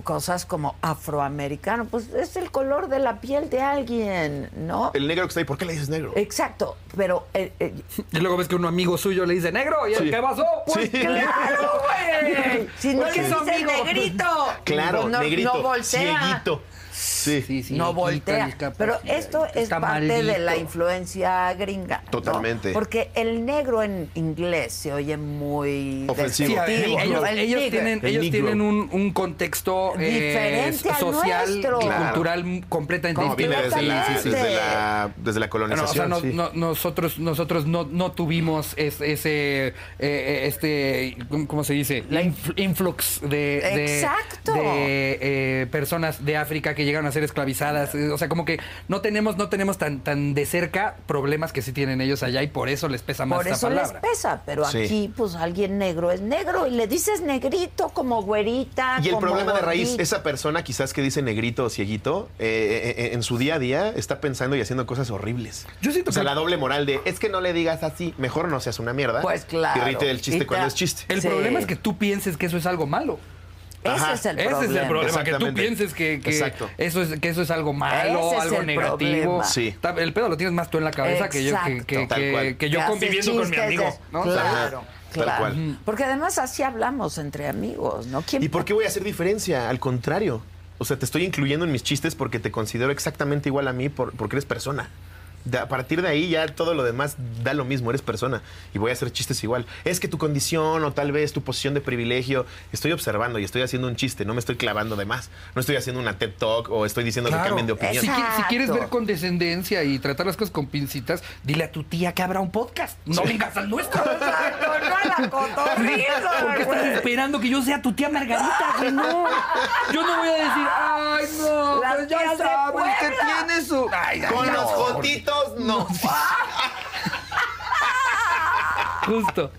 S3: cosas como afroamericano, pues es el color de la piel de alguien, ¿no?
S4: El negro que está ahí, ¿por qué le dices negro?
S3: Exacto, pero eh, eh,
S5: Y luego ves que un amigo suyo le dice, negro, ¿y el
S4: Sí.
S5: qué pasó?
S4: Sí.
S3: claro, güey. Si no
S5: Porque
S3: le
S5: es su
S3: dices
S5: amigo.
S3: negrito.
S4: Claro,
S3: pues no,
S4: negrito,
S3: No voltea.
S4: cieguito. Sí.
S3: no voltea. Pero esto es parte de la influencia gringa. ¿no?
S4: Totalmente.
S3: Porque el negro en inglés se oye muy
S4: Ofensivo.
S5: Sí, a ver,
S3: despectivo.
S5: ellos,
S3: El
S5: ellos
S3: nigger.
S5: tienen,
S4: El
S5: ellos
S4: negro.
S5: tienen un, un contexto eh,
S3: Diferente al
S5: social y
S3: nuestro.
S4: Claro.
S5: cultural m- completamente
S4: No, viene desde la,
S5: Sí, sí, sí.
S3: Completamente.
S4: desde la, desde la
S5: No, o sea,
S4: colonización.
S5: no-
S4: sí.
S5: no- nosotros, nosotros no, no tuvimos es- ese, eh, eh, este, ¿cómo- ¿cómo se dice? La inf- influx de, de-
S3: Exacto.
S5: de, eh, personas de África que llegaron a ser esclavizadas. Eh, O sea, como que no tenemos, no tenemos tan, tan de cerca problemas que sí tienen ellos allá y por eso les pesa más
S3: Por
S5: esa
S3: eso les
S5: palabra.
S3: pesa, pero
S4: Sí.
S3: aquí, pues, alguien negro es negro y le dices negrito como güerita.
S4: Y el
S3: como
S4: problema de raíz,
S3: gordita.
S4: esa persona quizás que dice negrito o cieguito, eh, eh, eh, en su día a día está pensando y haciendo cosas horribles.
S5: Yo siento
S4: o sea,
S5: que-
S4: la doble moral de es que no le digas así, mejor no seas una mierda.
S3: Pues, claro.
S4: Y ríete del
S3: Y
S4: chiste
S3: te-
S4: cuando es chiste.
S5: El
S3: Sí.
S5: problema es que tú pienses que eso es algo malo.
S3: Ese
S4: Ajá,
S3: es el
S5: Ese
S3: problema.
S5: es el problema, que tú
S4: Exactamente.
S5: pienses que, que
S4: Exacto.
S5: eso es, que eso es algo malo,
S3: Ese es
S5: algo
S3: el
S5: negativo.
S3: problema.
S4: Sí.
S5: Ta- El pedo lo tienes más tú en la cabeza que yo, que,
S3: Exacto.
S5: que-
S4: Tal
S5: que-
S4: cual.
S5: que yo
S3: Que haces
S5: conviviendo con mi
S3: chistes
S5: amigo.
S3: de-
S5: ¿no?
S3: Claro,
S4: Tal
S3: claro.
S4: cual.
S3: Porque además así hablamos entre amigos, ¿no? ¿Quién
S4: ¿Y por qué voy a hacer diferencia? Al contrario. O sea, te estoy incluyendo en mis chistes porque te considero exactamente igual a mí por- porque eres persona. de- a partir de ahí ya todo lo demás da lo mismo, eres persona y voy a hacer chistes igual. Es que tu condición o tal vez tu posición de privilegio, estoy observando y estoy haciendo un chiste, no me estoy clavando de más. No estoy haciendo una TED Talk o estoy diciendo que cambien de opinión.
S5: Si, qui- si quieres ver
S3: Exacto.
S5: condescendencia y tratar las cosas con pincitas, dile a tu tía que habrá un podcast. No vengas al nuestro.
S3: Exacto, no a la
S5: Porque
S3: cotorriza,
S5: estás
S3: güey.
S5: esperando que yo sea tu tía Margarita, güey, no. Yo no voy a decir, ay, no,
S3: Las
S5: pues
S3: tías
S5: ya
S3: de
S5: sabes que
S3: Puebla.
S5: tiene su. Ay, ay,
S4: Con
S5: no.
S4: los jotitos, no.
S5: Justo.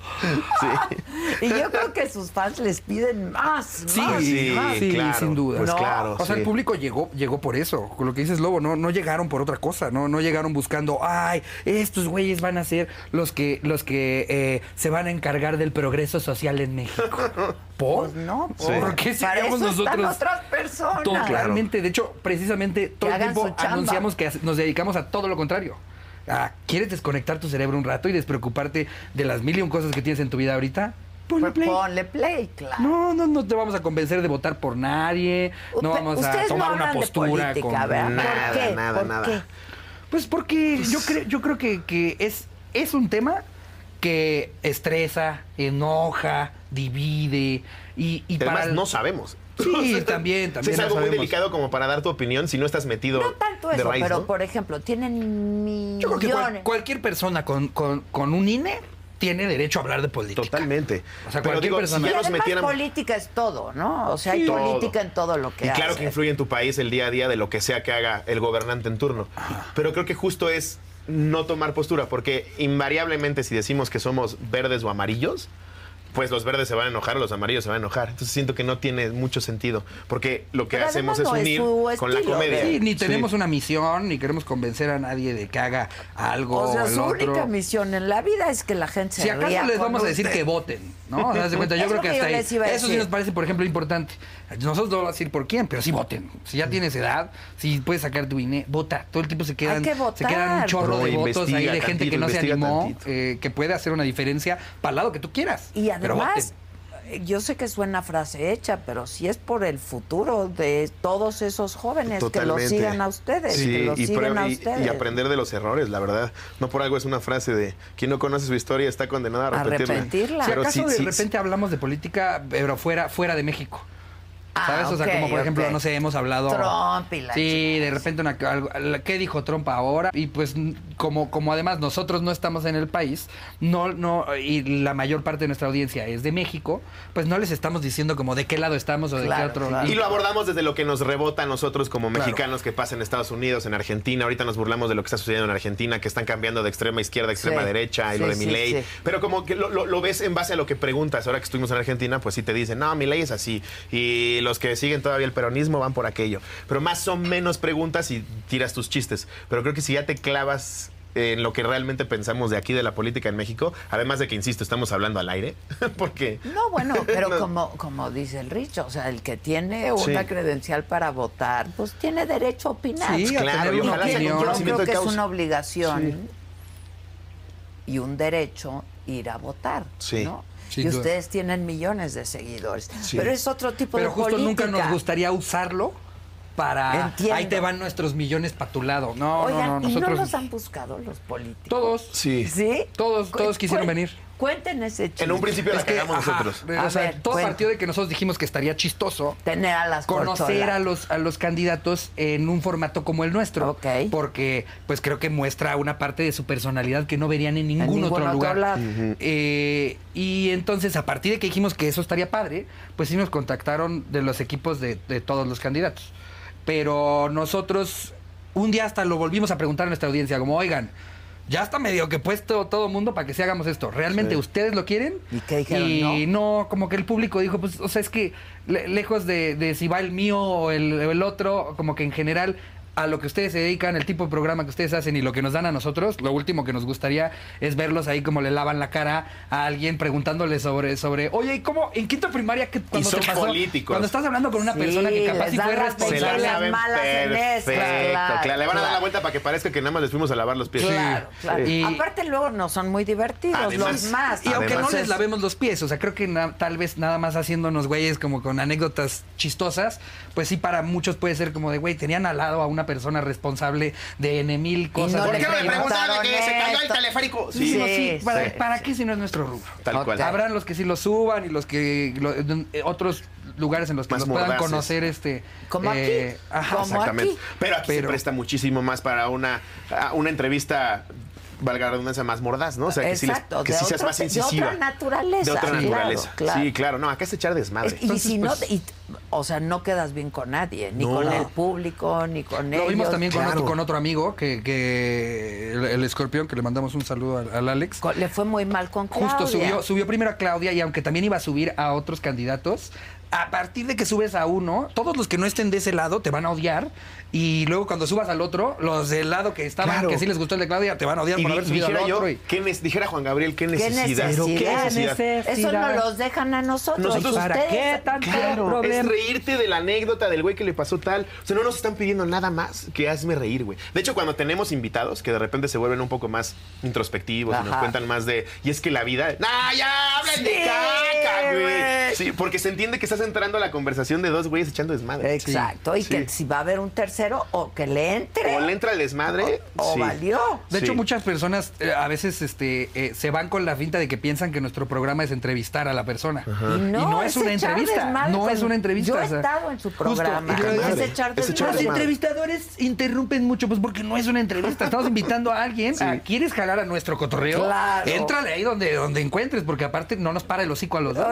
S4: Sí.
S3: Y yo creo que sus fans les piden más,
S5: Sí,
S3: más,
S4: Ah, sí,
S3: más.
S5: sí,
S4: claro,
S5: sin duda.
S4: pues
S5: No.
S4: claro,
S5: O sea,
S4: sí.
S5: el público llegó, llegó por eso. Con lo que dices Lobo, no, no llegaron por otra cosa, no, no llegaron buscando, ay, estos güeyes van a ser los que, los que eh, se van a encargar del progreso social en México. ¿Por?
S3: Pues no,
S5: Sí. ¿Por
S3: Para
S5: qué
S3: eso
S5: seríamos
S3: están
S5: nosotros?
S3: otras personas.
S5: Totalmente. De hecho, precisamente todo el
S3: hagan
S5: tiempo
S3: su chamba.
S5: anunciamos que hace- nos dedicamos a todo lo contrario. Ah, ¿Quieres desconectar tu cerebro un rato y despreocuparte de las mil y un cosas que tienes en tu vida ahorita? Ponle
S3: Pues
S5: play.
S3: Ponle play, claro.
S5: No, no, no te vamos a convencer de votar por nadie. No
S3: Upe-
S5: vamos a
S3: ustedes
S5: tomar
S3: no
S5: una
S3: hablan de
S5: postura
S3: política,
S5: con
S3: ¿verdad?
S4: nada,
S3: ¿Por qué?
S4: nada,
S3: ¿Por
S4: nada.
S3: qué?
S5: Pues porque yo creo, yo creo que, que es, es un tema que estresa, enoja, divide y, y
S4: Además,
S5: para el-
S4: no sabemos.
S5: Sí,
S4: O sea,
S5: también, también
S4: Es
S5: no
S4: algo muy
S5: sabemos.
S4: delicado como para dar tu opinión si no estás metido
S3: No tanto
S4: de
S3: eso,
S4: raíz,
S3: pero
S4: ¿no?
S3: por ejemplo, tienen millones.
S5: Yo creo que cual- cualquier persona con, con, con un INE tiene derecho a hablar de política.
S4: Totalmente.
S5: O sea,
S4: pero
S5: cualquier
S4: digo,
S5: persona.
S4: si
S3: y
S4: ya nos
S3: además
S4: metiéramos...
S3: política es todo, ¿no? O sea, hay
S4: Sí.
S3: política
S4: Todo.
S3: en todo lo que
S4: Y claro que
S3: haces.
S4: influye en tu país el día a día de lo que sea que haga el gobernante en turno. Pero creo que justo es no tomar postura, porque invariablemente si decimos que somos verdes o amarillos, pues los verdes se van a enojar o los amarillos se van a enojar. Entonces siento que no tiene mucho sentido, porque lo que
S3: Pero
S4: hacemos es
S3: además no es
S4: unir
S3: su
S4: con la
S3: estilo,
S4: comedia.
S5: Sí, ni
S4: Sí.
S5: tenemos una misión, ni queremos convencer a nadie de que haga algo.
S3: O sea,
S5: el
S3: su
S5: otro.
S3: única misión en la vida es que la gente se
S5: Si acaso
S3: ría
S5: les
S3: con
S5: vamos a decir
S3: usted.
S5: que voten, ¿no? O sea, haz de cuenta, yo
S3: Es
S5: creo
S3: lo
S5: que
S3: que
S5: hasta
S3: yo
S5: ahí.
S3: les iba a
S5: Eso sí
S3: decir.
S5: nos parece, por ejemplo, importante. Nosotros no vamos a decir por quién, pero sí voten. Si ya tienes edad, si puedes sacar tu INE, vota. Todo el tiempo se quedan,
S3: Hay que
S5: se quedan un
S3: votar.
S5: chorro
S4: No,
S5: de votos
S4: investiga
S5: ahí de gente
S4: tantito,
S5: que no se
S4: investiga
S5: animó,
S4: tantito.
S5: eh, que puede hacer una diferencia para el lado que tú quieras.
S3: Y
S5: Pero
S3: además,
S5: voten.
S3: eh, yo sé que suena frase hecha, pero sí es por el futuro de todos esos jóvenes que los
S4: Totalmente.
S3: sigan a ustedes,
S4: Sí,
S3: que los
S4: y,
S3: sigan
S4: pre-
S3: a
S4: y-
S3: ustedes.
S4: y aprender de los errores, la verdad. No por algo es una frase de quien no conoce su historia está condenado a
S3: A
S4: repetirla.
S3: repetirla.
S5: Si
S3: Pero
S5: acaso
S4: sí-
S5: de
S4: sí-
S5: repente hablamos de política, pero fuera, fuera de México.
S3: Ah,
S5: ¿Sabes? o sea,
S3: ok,
S5: como por ejemplo,
S3: ok.
S5: no sé, hemos hablado.
S3: Trump y la
S5: Sí, de repente, una, algo- la- ¿qué dijo Trump ahora? Y pues, n- como, como además nosotros no estamos en el país, no, no, y la mayor parte de nuestra audiencia es de México, pues no les estamos diciendo como de qué lado estamos o de
S3: Claro,
S5: qué otro
S3: claro.
S5: lado.
S4: Y lo abordamos desde lo que nos rebota a nosotros como mexicanos que pasa en Estados Unidos, en Argentina. Ahorita nos burlamos de lo que está sucediendo en Argentina, que están cambiando de extrema izquierda a extrema
S3: Sí.
S4: derecha y
S3: Sí,
S4: lo de
S3: sí,
S4: mi ley.
S3: sí.
S4: Pero como que lo, lo- lo ves en base a lo que preguntas. Ahora que estuvimos en Argentina, pues sí te dicen, no, mi ley es así. Y los que siguen todavía el peronismo van por aquello. Pero más o menos preguntas y tiras tus chistes. Pero creo que si ya te clavas en lo que realmente pensamos de aquí de la política en México, además de que, insisto, estamos hablando al aire, porque...
S3: No, bueno, pero
S4: No.
S3: como como dice el Rich, o sea, el que tiene una
S4: Sí.
S3: credencial para votar, pues tiene derecho a opinar.
S5: Sí, a
S4: Claro,
S5: tener
S4: y
S5: una
S4: ojalá
S3: Y
S4: sea
S3: tiene- yo creo
S4: con
S5: opinión.
S4: conocimiento de
S3: que es
S4: causa.
S3: una obligación y un derecho ir a votar,
S4: Sí.
S3: ¿no?
S5: Sin
S3: y
S5: duda.
S3: ustedes tienen millones de seguidores,
S4: Sí.
S3: pero es otro tipo
S5: Pero
S3: de
S5: justo
S3: política.
S5: nunca nos gustaría usarlo para.
S3: Entiendo.
S5: Ahí te van nuestros millones para tu lado. No,
S3: Oigan,
S5: no, no,
S3: ¿y no
S5: nosotros.
S3: los han buscado los políticos?
S5: Todos.
S4: Sí.
S3: ¿Sí?
S5: Todos-
S3: Cu-
S5: todos quisieron
S3: cuen-
S5: venir.
S3: Cuenten ese chiste.
S4: En un principio la
S5: Es que,
S4: cagamos
S5: ajá,
S4: nosotros.
S5: o
S3: A
S5: sea,
S3: ver,
S5: todo
S3: bueno.
S5: partió de que nosotros dijimos que estaría chistoso
S3: Tener a las
S5: conocer
S3: corcholas.
S5: a los, a los candidatos en un formato como el nuestro.
S3: Ok.
S5: Porque, pues creo que muestra una parte de su personalidad que no verían en ningún,
S3: ningún
S5: otro
S3: otro
S5: lugar.
S3: lado.
S5: Eh, y entonces, a partir de que dijimos que eso estaría padre, pues sí nos contactaron de los equipos de, de todos los candidatos. Pero nosotros, un día hasta lo volvimos a preguntar a nuestra audiencia, como, oigan. Ya está medio que puesto todo mundo para que sí hagamos esto. ¿Realmente ustedes lo quieren?
S3: ¿Y qué dijeron?
S5: Y
S3: No.
S5: no, como que el público dijo, pues, o sea, es que le- lejos de, de si va el mío o el, o el otro, como que en general a lo que ustedes se dedican, el tipo de programa que ustedes hacen y lo que nos dan a nosotros, lo último que nos gustaría es verlos ahí como le lavan la cara a alguien preguntándole sobre, sobre oye, ¿y cómo en quinto de primaria que cuando
S4: son
S5: te pasó,
S4: políticos.
S5: cuando estás hablando con una
S3: Sí,
S5: persona que capaz
S3: les
S5: y
S3: dan
S5: fue
S3: las
S4: Se la
S3: Son
S5: responsable?
S3: las
S4: saben
S3: malas en
S4: perfecto.
S3: esta,
S4: claro, le van a dar
S3: claro.
S4: la vuelta para que parezca que nada más les fuimos a lavar los pies.
S3: Claro, claro.
S5: Y-
S3: Aparte luego no son muy divertidos
S4: Además-
S3: los más.
S4: Y aunque
S5: que no
S4: Además
S5: les lavemos los pies. O sea, creo que na- tal vez nada más haciéndonos güeyes como con anécdotas chistosas, pues sí para muchos puede ser como de, güey, tenían al lado a una una persona responsable de N mil cosas.
S3: no le
S5: de
S6: ¿Por qué no le
S5: N mil-
S3: preguntas?
S6: preguntaron que se cayó el
S3: esto.
S6: teleférico?
S5: Sí,
S3: Sí,
S5: no, sí, ¿Para,
S3: sí,
S5: para qué si no es nuestro rubro?
S4: Tal cual.
S5: Habrán los que sí lo suban y los que lo- eh, otros lugares en los que
S4: Más
S5: lo puedan
S4: mordaces.
S5: conocer este
S3: Como aquí.
S5: eh, ajá,
S3: Como
S4: Exactamente.
S3: aquí.
S4: Pero aquí se
S5: Pero-
S4: presta muchísimo más para una, a una entrevista, valga la redundancia, más mordaz, ¿no? O sea, que sí, les-
S3: Exacto,
S4: que
S3: de
S4: sí seas
S3: otra-
S4: más
S3: de
S4: incisiva.
S3: otra naturaleza,
S4: De otra
S3: claro,
S4: naturaleza.
S3: claro.
S4: Sí, claro. No, acá es echar desmadre.
S3: Es- y si
S5: pues,
S3: no, y- o sea, no quedas bien con nadie, ni
S4: No.
S3: con el público, ni con
S5: Lo
S3: ellos.
S5: vimos también con,
S4: claro.
S5: otro, con otro amigo, que, que el, el escorpión, que le mandamos un saludo al, al Alex.
S3: Con- Le fue muy mal con
S5: Justo
S3: Claudia.
S5: subió, subió primero a Claudia y aunque también iba a subir a otros candidatos, a partir de que subes a uno, todos los que no estén de ese lado te van a odiar y luego cuando subas al otro, los del lado que estaban,
S4: Claro.
S5: que sí les gustó el de Claudia, te van a odiar
S4: Y
S5: por
S4: di-
S5: haber subido al
S4: dijera yo,
S5: otro. y-
S4: ¿qué ne- dijera Juan Gabriel, qué
S3: ¿Qué
S4: necesidad.
S3: necesidad?
S4: ¿Qué necesidad?
S3: Eso no los dejan a nosotros.
S4: Nosotros-
S3: ¿Para qué tanto
S4: Claro, es reírte de la anécdota del güey que le pasó tal. O sea, no nos están pidiendo nada más que hazme reír, güey. De hecho, cuando tenemos invitados que de repente se vuelven un poco más introspectivos y nos
S3: Ajá.
S4: cuentan más de. Y es que la vida. ¡Nah, ya! ¡Hablen
S3: Sí,
S4: de caca,
S3: güey.
S4: güey! Sí, porque se entiende que estás entrando a la conversación de dos güeyes echando desmadre.
S3: Exacto, y
S4: Sí.
S3: que si va a haber un tercero, o que le entre.
S4: O le entra el desmadre.
S3: O- o
S4: sí. Ah.
S3: valió.
S5: De
S4: Sí.
S5: hecho, muchas personas eh, a veces este, eh, se van con la finta de que piensan que nuestro programa es entrevistar a la persona.
S3: Y no,
S5: es, una
S3: echar
S5: entrevista.
S3: desmadre
S5: No
S3: con-
S5: es una entrevista.
S3: pues, Yo he
S5: o sea,
S3: estado en su
S5: justo,
S3: programa.
S5: y yo-
S4: Madre,
S3: es echar
S4: es echar
S5: Los
S3: desmadre.
S4: desmadre.
S5: entrevistadores interrumpen mucho, pues porque no es una entrevista. Estamos invitando a alguien. a- ¿Quieres jalar a nuestro cotorreo?
S3: Claro.
S5: Éntrale ahí donde, donde encuentres, porque aparte no nos para el hocico a los dos.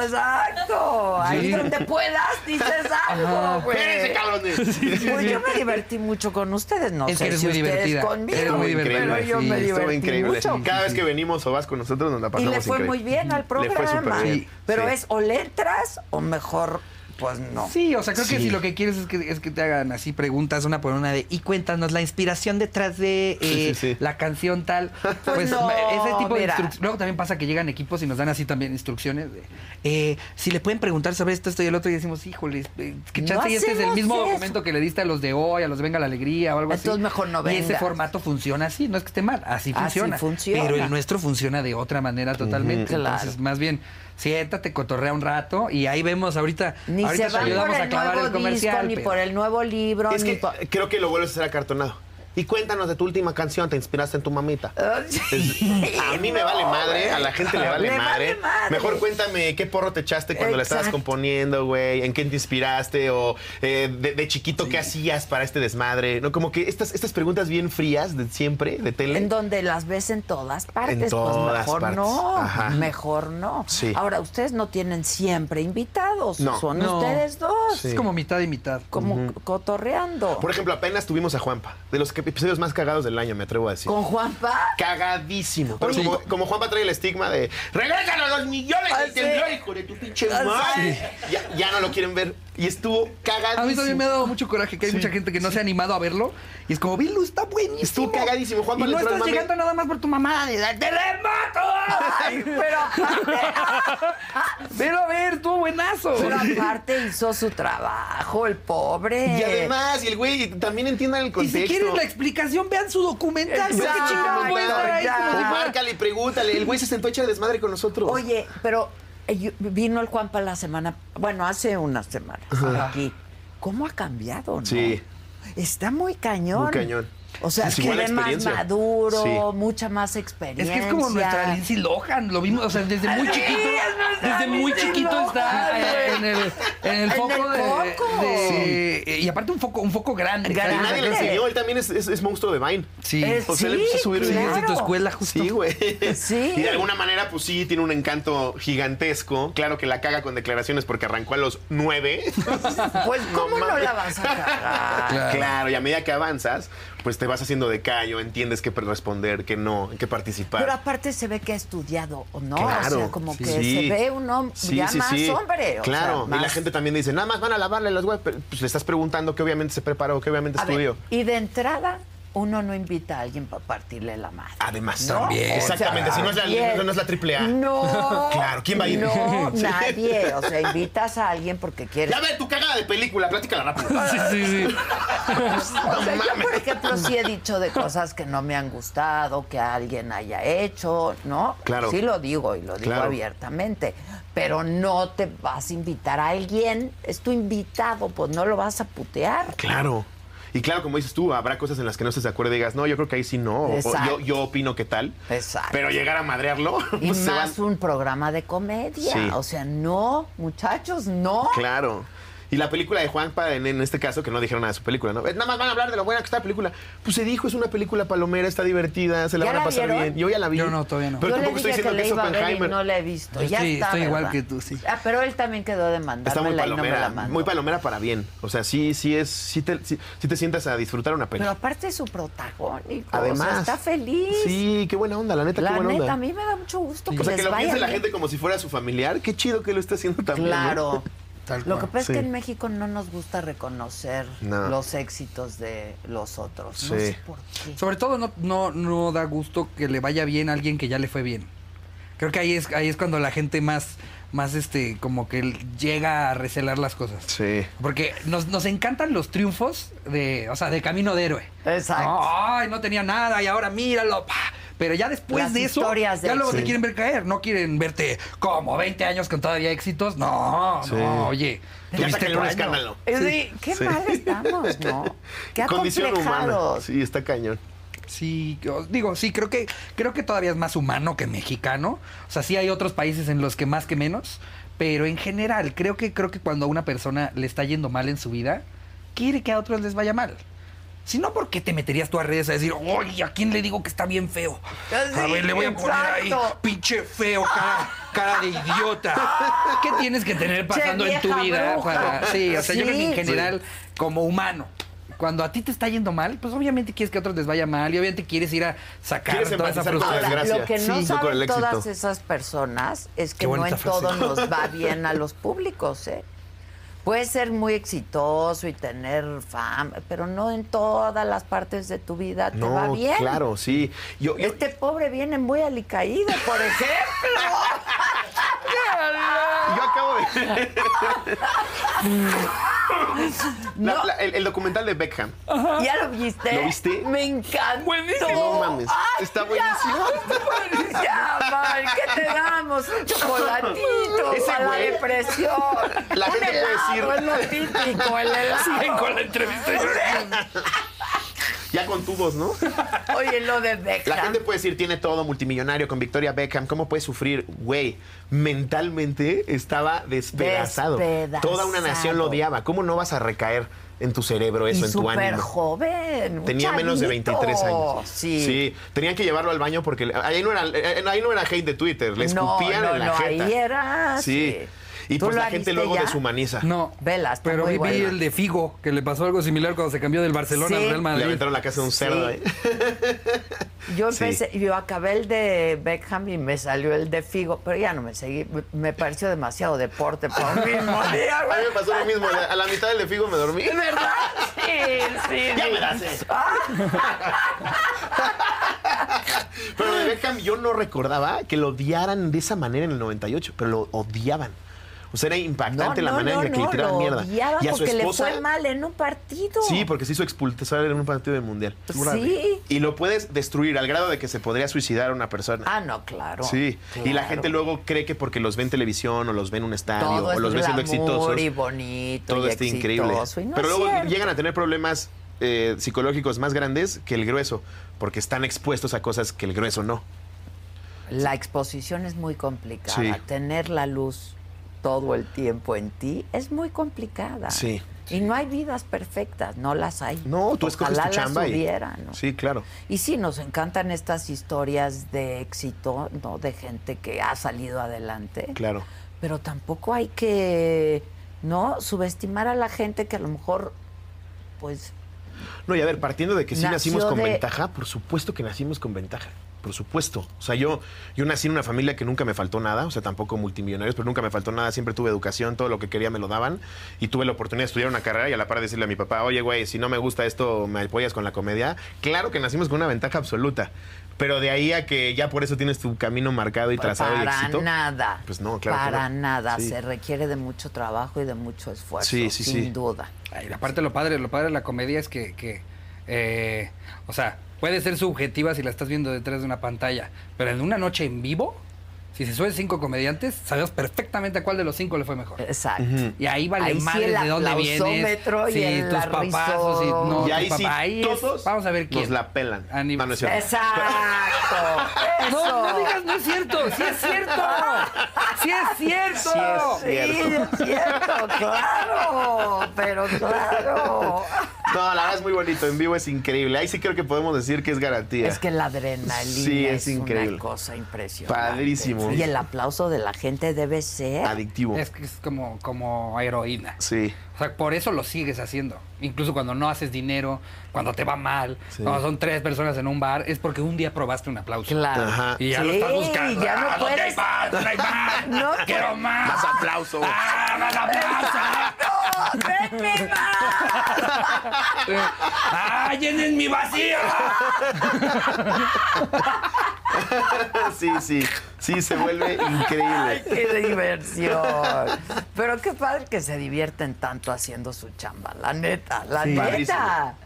S3: Exacto. Ahí
S5: Sí.
S3: donde puedas dices algo, güey.
S4: Espérense, cabrones.
S3: Pues yo me divertí mucho con ustedes, no
S5: Es que
S3: sé
S5: eres
S3: si
S5: muy
S3: ustedes
S5: divertida.
S3: conmigo,
S5: Eres muy
S4: Estuvo
S5: divertida,
S3: pero yo
S5: sí,
S3: me
S5: estuvo
S3: divertí
S4: increíble.
S3: mucho.
S4: Cada vez que venimos o vas con nosotros nos la
S3: Y
S4: pasamos
S3: le fue
S4: increíble.
S3: muy bien al
S4: Le fue súper
S3: programa.
S4: bien,
S3: Pero
S4: sí.
S3: es o le entras o mejor, pues no.
S5: Sí, o sea, creo que
S4: Sí.
S5: si lo que quieres es que, es que te hagan así preguntas una por una de y cuéntanos la inspiración detrás de
S4: Sí,
S5: eh,
S4: sí, sí.
S5: la canción tal. Pues
S3: no,
S5: ese tipo
S3: mira.
S5: de instrucciones. Luego también pasa que llegan equipos y nos dan así también instrucciones de eh, si le pueden preguntar sobre esto, esto y el otro, y decimos, híjole, eh, que
S3: No
S5: chance y este es el
S3: hacemos
S5: mismo
S3: eso.
S5: documento que le diste a los de hoy, a los de Venga la Alegría o algo así.
S3: Entonces mejor no
S5: Y ese
S3: vengas.
S5: formato funciona así, no es que esté mal, así
S3: Así
S5: funciona.
S3: funciona.
S5: Pero el nuestro funciona de otra manera totalmente.
S3: Claro.
S5: Entonces, más bien, siéntate, cotorrea un rato y ahí vemos ahorita.
S3: Ni
S5: Ahorita
S3: se
S5: te
S3: van por
S5: ayudamos a
S3: el
S5: clavar el
S3: nuevo disco,
S5: comercial.
S3: ni
S5: pero-
S3: por el nuevo libro,
S4: Es
S3: ni
S4: que
S3: por...
S4: creo que lo vuelves a hacer acartonado. Y cuéntanos de tu última canción, te inspiraste en tu mamita. Es- a mí me vale madre, a la gente le vale,
S3: Le vale
S4: madre.
S3: madre.
S4: Mejor cuéntame qué porro te echaste cuando la estabas
S3: Exacto.
S4: componiendo, güey, en qué te inspiraste o eh, de, de chiquito qué hacías para este desmadre. No, como que estas, estas preguntas bien frías de siempre, de tele.
S3: En donde las ves en todas partes, pues
S4: todas
S3: mejor
S4: partes,
S3: no,
S4: ajá.
S3: mejor no.
S4: Sí.
S3: Ahora, ustedes no tienen siempre invitados,
S4: No.
S3: son
S5: No.
S3: ustedes dos,
S5: Es como mitad y mitad.
S3: como cotorreando.
S4: Por ejemplo, apenas tuvimos a Juanpa, de los que- episodios más cagados del año, me atrevo a decir.
S3: Con Juanpa,
S4: Cagadísimo. Pero como, como Juanpa trae el estigma de
S6: Regrésalo los millones
S3: Ah,
S6: que
S3: sí.
S6: te dio, hijo de tu pinche
S3: Ah,
S6: madre.
S4: ya, ya no lo quieren ver. Y estuvo cagadísimo.
S5: A mí también me ha dado mucho coraje que hay mucha gente que no se ha animado a verlo. Y es como, Vilu, está buenísimo.
S4: Estuvo cagadísimo, Juan
S5: Y no
S4: Valentrón,
S5: estás
S4: mami.
S5: llegando nada más por tu mamada de
S3: Ay, pero
S5: Pero a ver, estuvo buenazo.
S3: Pero aparte hizo su trabajo, el pobre.
S4: Y además, y el güey también entiendan el
S5: Y
S4: contexto.
S5: si quieres la explicación, vean su documental. ¿no? ¿Qué
S3: Exacto,
S5: chingados voy a estar ahí
S3: ya.
S5: como si
S4: O
S5: fuera-
S4: márcale y pregúntale. El güey se sentó a echar desmadre con nosotros.
S3: Oye, pero eh, yo- vino el Juanpa la semana, bueno, hace unas semanas aquí. ¿Cómo ha cambiado, no?
S4: Sí.
S3: Está muy cañón.
S4: Muy cañón.
S3: O sea,
S4: Es
S3: se
S4: igual
S3: ve más
S4: experiencia.
S3: maduro,
S4: Sí.
S3: mucha más experiencia.
S5: Es que es como nuestra Lindsay Lohan, lo vimos, o sea, desde muy chiquito,
S3: es nuestra
S5: desde muy
S3: Lindsay
S5: chiquito está
S3: Lohan,
S5: eh,
S3: güey.
S5: en el, en el
S3: el
S5: foco de-
S3: foco.
S5: de, eh, y aparte un foco, un foco grande.
S4: Y
S3: Grande.
S4: nadie le enseñó. Él también es, es- es monstruo de Vine.
S5: Sí.
S3: Es-
S4: O sea, le
S3: Sí,
S4: empezó a subir
S5: Sí,
S4: videos.
S5: desde tu
S3: claro.
S5: escuela justo.
S4: Sí, güey.
S3: Sí.
S4: Y de alguna manera, pues sí, tiene un encanto gigantesco. Claro que la caga con declaraciones porque arrancó a los nueve.
S3: Pues, ¿cómo no,
S4: mames.
S3: la vas a cagar?
S5: Claro.
S4: Claro. y a medida que avanzas, pues te vas haciendo de callo, entiendes qué responder, qué no, qué participar.
S3: Pero aparte se ve que ha estudiado, ¿o no?
S4: Claro.
S3: o sea, como
S4: Sí.
S3: que
S4: Sí.
S3: se ve un hombre
S4: Sí,
S3: ya
S4: sí,
S3: más
S4: sí.
S3: hombre. o
S4: Claro,
S3: sea, más-
S4: y la gente también dice, nada más van a lavarle las web. Pues le estás preguntando que obviamente se preparó, que obviamente
S3: A ver,
S4: estudió.
S3: y de entrada, uno no invita a alguien para partirle la madre.
S4: Además,
S3: ¿no?
S4: también.
S3: O sea,
S4: Exactamente, si no es, la,
S3: también.
S4: no es la triple A.
S3: No.
S4: Claro, ¿quién va a ir?
S3: No,
S4: Sí.
S3: nadie. O sea, invitas a alguien porque quieres.
S4: Ya ve tu cagada de película, platícala rápido.
S5: Sí, sí, sí.
S3: O sea, yo, por ejemplo, sí he dicho de cosas que no me han gustado, que alguien haya hecho, ¿no?
S4: Claro.
S3: Sí lo digo y lo digo
S4: Claro.
S3: abiertamente. Pero no te vas a invitar a alguien, es tu invitado, pues no lo vas a putear.
S4: Claro. Y claro, como dices tú, habrá cosas en las que no estés de acuerdo y digas, no, yo creo que ahí sí no. o- o
S3: Exacto.
S4: yo, yo opino que tal.
S3: Exacto.
S4: Pero llegar a madrearlo.
S3: Y
S4: pues, se van-
S3: más un programa de comedia.
S4: Sí.
S3: O sea, no, muchachos, no.
S4: Claro. Y la película de Juanpa, en, en este caso, que no dijeron nada de su película, ¿no? Es- Nada más van a hablar de lo buena que está la película. Pues se dijo, es una película palomera, está divertida, se la
S3: ¿Ya
S4: van a
S3: la
S4: pasar
S3: vieron?
S4: bien. Yo ya la vi.
S5: Yo no, todavía no.
S4: Pero
S3: Yo le
S4: tampoco estoy
S3: dije
S4: diciendo que,
S3: le
S4: es
S3: iba a ver y
S4: Oppenheimer.
S3: no la he visto.
S5: Yo
S3: ya
S5: estoy-
S3: está,
S5: Pues estoy igual
S3: ¿verdad?
S5: que tú, sí.
S3: Ah, pero él también quedó de
S4: Está muy
S3: mandármela y no me la
S4: palomera,
S3: mandó.
S4: muy palomera para bien. O sea, sí, sí es, sí te, sí, sí te sientas a disfrutar una
S3: Pero
S4: película.
S3: aparte es su protagónico.
S4: Además.
S3: o sea, está feliz.
S4: Sí, qué buena onda, la neta,
S3: la
S4: qué buena
S3: neta,
S4: onda.
S3: a mí me da mucho gusto que
S4: o sea,
S3: les
S4: que lo
S3: vaya
S4: piense la
S3: bien.
S4: gente como si fuera su familiar. Qué chido que lo está haciendo también. ¿no?
S3: Claro.
S5: Tal
S3: Lo
S5: cual.
S3: que pasa es
S4: Sí.
S3: que en México no nos gusta reconocer
S4: No.
S3: los éxitos de los otros. No
S4: Sí.
S3: sé por qué.
S5: Sobre todo no, no, no da gusto que le vaya bien a alguien que ya le fue bien. Creo que ahí es, ahí es cuando la gente más, más este, como que llega a recelar las cosas.
S4: Sí.
S5: Porque nos, nos encantan los triunfos de, o sea, de camino de héroe.
S3: Exacto.
S5: No, ay, no tenía nada y ahora míralo. pa. Pero ya después
S3: Las
S5: de eso,
S3: historias de
S5: ya luego te
S3: éxito.
S5: quieren ver caer. No quieren verte como 20 años con todavía éxitos. No, no, oye.
S4: Ya
S5: tuviste
S4: sáquenle un
S5: cuatro.
S4: escándalo.
S3: Es de- qué mal estamos, ¿no? Qué
S4: Condición humana.
S3: acomplejados.
S4: Sí, está cañón.
S5: Sí, yo digo, sí, creo que, creo que todavía es más humano que mexicano. O sea, sí hay otros países en los que más que menos. Pero en general, creo que, creo que cuando a una persona le está yendo mal en su vida, quiere que a otros les vaya mal. Si no, ¿por qué te meterías tú a redes a decir, oye, ¿a quién le digo que está bien feo? a
S3: Sí,
S5: ver, le voy a poner ahí,
S3: exacto.
S5: pinche feo, cara, cara de idiota. ¿Qué tienes que tener pasando en tu
S3: vieja
S5: vida?
S3: bruja.
S5: para- Ah, Sí, o sea, yo creo que
S3: Sí.
S5: en general, como humano, cuando a ti te está yendo mal, pues obviamente quieres que a otros les vaya mal y obviamente quieres ir a sacar
S4: Quieres
S5: toda esa
S4: empatizar con la
S5: frustración.
S4: desgracia. Gracias.
S3: Lo que no
S4: Sí. Con el
S3: saben
S4: éxito.
S3: todas esas personas es
S5: Qué
S3: que no
S5: bonita
S3: en todo
S5: frase.
S3: nos va bien a los públicos, ¿eh? Puedes ser muy exitoso y tener fama, pero no en todas las partes de tu vida te va
S4: No,
S3: bien.
S4: claro, sí. Yo, yo-
S3: Este pobre viene muy alicaído, por ejemplo.
S4: yo acabo de. La- la- el, el documental de Beckham.
S3: ¿Ya lo viste?
S4: ¿Lo viste?
S3: Me encantó.
S4: Buenísimo. No mames,
S3: Ay,
S4: está
S3: ya.
S4: buenísimo.
S3: Ya, Mar, ¿qué te damos? Un chocolatito
S4: Ese
S3: para
S4: güey-
S3: la depresión.
S4: La
S3: Un
S4: gente puede
S3: helado,
S4: decir-
S3: Es lo típico, el helado.
S5: con la entrevista.
S4: Ya con tubos, ¿no?
S3: Oye, lo de
S4: La
S3: Beckham.
S4: gente puede decir, tiene todo, multimillonario, con Victoria Beckham. ¿Cómo puede sufrir? Güey, mentalmente estaba despedazado.
S3: Despedazado.
S4: Toda una nación lo odiaba. ¿Cómo no vas a recaer en tu cerebro eso,
S3: y
S4: en tu
S3: súper
S4: ánimo?
S3: joven. un
S4: Tenía menos de 23 años.
S3: Sí.
S4: Tenían que llevarlo al baño porque le- ahí no era, eh, ahí no era hate de Twitter. Le
S3: No,
S4: escupían
S3: no,
S4: en la
S3: no,
S4: jeta.
S3: ahí era, sí.
S4: Y
S3: ¿Tú
S4: pues
S3: lo
S4: la gente
S3: viste
S4: luego
S3: ya?
S4: deshumaniza.
S5: No,
S3: Vela, está
S5: pero
S3: muy
S5: vi
S3: buena.
S5: el de Figo, que le pasó algo similar cuando se cambió del Barcelona
S3: Sí.
S5: al Real
S4: Le
S5: Madrid.
S4: aventaron la casa de un cerdo.
S3: Sí.
S4: ¿eh?
S3: Yo
S4: Sí.
S3: empecé, yo acabé el de Beckham y me salió el de Figo, pero ya no me seguí. Me, me pareció demasiado deporte para un mismo día,
S4: A mí
S3: güey.
S4: me pasó lo mismo. A la mitad del de Figo me dormí.
S3: ¿Verdad? Sí, sí.
S4: Ya
S3: sí. Ah.
S4: me la sé. Pero de Beckham yo no recordaba que lo odiaran de esa manera en el 98, pero lo odiaban. O sea, era impactante la manera en la que le tiraban
S3: lo
S4: mierda.
S3: odiaba
S4: Y a su
S3: porque
S4: esposa.
S3: le fue mal en un partido.
S4: Sí, porque se hizo expulsar en un partido del mundial.
S3: Pues Sí.
S4: Y lo puedes destruir al grado de que se podría suicidar a una persona.
S3: Ah, no, claro.
S4: Sí, y la
S3: claro.
S4: gente luego cree que porque los ve en televisión o los ve en un estadio
S3: todo
S4: o
S3: es
S4: los ve siendo exitosos,
S3: glamour y bonito
S4: todo
S3: y
S4: está
S3: exitoso,
S4: increíble.
S3: y no
S4: Pero
S3: es
S4: luego
S3: cierto.
S4: llegan a tener problemas eh, psicológicos más grandes que el grueso, porque están expuestos a cosas que el grueso no.
S3: La exposición es muy complicada.
S4: Sí.
S3: Tener la luz todo el tiempo en ti es muy complicada.
S4: Sí.
S3: Y no hay vidas perfectas, no las hay.
S4: No, tú escoges
S3: Ojalá
S4: tu chamba
S3: las
S4: y-
S3: hubiera, ¿no?
S4: Sí, claro.
S3: Y sí, nos encantan estas historias de éxito, ¿no? De gente que ha salido adelante.
S4: Claro.
S3: Pero tampoco hay que, ¿no? Subestimar a la gente que a lo mejor, pues,
S4: No, y a ver, partiendo de que sí
S3: Nació
S4: nacimos con
S3: de-
S4: ventaja, por supuesto que nacimos con ventaja. Por supuesto. O sea, yo, yo nací en una familia que nunca me faltó nada, o sea, tampoco multimillonarios, pero nunca me faltó nada. Siempre tuve educación, todo lo que quería me lo daban. Y tuve la oportunidad de estudiar una carrera y a la par decirle a mi papá, oye, güey, si no me gusta esto, ¿me apoyas con la comedia? Claro que nacimos con una ventaja absoluta. Pero de ahí a que ya por eso tienes tu camino marcado y trazado y
S3: Pues para
S4: éxito.
S3: nada.
S4: Pues no, claro que
S3: Para
S4: no.
S3: nada.
S4: Sí.
S3: Se requiere de mucho trabajo y de mucho esfuerzo.
S4: Sí, sí,
S3: sin
S4: sí.
S3: duda.
S5: Ay, aparte lo padre, lo padre de la comedia es que, que, eh, o sea, puede ser subjetiva si la estás viendo detrás de una pantalla, pero en una noche en vivo, Si se suben cinco comediantes, sabemos perfectamente a cuál de los cinco le fue mejor.
S3: Exacto.
S4: Mm.
S5: Y ahí vale
S3: Ahí sí
S5: madre
S3: el
S5: de dónde vienes.
S3: aplausómetro y
S5: si
S3: el
S5: tus papás o si
S3: arrizo-
S5: no,
S4: y ahí
S5: tus
S4: sí,
S5: papás. Ahí es-
S4: todos
S5: vamos a ver quién.
S4: nos la pelan.
S5: Ah, ni-
S4: Ah, no es cierto.
S3: Exacto. Eso.
S5: No, no digas, no es cierto. Sí es cierto. Sí es cierto.
S3: Sí, es cierto, claro, pero claro.
S4: No, la verdad es muy bonito. En vivo es increíble. Ahí sí creo que podemos decir que es garantía.
S3: Es que la adrenalina
S4: Sí, es
S3: es,
S4: increíble.
S3: una cosa impresionante.
S4: Padrísimo.
S3: Y el aplauso de la gente debe ser.
S4: Adictivo.
S5: Es, que es como, como heroína.
S4: Sí.
S5: O sea, por eso lo sigues haciendo. Incluso cuando no haces dinero, cuando te va mal,
S4: Sí.
S5: cuando son tres personas en un bar, es porque un día probaste un aplauso.
S3: Claro.
S4: Ajá.
S5: Y ya
S3: sí,
S5: lo estás buscando.
S3: Ya
S5: Ah,
S3: no
S5: ¿dónde
S3: puedes.
S5: hay más? ¿Dónde hay más?
S3: No
S5: Quiero más.
S4: Más aplauso.
S5: ¡Ah, más aplauso!
S3: ¡No! ¡Vete más!
S5: ¡Ah, llenen mi vacío!
S4: Sí, sí. Sí, se vuelve
S3: ¡Ay,
S4: increíble.
S3: qué diversión! Pero qué padre que se divierten tanto haciendo su chamba, la neta, la neta.
S4: Padrísimo.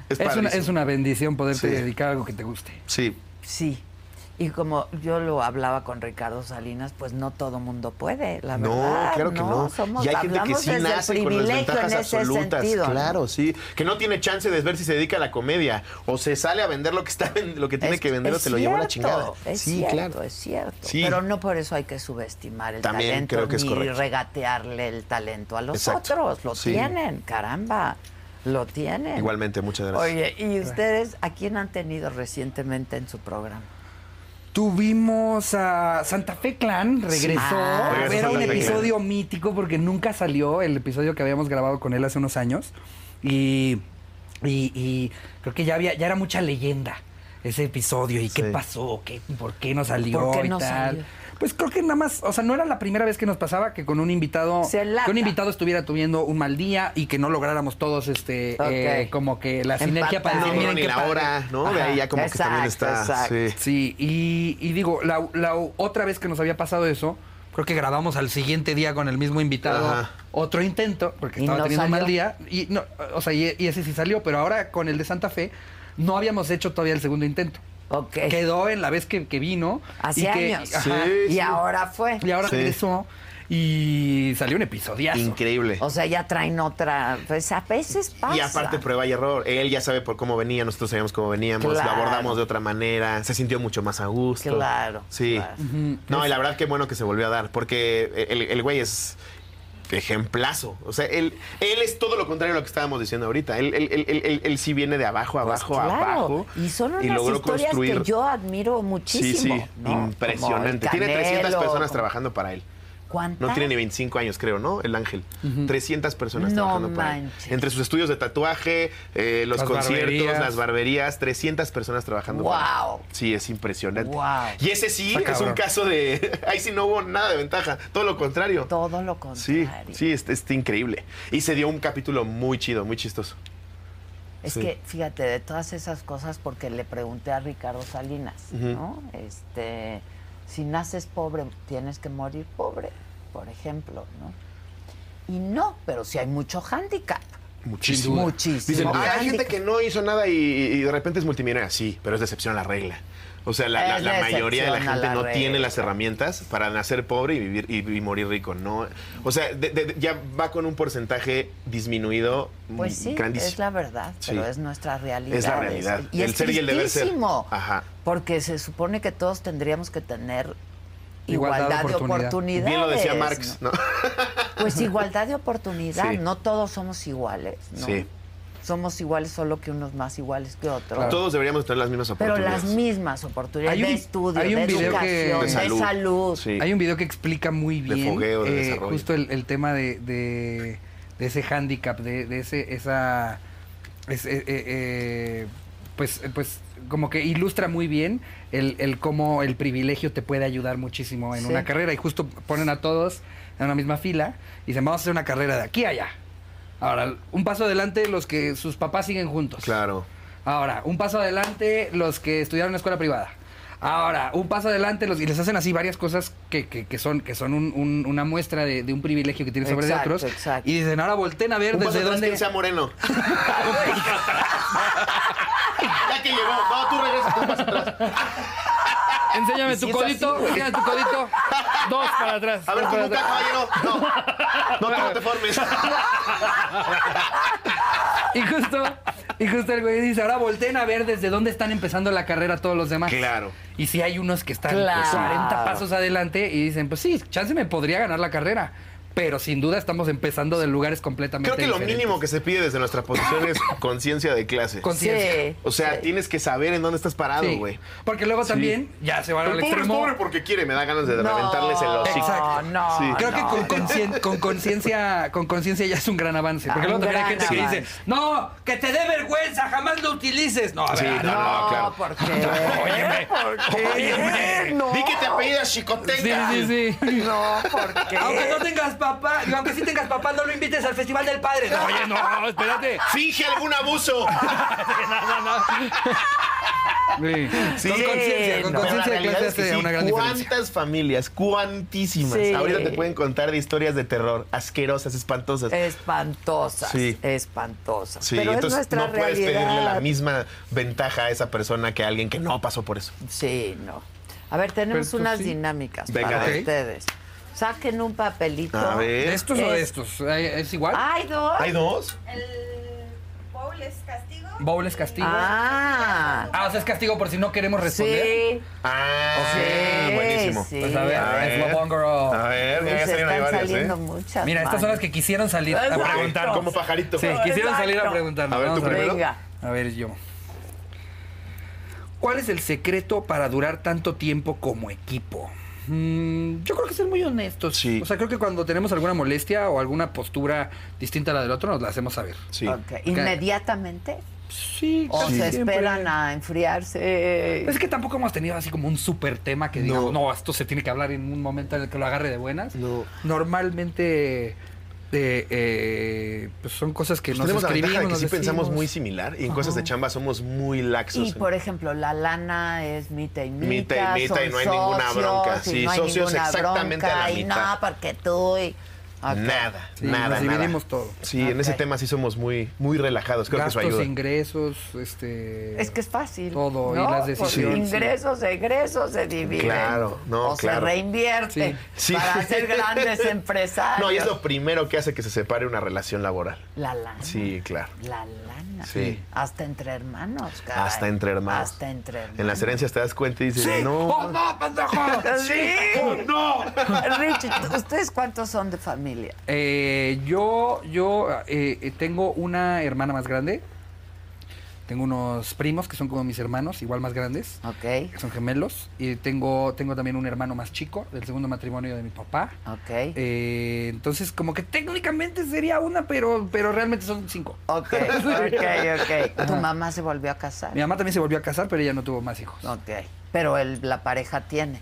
S4: Es,
S5: Es, una,
S4: padrísimo.
S5: es una bendición poderte
S4: Sí.
S5: dedicar a algo que te guste.
S4: Sí.
S3: Sí. Y como yo lo hablaba con Ricardo Salinas, pues no todo mundo puede, la
S4: No,
S3: verdad.
S4: claro que no.
S3: Somos,
S4: y hay gente que
S3: hablamos
S4: sí
S3: desde el
S4: nace con las
S3: privilegio
S4: ventajas
S3: en ese
S4: absolutas.
S3: sentido. ¿no?
S4: Claro, sí. Que no tiene chance de ver si se dedica a la comedia o se sale a vender lo que está ven- lo que tiene
S3: Es-
S4: que vender o
S3: es
S4: se lo llevó a la
S3: cierto,
S4: chingada.
S3: Es
S4: sí,
S3: cierto,
S4: claro.
S3: es cierto.
S4: Sí.
S3: Pero no por eso hay que subestimar el
S4: También
S3: talento
S4: creo que es
S3: ni
S4: correcto.
S3: regatearle el talento a los
S4: Exacto.
S3: otros. Lo
S4: Sí.
S3: tienen, caramba. Lo tienen.
S4: Igualmente, muchas gracias.
S3: Oye, ¿y ustedes a quién han tenido recientemente en su programa?
S5: Tuvimos a Santa Fe Clan, regresó.
S3: Ah,
S4: Regresó
S5: era un
S4: Santa Fe
S5: episodio mítico porque nunca salió el episodio que habíamos grabado con él hace unos años. Y, y- y creo que ya, había, ya era mucha leyenda ese episodio. ¿Y qué
S4: Sí.
S5: pasó? ¿Qué, ¿Por qué no salió?
S3: ¿Por qué
S5: y
S3: no
S5: tal?
S3: salió?
S5: Pues creo que nada más, o sea, no era la primera vez que nos pasaba que con un invitado,
S3: Se lata.
S5: que un invitado estuviera tuviendo un mal día y que no lográramos todos, este,
S3: Ok.
S5: eh, como que la sinergia para
S3: Empatar.
S5: decir,
S4: no,
S5: miren
S4: ni
S5: qué
S4: la
S5: padre".
S4: hora, ¿no? De
S5: Ajá.
S4: ahí ya como que también
S3: exacto,
S4: está.
S3: exacto.
S4: Sí.
S5: Sí, y, y digo, la, la otra vez que nos había pasado eso, creo que grabamos al siguiente día con el mismo invitado
S4: Ajá.
S5: otro intento, porque
S3: Y
S5: estaba
S3: no
S5: teniendo un mal
S3: salió.
S5: día. Y no, o sea, y, y ese sí salió, pero ahora con el de Santa Fe no habíamos hecho todavía el segundo intento.
S3: Ok.
S5: Quedó en la vez que, que vino.
S3: Hace
S5: y que-
S3: años.
S5: ajá,
S4: Sí,
S3: y
S4: sí.
S3: ahora fue.
S5: Y ahora
S4: Sí.
S5: regresó y salió un episodiazo.
S4: Increíble.
S3: O sea, ya traen otra. Pues a veces pasa.
S4: Y aparte prueba y error. Él ya sabe por cómo venía, nosotros sabíamos cómo veníamos,
S3: Claro.
S4: lo abordamos de otra manera, se sintió mucho más a gusto.
S3: Claro,
S4: Sí.
S3: claro.
S4: No, y la verdad que bueno que se volvió a dar, porque el, el güey es ejemplazo. O sea, él, él es todo lo contrario a lo que estábamos diciendo ahorita. Él, él, él, él- él- él sí viene de abajo,
S3: Pues
S4: abajo,
S3: claro,
S4: abajo.
S3: Y son unas historias que yo admiro muchísimo.
S4: sí, sí,
S3: ¿no? Como el
S4: impresionante. Tiene 300
S3: Canelo,
S4: personas
S3: como-
S4: trabajando para él.
S3: ¿Cuántas?
S4: No tiene ni 25 años, creo, ¿no? El ángel. 300 personas
S3: No
S4: trabajando para él.
S3: manches.
S4: Entre sus estudios de tatuaje, eh, los
S5: Las
S4: conciertos,
S5: barberías.
S4: las barberías, 300 personas trabajando para él.
S3: Wow.
S4: Sí, es impresionante.
S3: Wow.
S4: Y ese sí
S5: Está
S4: es un
S5: cabrón.
S4: caso de. Ahí sí no hubo nada de ventaja. Todo lo contrario.
S3: Todo lo
S4: Sí,
S3: contrario.
S4: sí, está increíble. Y se dio un capítulo muy chido, muy chistoso.
S3: Es
S4: sí.
S3: que, fíjate, de todas esas cosas, porque le pregunté a Ricardo Salinas, ¿no? Este, si naces pobre, tienes que morir pobre, por ejemplo, ¿no? Y no, pero sí hay mucho hándicap.
S4: Muchísimo.
S3: Muchísimo.
S4: Dicen, "Ah, hay
S3: Grande.
S4: gente que no hizo nada y, y de repente es multimillonaria. Sí, pero es decepción a la regla. O sea, la, la-
S3: Es
S4: la mayoría de la
S3: decepción a
S4: gente
S3: la
S4: no
S3: regla.
S4: tiene las herramientas para nacer pobre y vivir y, y morir rico. No, o sea, de- de- ya va con un porcentaje disminuido mm,
S3: Pues sí,
S4: grandísimo.
S3: es la verdad, pero
S4: Sí.
S3: es nuestra realidad.
S4: Es la realidad.
S3: Y
S4: El
S3: es
S4: ser y el deber ser.
S3: tristísimo,
S4: Ajá.
S3: Porque se supone que todos tendríamos que tener
S5: Igualdad de
S3: igualdad, de
S5: oportunidad.
S3: oportunidades.
S4: Bien lo decía Marx, ¿no?
S3: Pues igualdad de oportunidad,
S4: Sí.
S3: no todos somos iguales, ¿no?
S4: Sí.
S3: Somos iguales, solo que unos más iguales que otros.
S5: Claro.
S4: Todos deberíamos tener las mismas
S3: Pero
S4: oportunidades.
S3: las mismas oportunidades
S5: Hay un-
S3: de estudio,
S5: hay un
S3: de
S5: video
S3: educación,
S5: que-
S3: de
S5: De
S3: salud.
S4: salud. Sí.
S5: Hay un video que explica muy
S4: De
S5: bien eh,
S4: fogueo, de desarrollo.
S5: justo el, el tema de, de- de ese hándicap, de, de ese, esa, ese, eh, eh, pues, eh, pues como que ilustra muy bien el, el cómo el privilegio te puede ayudar muchísimo en
S3: Sí.
S5: una carrera y justo ponen a todos en una misma fila y dicen vamos a hacer una carrera de aquí a allá. Ahora, un paso adelante los que sus papás siguen juntos.
S4: Claro.
S5: Ahora, un paso adelante los que estudiaron en escuela privada. Ahora, un paso adelante los, y les hacen así varias cosas que, que- que son, que son un- un- una muestra de, de un privilegio que tienes sobre de
S3: Exacto,
S5: otros.
S3: exacto.
S5: Y dicen, ahora volteen a ver
S4: Un paso
S5: desde
S4: atrás,
S5: dónde.
S4: quien sea moreno. ya que llegó. No, tú regresas, tú vas atrás.
S5: Enséñame
S4: Y si
S5: tu
S4: es así,
S5: codito,
S4: güey.
S5: enséñame tu codito.
S7: Dos para atrás.
S4: A ver,
S7: dos
S4: tú
S7: para
S4: nunca,
S7: atrás.
S4: caballero. No. No, tú no te formes.
S5: Y justo, y justo el güey dice, ahora volteen a ver desde dónde están empezando la carrera todos los demás.
S4: Claro.
S5: Y si hay unos que están
S3: Claro.
S5: 40 pasos adelante y dicen, pues sí, chance me podría ganar la carrera. Pero sin duda estamos empezando de lugares completamente
S4: Creo que lo
S5: diferentes.
S4: mínimo que se pide desde nuestra posición es conciencia de clase.
S5: Conciencia.
S4: O sea, tienes que saber en dónde estás parado,
S5: Sí.
S4: güey.
S5: Porque luego también ya se van al
S4: El pobre es
S5: extremo.
S4: pobre porque quiere, me da ganas de reventarles el hocico.
S5: Exacto.
S3: No,
S4: Sí.
S5: Creo que
S3: no.
S5: con concien- con conciencia con conciencia ya es un gran avance. Porque
S3: Ah,
S5: luego
S3: un
S5: también hay
S3: gran
S5: gente que dice,
S3: avance.
S5: no, que te dé vergüenza, jamás lo utilices. No, a ver,
S4: Sí, no, Ah, no, claro.
S3: porque.
S5: óyeme, óyeme.
S3: No,
S6: Di que te apellidas
S5: Sí,
S6: Chicoteca.
S5: sí, sí.
S3: no, porque.
S5: Aunque no tengas papá, y aunque sí tengas papá, no lo invites al Festival del Padre. No, oye, no, espérate.
S6: Finge algún abuso.
S5: Sí. Con conciencia, con
S3: no.
S4: Pero la
S5: conciencia de
S4: realidad
S5: clase
S4: es que
S5: hace
S4: sí,
S5: una gran diferencia.
S4: ¿Cuántas familias? ¿Cuantísimas?
S3: Sí.
S4: Ahorita te pueden contar de historias de terror, asquerosas, espantosas.
S3: Espantosas.
S4: Sí.
S3: Espantosas.
S4: sí,
S3: Eh, Pero es
S4: entonces
S3: nuestra
S4: no puedes
S3: realidad.
S4: pedirle la misma ventaja a esa persona que a alguien que no pasó por eso.
S3: Sí, no. A ver, tenemos
S5: Pero tú
S3: unas
S5: sí.
S3: dinámicas
S4: pues, Venga,
S3: para
S4: ok.
S3: ustedes. Saquen un papelito.
S4: A
S5: ¿De
S4: ver.
S5: estos o de
S3: Es- Ah.
S5: estos? ¿Eh, ¿Es igual?
S3: Ay, dos.
S4: ¿Hay dos?
S8: El bowl es castigo.
S5: Bowl es castigo.
S3: Ah,
S5: Ah, o sea, es castigo por si no queremos responder.
S3: sí.
S4: Ah,
S3: Sí,
S4: buenísimo.
S3: sí.
S5: Pues a ver,
S4: A
S5: es
S4: ver.
S5: Lobongro.
S4: A ver, ya
S3: Pues
S4: salieron ahí
S3: están
S4: varias,
S3: saliendo
S4: ¿eh?
S3: muchas.
S5: Mira, estas son las
S3: manos.
S5: que quisieron salir a
S3: Exacto.
S5: preguntar.
S4: Como pajarito.
S5: Sí, quisieron salir a
S3: Exacto.
S5: preguntarnos.
S4: A ver,
S5: Vamos
S4: tú primero.
S3: Venga.
S5: A ver, yo. ¿Cuál es el secreto para durar tanto tiempo como equipo? Mm, yo creo que ser muy honestos.
S4: Sí.
S5: O sea, creo que cuando tenemos alguna molestia o alguna postura distinta a la del otro, nos la hacemos saber.
S4: Sí.
S3: Ok, ¿Inmediatamente?
S5: Sí,
S3: ¿O
S5: casi
S3: se
S5: siempre.
S3: esperan a enfriarse?
S5: Es que tampoco hemos tenido así como un super tema que digamos, no.
S4: No.
S5: esto se tiene que hablar en un momento en el que lo agarre de buenas.
S4: No.
S5: Normalmente eh, eh, pues son cosas que
S4: Pues
S5: nos
S4: tenemos la
S5: escribimos,
S4: ventaja de que
S5: nos
S4: sí pensamos
S5: decimos.
S4: muy similar y en cosas de chamba somos muy laxos.
S3: Y por ejemplo, la lana es mitad y mitad.
S4: Mitad y mitad,
S3: son
S4: y no hay ninguna
S3: socios,
S4: bronca.
S3: y
S4: Sí,
S3: no hay
S4: socios
S3: ninguna
S4: exactamente a la
S3: bronca,
S4: mitad.
S3: Y no, porque tú. y- Ok.
S4: Nada,
S5: Sí,
S4: nada, nada.
S5: nos dividimos todo.
S4: Sí, en ese
S3: Ok.
S4: tema sí somos muy, muy relajados. Creo
S5: gastos,
S4: que eso ayuda.
S5: ingresos, este.
S3: Es que es fácil.
S5: Todo, y
S3: ¿no?
S5: las
S3: Porque
S5: decisiones, sí.
S3: ingresos, egresos se dividen.
S4: Claro, no,
S3: O se
S4: claro.
S3: reinvierte
S4: Sí. Sí.
S3: para ser grandes empresarios.
S4: No, y es lo primero que hace que se separe una relación laboral.
S3: La lana.
S4: Sí, claro.
S3: La lana.
S4: Sí.
S3: Hasta entre hermanos, caray.
S4: Hasta entre hermanos.
S3: Hasta entre hermanos.
S4: En las herencias te das cuenta y dices, no.
S5: ¡Oh, no, pendejo!
S3: Sí. Oh,
S6: No.
S3: Rich, ¿ustedes cuántos son de familia?
S5: Eh, yo yo eh, eh, tengo una hermana más grande. Tengo unos primos que son como mis hermanos, igual más grandes.
S3: Ok,
S5: que Son gemelos. Y tengo, tengo también un hermano más chico, del segundo matrimonio de mi papá.
S3: ok.
S5: Eh, entonces, como que técnicamente sería una, pero, pero realmente son cinco.
S3: Ok, ok, ok. ¿Tu mamá se volvió a casar?
S5: Mi mamá también se volvió a casar, pero ella no tuvo más hijos.
S3: Ok. Pero el- la pareja tiene.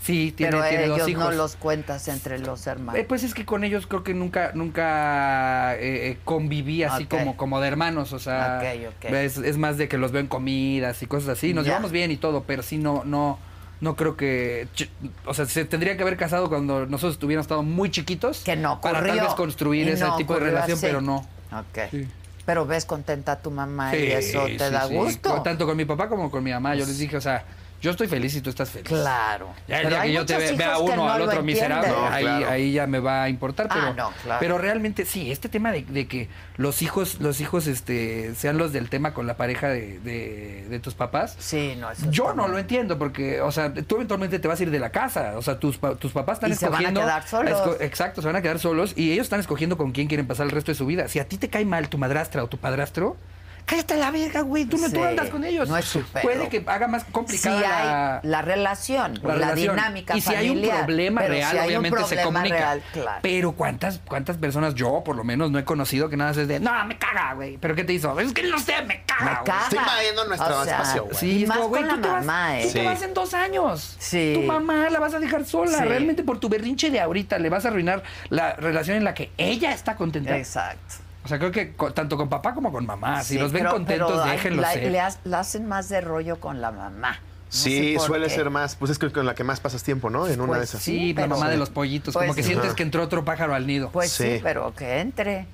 S5: Sí, tiene,
S3: pero
S5: tiene
S3: ellos
S5: dos hijos.
S3: no los cuentas entre los hermanos.
S5: Eh, pues es que con ellos creo que nunca nunca eh, eh, conviví así
S3: Ok.
S5: como, como de hermanos, o sea,
S3: Ok, ok.
S5: Es, es más de que los veo en comidas y cosas así, nos
S3: Ya.
S5: llevamos bien y todo, pero sí no no no creo que, ch- o sea, se tendría que haber casado cuando nosotros hubiéramos estado muy chiquitos
S3: que no
S5: para
S3: corrió.
S5: tal vez construir
S3: Y
S5: ese
S3: no
S5: tipo de
S3: ocurrió
S5: relación,
S3: así.
S5: pero no.
S3: Ok.
S5: Sí.
S3: Pero ves contenta a tu mamá
S5: Sí,
S3: y eso te
S5: sí,
S3: da
S5: sí.
S3: gusto. Pues
S5: Con- Tanto con mi papá como con mi mamá, yo les dije, o sea, yo estoy feliz y tú estás feliz.
S3: Claro.
S5: Ya el
S3: Pero
S5: día que
S3: hay
S5: yo te
S3: muchos
S5: ve- vea a
S3: hijos que
S5: uno
S3: no
S5: al
S3: lo
S5: otro miserable,
S3: entienden.
S4: No,
S5: ahí,
S4: claro.
S5: ahí ya me va a importar, pero,
S3: Ah, no, claro.
S5: pero realmente sí, este tema de, de que los hijos, los hijos este, sean los del tema con la pareja de, de- de tus papás.
S3: Sí, no, eso
S5: Yo
S3: está
S5: no
S3: mal.
S5: lo entiendo porque, o sea, tú eventualmente te vas a ir de la casa, o sea, tus, pa- tus papás están
S3: Y se van a
S5: escogiendo...
S3: quedar solos.
S5: esco- exacto, se van a quedar solos y ellos están escogiendo con quién quieren pasar el resto de su vida. Si a ti te cae mal tu madrastra o tu padrastro, cállate a la verga, güey, tú no tú
S3: Sí,
S5: andas con ellos.
S3: no es su pedo.
S5: Puede que haga más
S3: Si
S5: complicada
S3: hay
S5: la-
S3: la, relación, la,
S5: relación.
S3: dinámica
S5: y si hay un
S3: familiar,
S5: problema
S3: pero
S5: real
S3: si hay un
S5: obviamente se
S3: problema
S5: comunica
S3: real, claro.
S5: pero cuántas cuántas personas yo por lo menos no he conocido que nada es de no me caga güey pero qué te hizo es que no sé me
S3: Me
S5: caga güey".
S3: caga.
S4: Está invadiendo nuestro espacio, güey.
S5: Sí,
S3: y
S5: es
S3: más
S5: como, güey,
S3: con
S5: tú
S3: la
S5: te vas-
S3: mamá,
S5: tú
S3: ¿eh?
S5: te
S4: Sí.
S5: vas en dos años.
S3: Sí.
S5: Tu mamá la vas a dejar sola.
S3: Sí.
S5: Realmente por tu berrinche de ahorita le vas a arruinar la relación en la que ella está contenta.
S3: Exacto.
S5: O sea, creo que co- tanto con papá como con mamá. si
S3: Sí,
S5: los ven
S3: pero-
S5: contentos,
S3: pero hay-
S5: déjenlos
S3: la-
S5: ser.
S3: Le, has- la hacen más de rollo con la mamá. No
S4: Sí,
S3: sé por
S4: suele
S3: qué.
S4: ser más. Pues es que con la que más pasas tiempo, ¿no? En una
S3: Pues
S4: de esas.
S5: Sí, la
S3: pero-
S5: mamá de los pollitos.
S3: Pues
S5: como que
S3: sí.
S5: sientes
S4: Ajá.
S5: que entró otro pájaro al nido.
S3: Pues sí,
S4: Sí.
S3: pero que entre.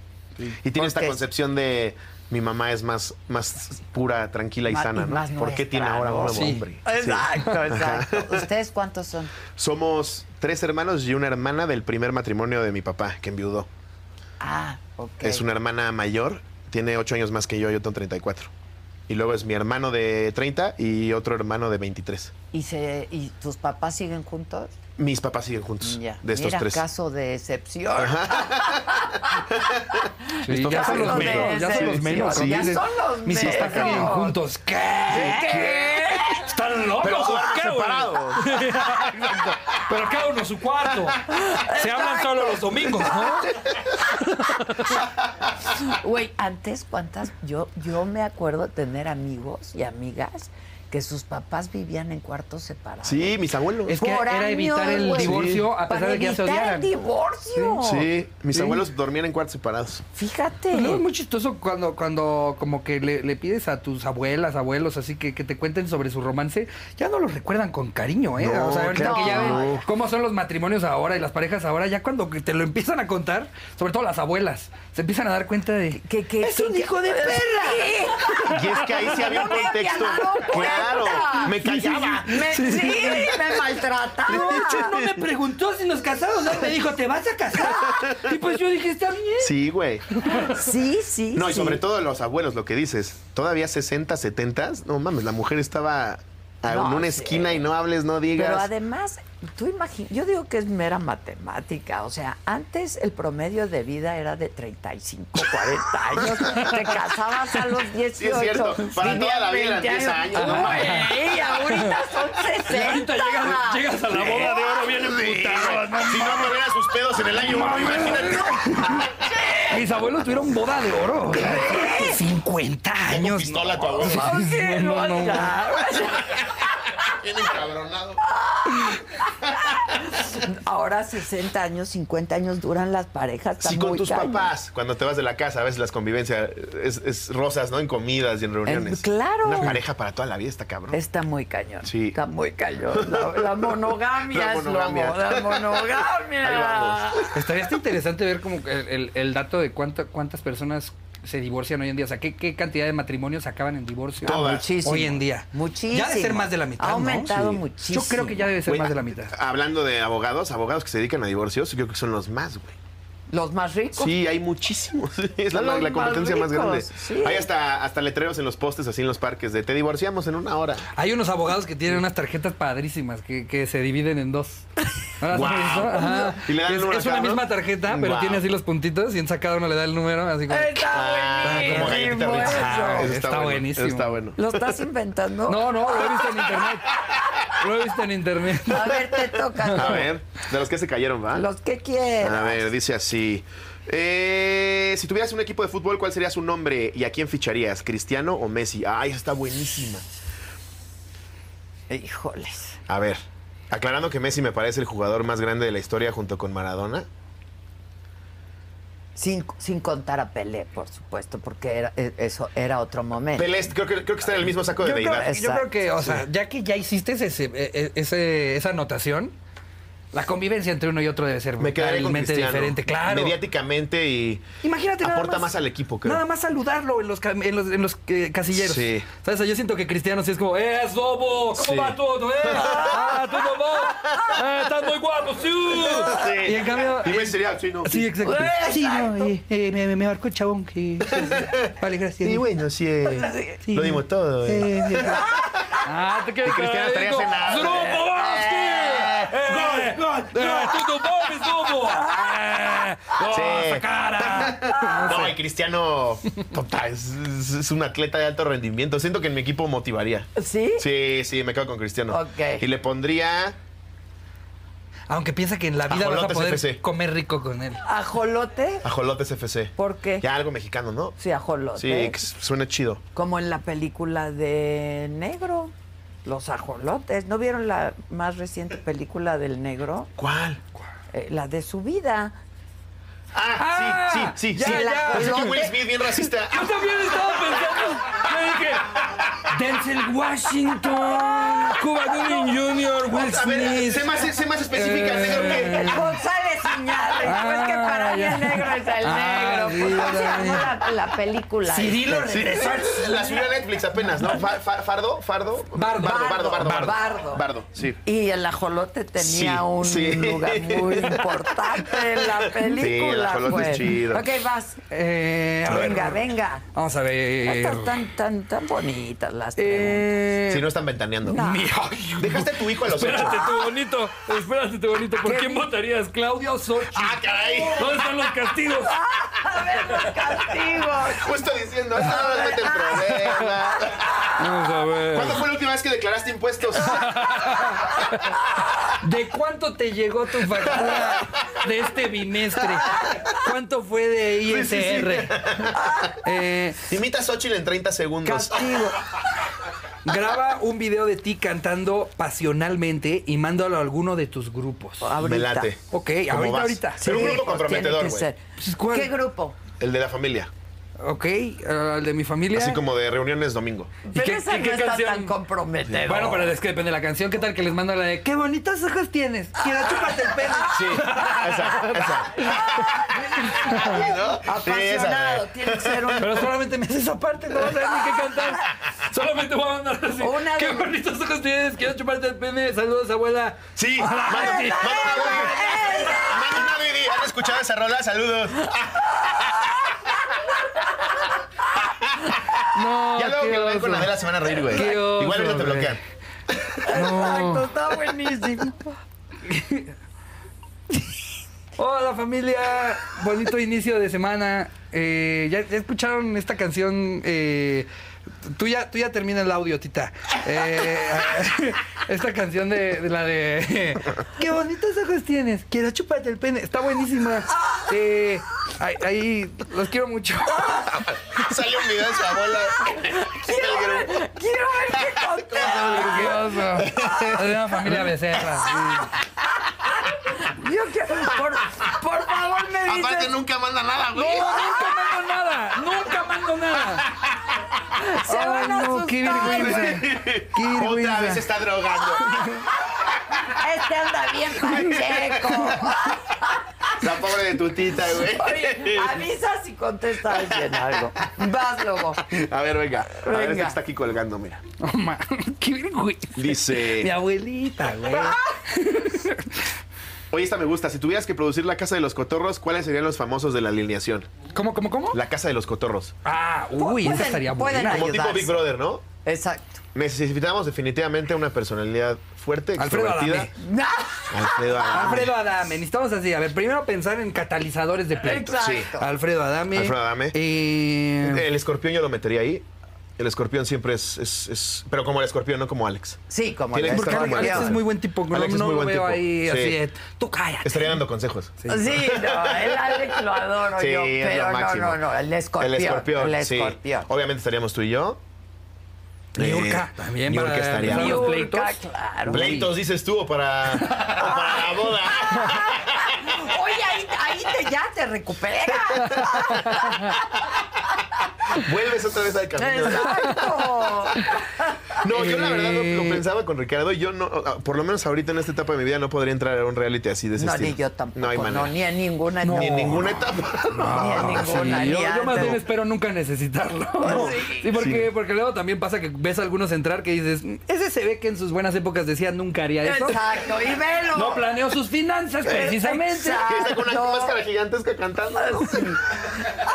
S4: Y tiene esta
S3: pues, Porque-
S4: concepción de mi mamá es más, más pura, tranquila y
S3: Ma-
S4: sana,
S3: y
S4: ¿no?
S3: más
S4: ¿Por qué
S3: nuestra,
S4: tiene ahora un
S3: ¿no?
S4: nuevo
S5: Sí.
S4: hombre? Sí.
S3: Exacto, exacto. ¿Ustedes cuántos son?
S4: Somos tres hermanos y una hermana del primer matrimonio de mi papá, que enviudó.
S3: Ah, ok.
S4: Es una hermana mayor, tiene ocho años más que yo, yo tengo 34. Y luego es mi hermano de 30 y otro hermano de 23.
S3: ¿Y, se, ¿Y tus papás siguen juntos?
S4: Mis papás siguen juntos,
S3: Ya.
S4: de estos
S3: Mira,
S4: tres.
S3: caso de excepción.
S5: Sí, ya son los
S3: Caso de
S5: menos, ya son los menos.
S3: excepción. Ya
S5: Dices,
S3: son los
S5: Mis papás
S3: menos.
S5: viven juntos. ¿Qué? ¿Qué? ¿Están locos?
S4: Pero
S5: o
S4: duermen
S5: qué, güey?
S4: separados.
S5: Exacto. Pero cada uno su cuarto. Se hablan solo los domingos, ¿no?
S3: Güey, antes cuántas, yo, yo me acuerdo tener amigos y amigas que sus papás vivían en cuartos separados.
S4: Sí, mis abuelos.
S5: Es que
S3: Por
S5: era evitar
S3: años,
S5: el
S3: güey.
S5: divorcio a
S3: Para
S5: pesar de que ya se
S3: evitar el
S5: odiaran.
S3: divorcio.
S4: Sí, mis
S5: Sí.
S4: abuelos dormían en cuartos separados.
S3: Fíjate.
S5: Pues luego es muy chistoso cuando, cuando como que le, le pides a tus abuelas, abuelos, así que, que te cuenten sobre su romance, ya no los recuerdan con cariño, ¿eh?
S4: No,
S5: o sea, ahorita
S4: claro
S5: que ya
S4: que
S5: ven
S4: no.
S5: cómo son los matrimonios ahora y las parejas ahora, ya cuando que te lo empiezan a contar, sobre todo las abuelas, se empiezan a dar cuenta de...
S3: Que- que-
S5: ¡Es
S3: que-
S5: un hijo de perra!
S3: Sí.
S4: Y es que ahí sí había un
S3: No me había
S4: contexto.
S3: dado cuenta.
S4: Claro, me callaba.
S3: Me, sí, me maltrataba.
S5: De hecho, no me preguntó si nos casamos, no me dijo, ¿te vas a casar? Y pues yo dije, está bien.
S4: Sí, güey.
S3: Sí, sí.
S4: No, y
S3: sí.
S4: sobre todo los abuelos, lo que dices. Todavía 60, 70, no mames, la mujer estaba a-
S3: No,
S4: en una
S3: sí.
S4: esquina y no hables, no digas.
S3: Pero además, tú imaginas, yo digo que es mera matemática, o sea, antes el promedio de vida era de 35, 40 años, te casabas a los 18.
S4: Sí, es cierto, para
S3: vivían
S4: toda la vida eran
S3: 20
S4: 10 años, no mames.
S3: Güey, ahorita son 60.
S5: ahorita llegas, llegas a la boda de oro bien emputado.
S4: Sí, güey. si no me hubieran sus pedos en el año uno, imagínate.
S5: Mis abuelos tuvieron boda de oro. 50 años.
S6: Pistola a tu abuelo.
S3: No, sí,
S5: No, no,
S3: ya.
S6: Bien encabronado.
S3: Ahora 60 años, 50 años duran las parejas. está
S4: Sí, con
S3: muy
S4: tus
S3: cañón.
S4: papás, cuando te vas de la casa, a veces las convivencias es, es rosas, ¿no? En comidas y en reuniones.
S3: Eh, claro.
S4: Una pareja para toda la vida, está cabrón.
S3: Está muy cañón.
S4: Sí.
S3: Está muy cañón. La, la monogamia
S4: La
S3: es lo
S4: monogamia.
S3: mo- La monogamia.
S4: Ahí vamos.
S5: Estaría hasta interesante ver como que el, el- el dato de cuánta- cuántas personas se divorcian hoy en día. O sea, ¿qué, qué cantidad de matrimonios acaban en divorcio
S4: Todas.
S3: Ah, Muchísimo.
S5: hoy en día?
S3: Muchísimo.
S5: Ya debe ser más de la mitad,
S3: Ha
S5: ¿no?
S3: aumentado
S5: Sí.
S3: muchísimo.
S5: Yo creo que ya debe ser
S4: Güey,
S5: más de la mitad.
S4: Hablando de abogados, abogados que se dedican a divorcios, yo creo que son los más, güey.
S3: Los más ricos.
S4: Sí, hay muchísimos. Es la,
S3: Son los
S4: la competencia
S3: más
S4: más, grande.
S3: ricos, sí.
S4: Hay hasta, hasta letreros en los postes, así en los parques, de te divorciamos en una hora.
S5: Hay unos abogados que tienen unas tarjetas padrísimas que, que se dividen en dos. ¿No las
S4: Guau.
S5: has visto? Ajá.
S4: ¿Y le dan el
S5: es,
S4: número
S5: es
S4: a
S5: una
S4: cada uno?
S5: misma tarjeta, pero
S4: Guau.
S5: tiene así los puntitos y en cada uno le da el número, así como...
S3: Está
S4: Ah,
S3: buenísimo
S4: como galletita
S3: eso.
S4: Ritz.
S5: Ah,
S4: Eso
S5: está
S4: bueno,
S5: buenísimo.
S4: eso Está bueno.
S3: ¿Lo estás inventando?
S5: No, no, lo he visto en internet. Lo he visto en internet.
S3: A ver, te toca.
S4: A
S3: tú.
S4: ver, de los que se cayeron, ¿va?
S3: Los que quieras.
S4: A ver, dice así. Eh, si tuvieras un equipo de fútbol, ¿cuál sería su nombre y a quién ficharías? ¿Cristiano o Messi? Ay, esa está buenísima.
S3: Híjoles.
S4: A ver, aclarando que Messi me parece el jugador más grande de la historia junto con Maradona.
S3: Sin, sin contar a Pelé, por supuesto, porque era, e- eso era otro momento.
S4: Pelé, creo, que- creo que está en el mismo saco de
S5: Yo creo,
S4: deidad.
S5: yo creo que, o sea, ya que ya hiciste ese, ese- ese- esa anotación, la convivencia entre uno y otro debe ser
S4: Me quedaría con
S5: realmente
S4: Cristiano.
S5: diferente, claro.
S4: Mediáticamente y
S5: Imagínate nada
S4: aporta más al equipo, creo.
S5: Nada más saludarlo en los, ca- en los, en los, eh, casilleros.
S4: Sí.
S5: ¿Sabes? Yo siento que Cristiano sí es como, ¡eh, bobo! ¿Cómo
S4: Sí.
S5: va todo? ¡Eh! ¡Ah, todo va! ¡Eh, estás muy guapo! ¡Sí! Y en cambio... eh,
S4: Y Messi sería chino.
S5: Sí, exacto. Sí, no, eh, eh, me, me- me marcó el chabón que... Vale, gracias.
S4: Y bueno, sí, eh,
S5: Sí.
S4: lo dimos todo. eh.
S5: Eh, eh. Ah, te quedas
S4: Y Cristiano estaría
S5: clavadito.
S4: cenando.
S5: Zrubovarsky. Eh, eh, Tudo bom, mi Zrubo? Eh,
S4: Sí.
S5: nossa, cara.
S4: No, y Cristiano, total, es, es- es un atleta de alto rendimiento. Siento que en mi equipo motivaría.
S3: ¿Sí?
S4: Sí, sí, me quedo con Cristiano.
S3: Ok.
S4: Y le pondría.
S5: Aunque piensa que en la vida vas a
S4: Ajolotes
S5: poder
S4: FC.
S5: comer rico con él.
S3: ¿Ajolote?
S4: Ajolotes FC.
S3: ¿Por qué?
S4: Ya algo mexicano, ¿no?
S3: Sí, ajolote.
S4: Sí, que s- suena chido.
S3: Como en la película de Negro, Los Ajolotes. ¿No vieron la más reciente película del Negro?
S4: ¿Cuál?
S3: Eh, la de su vida.
S4: Ah,
S5: Ah,
S4: sí, sí, sí.
S5: ya,
S4: sí.
S5: ya.
S4: Pensé que Will Smith, bien racista.
S5: Yo también estaba pensando. Yo dije, Denzel Washington, Cuba Gooding Jr., Will
S4: A ver, sé
S5: Smith.
S4: más, sé más específica.
S5: Eh.
S4: tengo que-
S3: González Iñárritu. No, es que para mí el negro es el
S5: Ah,
S3: negro.
S5: sí,
S3: Pues, ¿Cómo se
S5: ya vi.
S3: llamó la, la película?
S5: Cirilo
S4: Sí,
S5: regresó al
S4: la subió a Netflix apenas, ¿no? Fa- fa- fardo, fardo.
S5: Bardo.
S4: bardo, bardo, bardo.
S3: Bardo.
S4: Bardo, Bardo, sí.
S3: Y el ajolote tenía
S4: Sí,
S3: un
S4: sí.
S3: lugar muy importante en la película.
S4: el ajolote
S3: pues.
S4: es chido.
S3: Ok, vas.
S5: Eh, a ver,
S3: Venga, venga.
S5: Vamos a ver.
S3: Estas tan, tan, tan bonitas las preguntas.
S5: Eh,
S4: Si no están ventaneando.
S5: mi- ay,
S4: Dejaste a tu hijo a los ocho.
S5: Espérate tu bonito, espérate tu bonito. ¿Por quién votarías, Claudia o Sochi?
S6: ¡Ah, caray!
S5: ¿Dónde están los castigos?
S3: A ver los castigos.
S4: Justo diciendo, no, no meten problema.
S5: Vamos a ver.
S4: ¿Cuándo fue la última vez que declaraste impuestos?
S5: ¿De cuánto te llegó tu factura de este bimestre? ¿Cuánto fue de ISR?
S4: Sí, sí, sí.
S5: Eh,
S4: Imita a Xochitl en 30 segundos.
S5: castigo. Graba un video de ti cantando pasionalmente y mándalo a alguno de tus grupos.
S3: Ahorita.
S4: Me late.
S5: Ok,
S4: ¿Cómo
S5: ahorita,
S4: vas?
S5: ahorita.
S4: Pero un
S3: Sí,
S4: grupo
S3: pues, tiene
S4: comprometedor,
S3: que
S4: güey.
S3: ser.
S5: Pues, ¿cuál?
S3: ¿Qué grupo?
S4: El de la familia.
S5: Ok, eh, el de mi familia.
S4: Así como de reuniones domingo.
S3: Pero
S5: qué-
S3: esa
S5: y qué
S3: no está
S5: canción?
S3: tan comprometedora.
S5: Bueno, pero es que depende de la canción. ¿Qué tal que les mando la de qué bonitos ojos tienes? Quiero chuparte el pelo.
S4: Sí, esa, esa. ¿No? Sí, esa,
S3: Apasionado,
S4: güey.
S3: tiene que ser un...
S5: Pero solamente me haces esa parte, no vas a saber ni qué cantar. Solamente voy a mandar así.
S3: Una
S5: Qué
S3: de-
S5: bonitos ojos tienes, quiero chuparte el pene. Saludos, abuela.
S4: Sí, manda manda una Didi. Manda una Didi. ¿Han escuchado esa rola? Saludos.
S5: No,
S4: Ya luego
S5: Oh, qué
S4: que lo ven
S5: oso.
S4: con Adela se van a reír, güey.
S5: Qué oso,
S4: Igual ahorita te
S5: güey.
S4: bloquean.
S3: Exacto, está buenísimo.
S5: Hola familia, bonito inicio de semana. Eh, ¿ya, ya escucharon esta canción. Eh, tú, ya, tú ya termina el audio, tita. Eh, esta canción de, de la de. ¡Qué bonitos ojos tienes! Quiero chuparte el pene. Está buenísima. Eh, ahí, ahí los quiero mucho.
S4: Sale un video de su abuela.
S3: Quiero ver, quiero ver qué conté.
S5: Qué oso. De una familia becerra.
S3: Yo quiero... Por, por favor, me dices...
S4: Aparte nunca manda nada,
S5: No,
S4: güey.
S5: nunca mando nada. Nunca mando nada.
S3: Se van a
S5: Ay, no, qué
S3: asustar.
S5: vergüenza. Qué
S4: Otra
S5: vergüenza.
S4: vez está drogando.
S3: Este anda bien pacheco.
S4: La pobre de tu tita, güey.
S3: Oye, avisa si contesta alguien algo. Vas, lobo.
S4: A ver, venga. A ver, este
S3: Venga.
S4: que está aquí colgando, mira.
S5: No, Oh, ma, qué vergüenza. Mi
S4: Dice,
S5: abuelita, güey.
S4: oye, esta me gusta. Si tuvieras que producir La Casa de los Cotorros, ¿cuáles serían los famosos de la alineación?
S5: ¿Cómo, cómo, cómo?
S4: La Casa de los Cotorros.
S5: Ah, uy,
S3: Pueden-
S5: esa estaría
S3: pueden
S5: buena.
S3: ahí.
S4: Como tipo
S3: Ayudarse.
S4: Big Brother, ¿no?
S3: Exacto.
S4: Necesitamos definitivamente una personalidad fuerte,
S5: Alfredo
S4: extrovertida.
S5: Adame.
S4: Alfredo Adame.
S5: Alfredo Adame, necesitamos así. A ver, primero pensar en catalizadores de pleitos.
S3: Exacto.
S5: Alfredo Adame.
S4: Alfredo Adame.
S5: Eh,
S4: El escorpión yo lo metería ahí. El escorpión siempre es, es- es- Pero como el escorpión, no como Alex.
S3: Sí, como
S4: Tiene
S3: el
S4: que
S5: porque
S4: estar
S5: Alex
S4: muy
S5: Alex
S4: bien.
S5: es muy buen tipo. No,
S4: Alex es
S5: no
S4: muy
S5: lo
S4: buen
S5: veo
S4: tipo,
S5: ahí
S4: sí.
S5: así. de, Tú cállate.
S4: Estaría dando consejos.
S3: Sí, no, el Alex lo adoro
S4: Sí,
S3: yo,
S4: es lo
S3: pero no,
S4: máximo.
S3: no, no, el escorpión.
S4: El escorpión,
S3: el
S4: sí.
S3: escorpión.
S4: Obviamente estaríamos tú y yo.
S5: Niurka,
S4: Eh,
S5: también
S4: Niurka
S5: para
S4: estaría.
S5: empezar los
S3: Niurka,
S5: pleitos.
S3: claro.
S4: Pleitos, dices tú, o para, o para la boda.
S3: Oye, ahí, ahí te, ya te recuperas.
S4: Vuelves otra vez al camino.
S3: Exacto.
S4: No, yo la verdad lo,
S5: Eh.
S4: lo pensaba con Ricardo. Yo no, ah, por lo menos ahorita en esta etapa de mi vida, no podría entrar a un reality así de ese
S3: No,
S4: estilo.
S3: ni yo tampoco.
S4: No hay manera.
S3: no, ni en ninguna. No,
S4: Ni en ninguna etapa.
S3: Ni en
S4: Ah,
S3: ninguna.
S5: Sí,
S3: ni
S5: yo, yo más
S3: antes.
S5: bien espero nunca necesitarlo. Sí, porque, porque luego también pasa que ves a algunos entrar que dices, "Mm, ese se ve que en sus buenas épocas decía nunca haría eso.
S3: Exacto, y velo.
S5: No planeó sus finanzas precisamente.
S3: Exacto.
S4: Que está con una máscara gigantesca cantando.
S3: Ah,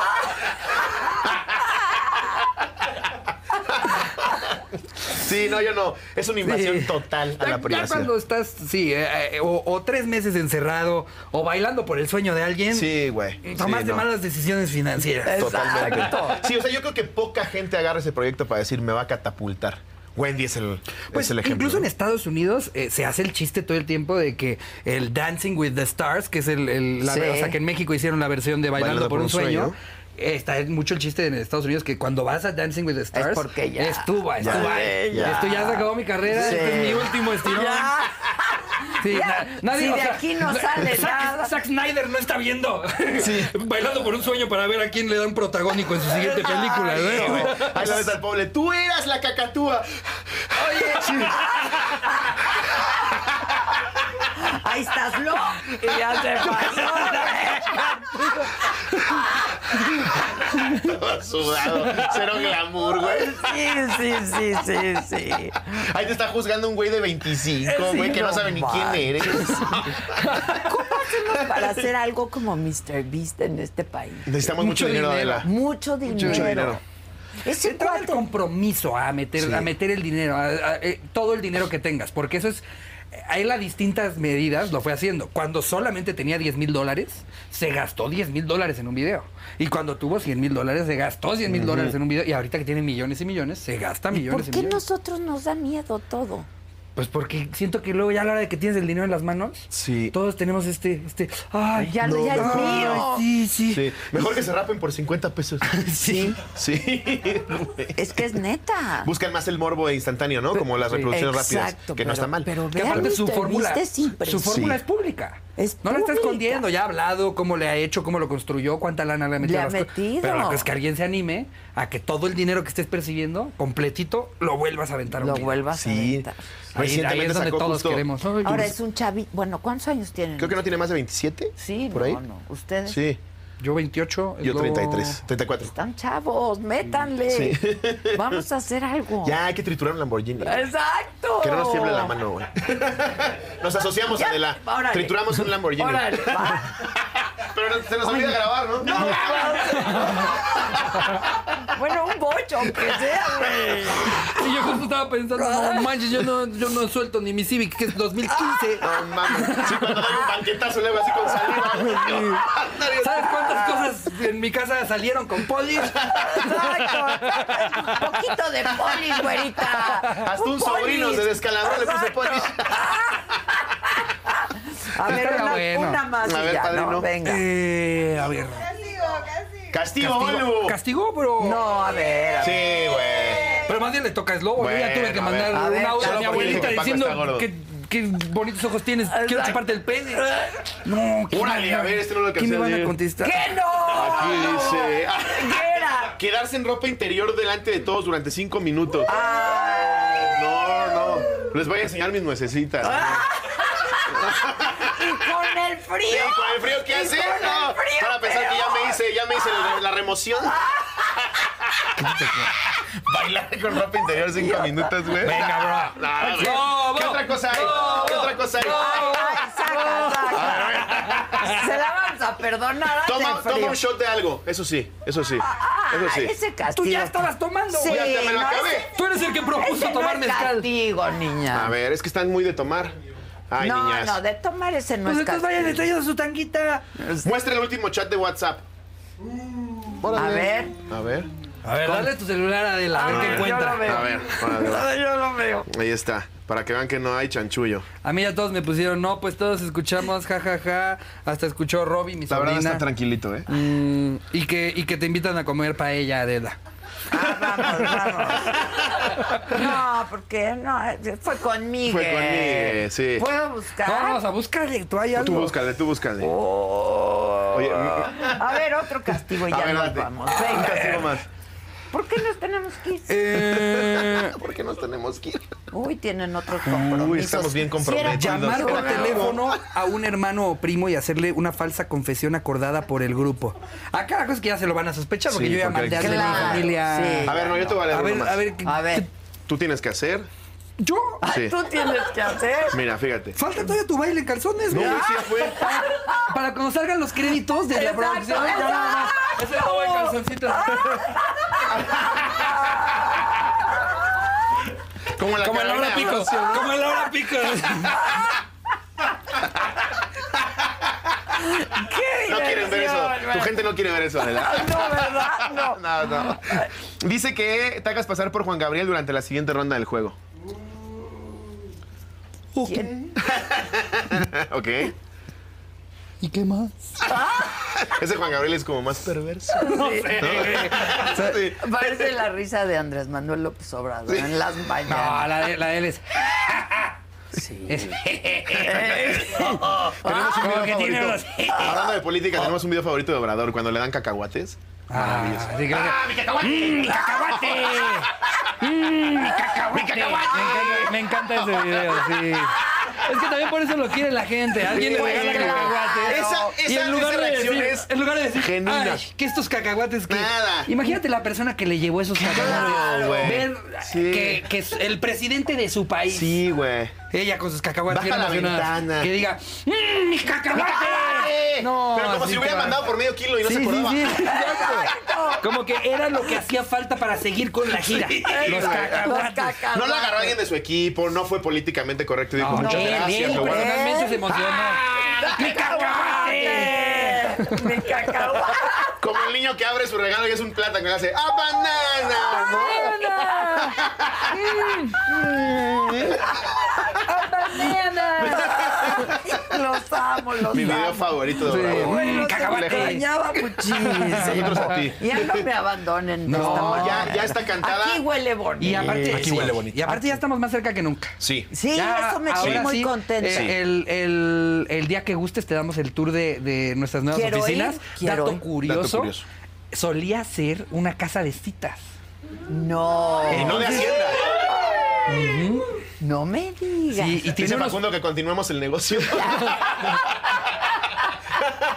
S4: Sí, no, yo no. Es una invasión
S5: Sí.
S4: total a
S5: Ya-
S4: la
S5: ya
S4: privacidad.
S5: cuando estás, sí, eh, eh, o, o tres meses encerrado, o bailando por el sueño de alguien,
S4: Sí, güey.
S5: tomas
S4: Sí,
S5: de
S4: no.
S5: malas decisiones financieras.
S4: Totalmente.
S3: Exacto.
S4: Sí, o sea, yo creo que poca gente agarra ese proyecto para decir me va a catapultar. Wendy es el,
S5: Pues
S4: es el ejemplo.
S5: incluso en Estados Unidos eh, se hace el chiste todo el tiempo de que el Dancing with the Stars, que es el, el- la-
S3: Sí.
S5: o sea que en México hicieron la versión de Bailando, por, un sueño. eh, Está mucho el chiste en Estados Unidos que cuando vas a Dancing with the Stars
S3: porque ya.
S5: es tu baile,
S4: Ya.
S5: es tu baile.
S4: Ya.
S5: Esto ya se acabó mi carrera,
S3: Sí.
S5: este es mi último estirón.
S3: Ya.
S5: Sí,
S3: Ya.
S5: na-
S3: Si
S5: nadie, o
S3: de
S5: sea,
S3: aquí no sale
S5: Zack,
S3: nada.
S5: Zack Snyder no está viendo. Bailando por un sueño para ver a quién le da un protagónico en su siguiente película. ¿no?
S4: Sí, güey. Ahí lo ves al pobre. Tú eras la cacatúa.
S3: Oye, ahí estás loco. Y ya se pasó.
S4: Todo sudado. Cero glamour, güey.
S3: Sí, sí, sí, sí, sí.
S4: Ahí te está juzgando un güey de 25,
S3: Sí,
S4: güey, que no,
S3: no
S4: sabe ni quién
S3: manches.
S4: eres.
S3: ¿Cómo hacemos para hacer algo como Mr. Beast en este país?
S4: Necesitamos mucho,
S5: Mucho
S4: dinero,
S5: dinero.
S4: Adela.
S3: Mucho dinero.
S4: dinero.
S3: Ese
S5: Se trata el
S3: cuate
S5: compromiso a meter,
S4: Sí.
S5: a meter el dinero, a- a- eh, todo el dinero que tengas, porque eso es. Él a distintas medidas lo fue haciendo. Cuando solamente tenía 10 mil dólares, se gastó 10 mil dólares en un video. Y cuando tuvo 100 mil dólares, se gastó 100 mil dólares en un video. Y ahorita que tiene millones y millones, se gasta
S3: ¿Por
S5: millones y,
S3: qué
S5: millones.
S3: nosotros nos da miedo todo?
S5: Pues porque siento que luego ya a la hora de que tienes el dinero en las manos,
S4: Sí.
S5: todos tenemos este, este, ay,
S3: Ya lo- ya es
S5: ay,
S3: mío.
S5: Sí, sí.
S4: Sí. Mejor que se rapen por 50 pesos.
S3: Sí.
S4: Sí.
S3: Es que es neta.
S4: Buscan más el morbo instantáneo, ¿no? Como las reproducciones rápidas.
S3: Exacto,
S4: Que
S3: pero-
S4: no está mal.
S3: pero-
S5: Que
S3: Vean,
S5: aparte su
S3: Mr.
S5: fórmula,
S3: Beast es
S5: su
S3: impresionante.
S5: fórmula
S4: Sí.
S5: es pública.
S3: Es
S5: no la está
S3: pública.
S5: escondiendo, ya ha hablado, cómo le ha hecho, cómo lo construyó, cuánta lana le ha metido.
S3: Le
S5: a
S3: ha
S5: las cosas.
S3: metido.
S5: Pero la cosa es que alguien se anime a que todo el dinero que estés percibiendo, completito, lo vuelvas a aventar. a un
S3: Lo
S5: video.
S3: vuelvas a
S4: Sí.
S3: aventar.
S5: Ahí, ahí
S4: Recientemente
S5: es donde
S4: sacó
S5: todos
S4: justo-
S5: queremos. Ay, yo
S3: Ahora
S5: no-
S3: es un chavi... Bueno, ¿cuántos años tienen?
S4: Creo que no tiene más de 27.
S3: Sí,
S4: por
S3: no,
S4: ahí.
S3: no. Ustedes
S4: Sí.
S5: Yo 28. el
S4: Yo
S5: lobo-
S4: 33, 34.
S3: están chavos, métanle. Vamos a hacer algo.
S4: Ya hay que triturar un Lamborghini.
S3: Exacto.
S4: Que no nos tiemble la mano, güey. Nos asociamos,
S3: Oh. Ya,
S4: Adela.
S3: órale.
S4: Trituramos un Lamborghini.
S3: Órale, va.
S4: Pero no- se nos olvida grabar, ¿no? No,
S3: Bueno, un bocho, aunque sea, güey.
S5: Sí, yo justo estaba pensando, no manches, yo no, yo no suelto ni mi Civic, que es 2015.
S4: mames. Sí, cuando doy un banquetazo le hago así con saliva.
S3: Ah,
S5: ¿Sabes cuántas cosas en mi casa salieron con polis?
S3: Exacto. Un poquito de polis, güerita.
S4: Hasta un sobrino
S3: polis.
S4: se descalabró, le puse
S3: Exacto.
S4: poli.
S3: A ver,
S5: Está
S3: una,
S5: bueno.
S3: una más. y
S4: A ver,
S3: ya,
S4: padrino.
S3: no, venga.
S5: Eh, a ver.
S8: Castigo, castigo.
S4: Castigo, boludo.
S5: ¿Castigó, bro?
S3: No, a ver. a ver.
S4: Sí, güey.
S5: Pero más bien le toca es lobo. Yo ya
S4: Bueno,
S5: tuve que
S4: a ver.
S5: mandar
S3: A
S5: un
S3: ver,
S5: audio a
S3: solo
S5: mi
S4: porque
S5: abuelita
S4: dijo que Paco está gordo.
S5: diciendo que, qué bonitos ojos tienes. Quiero
S3: Exacto.
S5: chuparte el pene. No, ¿qué
S4: Órale,
S5: me-
S4: a ver, este no lo
S5: ¿Qué
S4: alcancé
S5: me
S4: a
S5: van a
S4: leer.
S5: contestar?
S3: ¡Que no!
S4: Aquí dice.
S3: ¿Qué era?
S4: Quedarse en ropa interior delante de todos durante cinco minutos. No, no. Les voy a enseñar mis nuecesitas.
S3: Y con el
S4: Sí,
S3: frío.
S4: con el frío que
S3: Y
S4: hace.
S3: con el
S4: No,
S3: frío,
S4: para pensar que ya
S3: peor.
S4: me hice, ya me hice la, la remoción. Bailar con ropa interior cinco minutos, güey.
S5: Venga, bro.
S4: No, güey.
S5: No,
S4: ¿Qué
S5: no,
S4: otra cosa hay?
S5: no,
S4: ¿Qué otra cosa hay?
S3: Ay, saca, saca. Se la vamos a perdonar. hace
S4: Toma,
S3: frío.
S4: toma un shot de algo. Eso sí, eso sí.
S3: Ah,
S4: Eso sí.
S3: Ese castigo.
S5: Tú ya estabas tomando,
S3: Sí,
S5: güey.
S4: Ya te me lo
S3: no,
S4: acabé.
S3: ese-
S5: Tú eres el que propuso
S3: ese
S5: tomar
S3: no es
S5: mezcal.
S3: castigo, niña.
S4: A ver, es que están muy de tomar. Ay,
S3: no,
S4: niñas.
S3: no, de tomar ese no
S5: Pues
S3: es
S5: entonces vayan
S3: castigo.
S5: detallando su tanguita.
S4: Muestra el último chat de WhatsApp.
S3: A ver.
S4: A ver.
S5: A ver, dale tu celular a Adela, a
S4: Ah,
S5: ver qué encuentra.
S4: A ver. órale, va.
S3: Yo lo veo.
S4: Ahí está. Para que vean que no hay chanchullo.
S5: A mí ya todos me pusieron, no, pues todos escuchamos, jajaja. Hasta escuchó Robbie, mi
S4: La verdad
S5: sobrina.
S4: está tranquilito, ¿eh?
S5: Mm, y, que, y que te invitan a comer paella, Adela.
S3: Ah, vamos, vamos. No, porque no, fue conmigo.
S4: Fue con Miguel, sí.
S3: Puedo
S5: No,
S3: buscar.
S5: vamos a buscarle, tú hay
S4: Tú
S5: algo.
S4: búscale, tú búscale.
S3: Oh.
S4: Oye,
S3: A ver, otro castigo y
S4: A
S3: ya
S4: ver,
S3: nos
S4: date.
S3: vamos.
S4: Un
S3: Venga.
S4: castigo más.
S3: ¿Por qué nos tenemos que ir?
S5: Eh,
S4: ¿Por qué nos tenemos que ir?
S3: Uy, tienen otros compromisos.
S4: estamos bien
S3: Si era
S4: comprometidos.
S5: llamar por
S3: conmigo, no.
S5: teléfono a un hermano o primo y hacerle una falsa confesión acordada por el grupo. Acá la cosa es que ya se lo van a sospechar porque
S4: Sí,
S5: yo ya
S4: porque-
S5: mandé a hacer
S3: Claro,
S5: mi familia.
S3: sí.
S4: A ver, no, yo te voy a leer
S5: A
S4: uno
S5: ver,
S4: más. Ah.
S5: a ver,
S3: A ver,
S4: Tú tienes que hacer.
S5: yo.
S4: Sí.
S3: tú tienes que hacer.
S4: Mira, fíjate.
S5: Falta todavía tu baile en calzones,
S4: No,
S5: güey.
S4: sí fue.
S5: Para cuando salgan los créditos de la
S3: Exacto,
S5: producción. ya nada más. Ese no va en calzoncitos.
S4: Como la
S5: Como en la
S4: carrera
S5: hora
S4: de
S5: pico.
S4: Ambrosio.
S5: Como en la hora pico.
S4: Ah.
S3: ¡Qué
S4: No quieren ver eso.
S3: diversión,
S4: Tu
S3: güey!
S4: gente no quiere ver eso, ¿verdad?
S3: No, ¿verdad? No.
S4: No, no. Dice que te hagas pasar por Juan Gabriel durante la siguiente ronda del juego.
S3: ¿Quién?
S4: ¿Ok?
S5: ¿Y qué más?
S4: Ese Juan Gabriel es como más perverso. Sí.
S3: Parece la risa de Andrés Manuel López Obrador en las
S5: No,
S3: mañanas.
S5: la de, la de él es.
S3: Sí.
S5: es-
S4: Tenemos un
S5: Como
S4: video
S5: que tiene
S4: favorito. Hablando de política, tenemos un video favorito de Obrador cuando le dan cacahuates. Maravilloso.
S5: Ah, sí, creo que- Mm,
S1: ¡Mi cacahuate!
S4: Mm,
S1: ¡Mmm, mi
S5: Me
S1: cacahuate!
S5: encanta, me encanta ese video, sí. Es que también por eso lo quiere la gente. Alguien
S4: Sí,
S5: le regala
S4: claro.
S5: cacahuates.
S4: Esa-
S5: Y
S4: esa-
S5: en lugar
S4: esa
S5: de
S4: reacción
S5: decir,
S4: es
S5: en lugar de decir,
S4: genuina.
S5: "Ay, que estos cacahuates que...
S4: Nada.
S5: Imagínate la persona que le llevó esos cacahuates.
S4: güey.
S5: Ver
S4: Sí.
S5: que, que es el presidente de su país,
S4: Sí, güey.
S5: ella con sus cacahuates
S4: Baja
S5: bien
S4: la
S5: emocionada,
S4: ventana.
S5: que diga, "Mm, mis
S4: ¡Eh!
S5: cacahuates. No,
S4: Pero como
S5: así
S4: si lo
S5: te
S4: hubiera
S5: va.
S4: mandado por medio kilo y no se acordaba.
S5: exacto. Como que era lo que hacía falta para seguir con la gira. Los
S3: Los
S5: cacahuates.
S3: cacahuates.
S4: No la agarró alguien de su equipo, no fue políticamente correcto y dijo muchas
S5: él,
S4: gracias.
S5: él
S4: lo guardo".
S3: ¿eh?
S5: personalmente se emocionó. ¡Mi cacahuate!
S3: Mi cacahuate.
S4: Como el niño que abre su regalo y es un plátano y le hace ¡Ah, banana! ¿no?
S3: Los amo, los
S4: Mi video
S3: amo.
S4: favorito de Obrador.
S5: Bueno,
S3: Los
S5: Cacahuate.
S3: extrañaba
S4: Nosotros a ti.
S3: muchísimo. Ya no me abandonen. de
S4: No,
S3: esta manera.
S4: ya- ya está cantada.
S3: Aquí huele bonito.
S5: Y aparte,
S4: Eh, Aquí
S5: sí,
S4: huele bonito.
S5: Y aparte ya estamos más cerca que nunca.
S4: Sí.
S3: Sí,
S5: Ya,
S3: eso me tiene
S5: ahora
S3: muy
S5: sí,
S3: contenta.
S5: eh, el, el- el día que gustes te damos el tour de, de nuestras nuevas
S3: Quiero
S5: oficinas.
S3: ir, quiero
S5: Dato
S3: ir.
S5: curioso,
S4: Dato curioso.
S5: Solía ser una casa de citas.
S3: No,
S4: Y no de Hacienda.
S3: no me digas.
S5: Sí, y tiene
S4: Dice
S5: unos,
S4: Facundo que continuemos el negocio.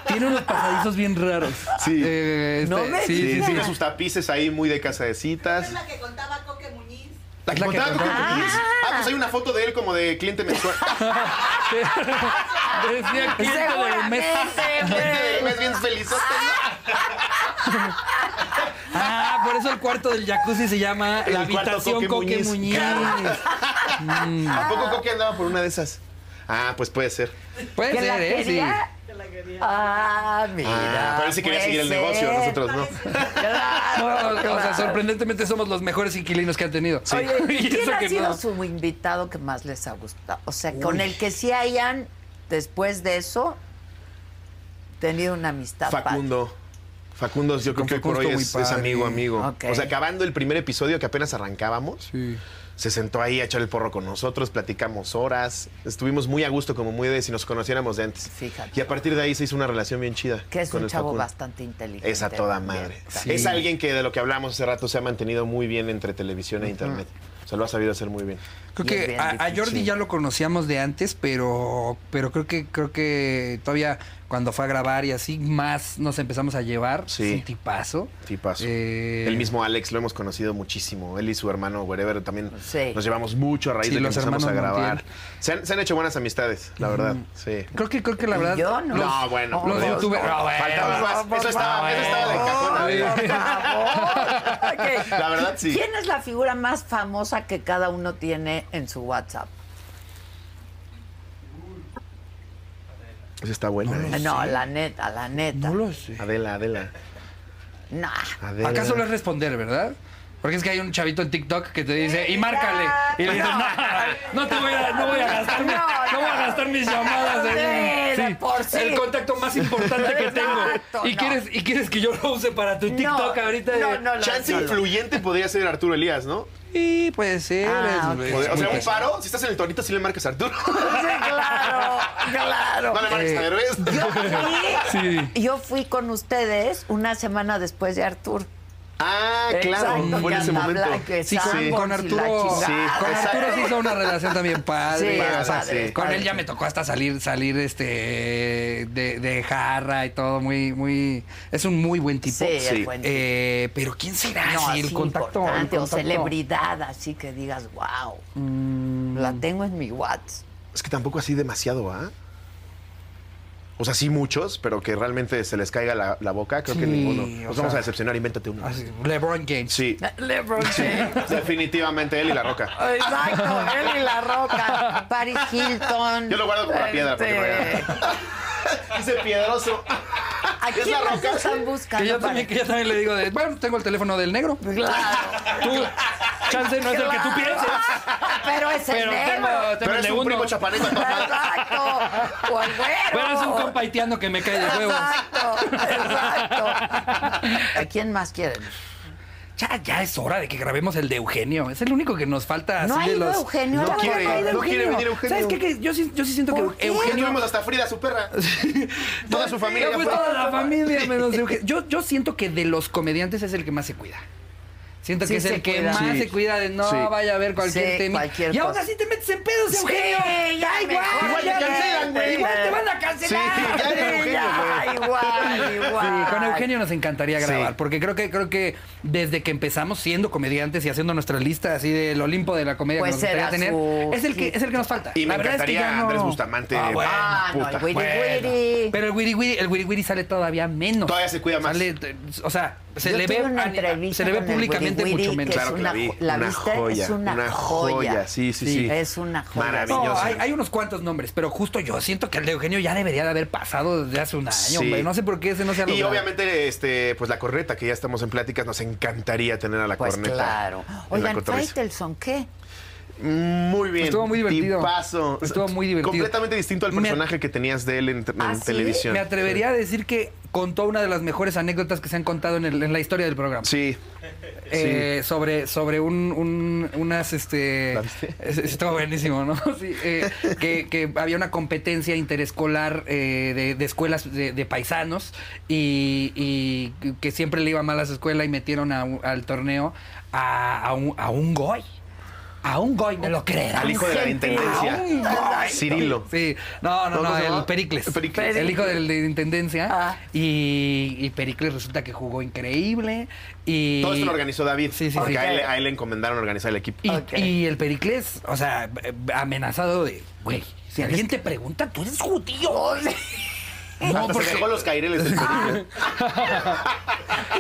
S5: tiene unos pasadizos bien raros.
S4: Sí.
S5: Eh,
S3: No me
S5: sí, sí,
S4: Sí,
S5: sí.
S4: tiene sus tapices ahí muy de casa de citas.
S8: Es la que contaba Coque Muñiz.
S4: La que
S5: La que
S4: contaba con
S5: contaba.
S4: Coqueluche. Ah, pues hay una foto de él como de cliente mensual.
S5: Decía cliente del mes. ¿eh?
S4: Cliente del mes bien felizote.
S5: Ah, por eso el cuarto del jacuzzi se llama
S4: El
S5: la
S4: cuarto
S5: habitación
S4: Coque
S5: Coque
S4: Muñiz.
S5: Muñiz.
S3: Mm.
S4: ¿A poco Coque andaba por una de esas? Ah, pues puede ser.
S5: Puede
S3: ¿Que la
S5: ser, ¿eh? Sí.
S3: quería? Ah, mira.
S4: Ah, parece que quería
S3: puede
S4: seguir el
S3: ser.
S4: negocio, nosotros no.
S5: No,
S3: Claro,
S5: o sea,
S3: claro.
S5: sorprendentemente somos los mejores inquilinos que han tenido.
S3: Oye, ¿y ¿quién
S5: eso
S3: ha
S5: que
S3: sido
S5: no.
S3: su invitado que más les ha gustado? O sea, con el que sí hayan, después de eso, tenido una amistad. padre.
S4: Facundo. Facundo, yo creo
S5: Con
S4: que hoy por
S5: Facundo
S4: hoy
S5: muy
S4: es, es
S5: padre.
S4: amigo, amigo.
S3: Ok.
S4: O sea, acabando el primer episodio que apenas arrancábamos,
S5: Sí.
S4: se sentó ahí a echar el porro con nosotros, platicamos horas, estuvimos muy a gusto, como muy de si nos conociéramos de antes.
S3: Fíjate.
S4: Y a partir de ahí se hizo una relación bien chida.
S3: Que es
S4: con
S3: un
S4: el
S3: chavo
S4: Facundo.
S3: bastante inteligente.
S4: Es a toda
S3: también.
S4: madre.
S5: Sí.
S4: Es alguien que de lo que hablamos hace rato se ha mantenido muy bien entre televisión e internet. O sea, lo ha sabido hacer muy bien.
S5: Creo
S3: Y es
S5: que
S3: bien
S5: a, a
S3: difícil.
S5: Jordi ya lo conocíamos de antes, pero, pero creo que creo que todavía cuando fue a grabar y así más nos empezamos a llevar.
S4: Sí.
S5: Es un tipazo.
S4: Tipazo.
S5: Eh,
S4: El mismo Alex lo hemos conocido muchísimo. Él y su hermano Wherever también
S3: Sí.
S4: nos llevamos mucho a raíz
S5: Sí,
S4: de que
S5: los
S4: empezamos a
S5: hermanos
S4: grabar.
S5: Montiel.
S4: Se han, se han hecho buenas amistades, la verdad. Sí.
S5: Creo que creo que la
S3: Y
S5: verdad.
S3: yo no.
S5: los-
S4: no, bueno.
S5: los
S4: no,
S5: youtubers-
S4: no,
S5: Ah, bueno,
S4: faltaba más.
S3: por
S4: Eso estaba, eso estaba de cajón.
S3: favor,
S4: amigo.
S3: por favor. Ok.
S4: La verdad, sí.
S3: ¿Quién es la figura más famosa que cada uno tiene en su WhatsApp?
S4: Eso está bueno.
S3: Eh, No, la neta, la neta.
S5: No lo sé.
S4: Adela, Adela.
S3: Nah.
S4: Adela.
S5: Acá solo es responder, ¿verdad? Porque es que hay un chavito en TikTok que te dice, y márcale. Y le dices, no, no te voy a, no voy a gastar, mi-
S3: No,
S5: no voy a gastar mis llamadas
S3: Sí,
S5: en
S3: de por sí.
S5: el contacto más importante que tengo.
S3: Exacto,
S5: y
S3: no.
S5: quieres, y quieres que yo lo use para tu TikTok
S3: No,
S5: ahorita. de-
S3: no, no, no,
S4: Chance
S3: no, no.
S4: influyente podría ser Arturo Elías, ¿no?
S5: Y puede ser.
S3: Ah,
S5: es-
S3: ok.
S5: es
S4: O
S5: muy
S4: sea, un
S5: pesado.
S4: paro. Si estás en el torito, sí le marcas a Arturo.
S3: Sí, claro, claro.
S4: No le marques
S5: Eh,
S4: a Derbez.
S3: Yo fui,
S5: Sí.
S3: yo fui con ustedes una semana después de Artur.
S4: Ah, claro.
S3: Exacto,
S4: Fue
S3: que
S4: en ese
S3: anda
S4: momento.
S3: bla- que
S5: Sí, con,
S3: sangre,
S5: con
S3: y la
S5: Arturo.
S3: chingada.
S4: Sí,
S5: con
S4: exacto.
S5: Arturo se hizo una relación también padre.
S3: Sí,
S5: o sea,
S4: padre,
S5: Con
S3: padre.
S5: él ya me tocó hasta salir, salir este de, de jarra y todo, muy, muy. Es un muy buen tipo.
S3: Sí,
S4: Sí.
S3: es buen tipo.
S5: Eh, pero quién será
S3: No,
S5: si
S3: así
S5: el contacto, el
S3: importante, o
S5: contacto?
S3: celebridad, así que digas, wow,
S5: Mm.
S3: la tengo en mi WhatsApp.
S4: Es que tampoco así demasiado, ¿ah? O sea, sí muchos, pero que realmente se les caiga la, la boca, creo que
S5: Sí,
S4: ninguno.
S5: o
S4: Nos
S5: sea-
S4: vamos a decepcionar, invéntate uno.
S5: Así, Ah, LeBron James.
S4: Sí,
S3: LeBron James.
S4: definitivamente él y la roca.
S3: Exacto, él y la roca. Paris Hilton.
S4: Yo lo guardo como la piedra, para que
S3: Este,
S4: Dice piedroso.
S3: ¿A quién
S4: la
S3: más
S4: roca.
S3: están buscando?
S5: Que yo,
S3: para-
S5: también, que yo también le digo, de, bueno, tengo el teléfono del negro.
S3: Claro,
S5: Tú, chance no es el que tú pienses,
S3: pero es el
S5: pero tengo,
S3: negro.
S5: tengo
S4: Pero
S5: el
S4: es
S5: de
S4: un
S5: uno.
S4: primo chapaneco. a toda madre.
S3: Exacto. O el güero.
S5: Pero es un compaiteando que me cae de huevos.
S3: Exacto, exacto. ¿A quién más quieren?
S5: Ya, ya es hora de que grabemos el de Eugenio. Es el único que nos falta. Así
S3: No ha
S5: de
S3: ido
S5: los...
S3: Eugenio,
S4: no
S3: la
S4: quiere,
S3: verdad, no ha ido
S4: no quiere
S3: Eugenio.
S4: venir Eugenio.
S5: ¿Sabes qué? Que yo, sí, yo sí siento que
S3: ¿Por qué?
S4: Ya
S5: Eugenio.
S4: tuvimos hasta Frida, su perra. Toda su familia.
S5: Pues
S4: fue.
S5: toda la familia menos Eugenio. Yo, yo siento que de los comediantes es el que más se cuida. Siento
S3: Sí,
S5: que es
S3: se
S5: el que
S3: cuida.
S5: más
S4: Sí.
S5: se cuida de no
S4: Sí.
S5: vaya a haber cualquier
S3: Sí,
S5: tema.
S3: cualquier
S5: y aún
S3: cosa.
S5: así te metes en pedos,
S3: Sí,
S5: Eugenio.
S3: ya
S5: Da igual,
S3: mejor,
S5: igual,
S4: ya
S5: te cancelan, güey.
S4: vete.
S5: Igual te van a
S4: Sí,
S5: cancelar.
S4: ya
S3: Sí,
S4: de Eugenio,
S3: ya,
S4: güey.
S3: igual, igual.
S5: Sí, con Eugenio nos encantaría
S4: Sí.
S5: grabar, porque creo que creo que desde que empezamos siendo comediantes y haciendo nuestra lista así del Olimpo de la comedia
S3: Pues
S5: que nos
S3: era
S5: gustaría
S3: su-
S5: tener, es el que es el que nos falta.
S4: Y me
S5: La verdad es que
S4: encantaría
S5: ya no-
S4: Andrés Bustamante.
S5: Ah, bueno.
S3: Ah, no, el
S4: puta.
S3: Wiri Wiri.
S5: Pero el wiri wiri, el wiri wiri sale todavía menos.
S4: Todavía se cuida más.
S5: Sale, eh, o sea, se
S3: Yo
S5: le
S3: tuve
S5: ve
S3: una
S5: ani-
S3: entrevista
S5: se le ve
S3: con el
S5: públicamente
S3: Wiri Wiri
S5: mucho menos.
S3: que
S4: Claro que la
S3: una
S4: vi.
S3: jo- la
S4: una
S3: viste, es
S4: joya,
S3: una
S4: joya.
S3: joya.
S4: Sí, sí,
S5: Sí.
S4: sí.
S3: Es una joya.
S5: No,
S4: Maravilloso.
S5: hay, hay unos cuantos nombres, pero justo yo siento que el de Eugenio ya debería de haber pasado desde hace un año,
S4: Sí.
S5: hombre. No sé por qué ese no se ha
S4: Y
S5: logrado.
S4: obviamente, este, pues la corneta, que ya estamos en pláticas, nos encantaría tener a la
S3: Pues
S4: corneta.
S3: claro.
S4: en la
S3: Oigan,
S4: cotorriza.
S3: Faitelson, ¿qué?
S4: Muy bien.
S5: Estuvo muy divertido.
S4: Tipazo.
S5: Estuvo muy divertido.
S4: Completamente distinto al
S5: Me-
S4: personaje que tenías de él en, en
S3: ¿Ah, sí?
S4: televisión.
S5: Me atrevería a decir que contó una de las mejores anécdotas que se han contado en, el- en la historia del programa.
S4: Sí.
S5: Eh, sobre sobre un, un- unas este
S4: ¿La viste?
S5: es- estuvo buenísimo no Sí, eh, que, que había una competencia interescolar eh, de, de escuelas de, de paisanos y, y que siempre le iba mal a su escuela y metieron a un- al torneo a, a un, a un goy a un goy me lo creerán
S4: Al hijo de la intendencia.
S5: A un goy.
S4: Cirilo.
S5: sí no no
S4: ¿Cómo
S5: no
S4: se
S5: el
S4: llama?
S5: Pericles,
S4: Pericles.
S5: el hijo del de intendencia
S3: Ah.
S5: y, y Pericles resulta que jugó increíble y
S4: Todo esto lo organizó David.
S5: Sí, sí, sí.
S4: porque A, él,
S3: Ok.
S4: a él le encomendaron organizar el equipo.
S5: y,
S3: Ok.
S5: y el Pericles, o sea, b- b- amenazado de, güey, si alguien te pregunta, tú eres judío. No,
S4: Hasta
S5: porque
S4: se dejó los caireles del Pericles.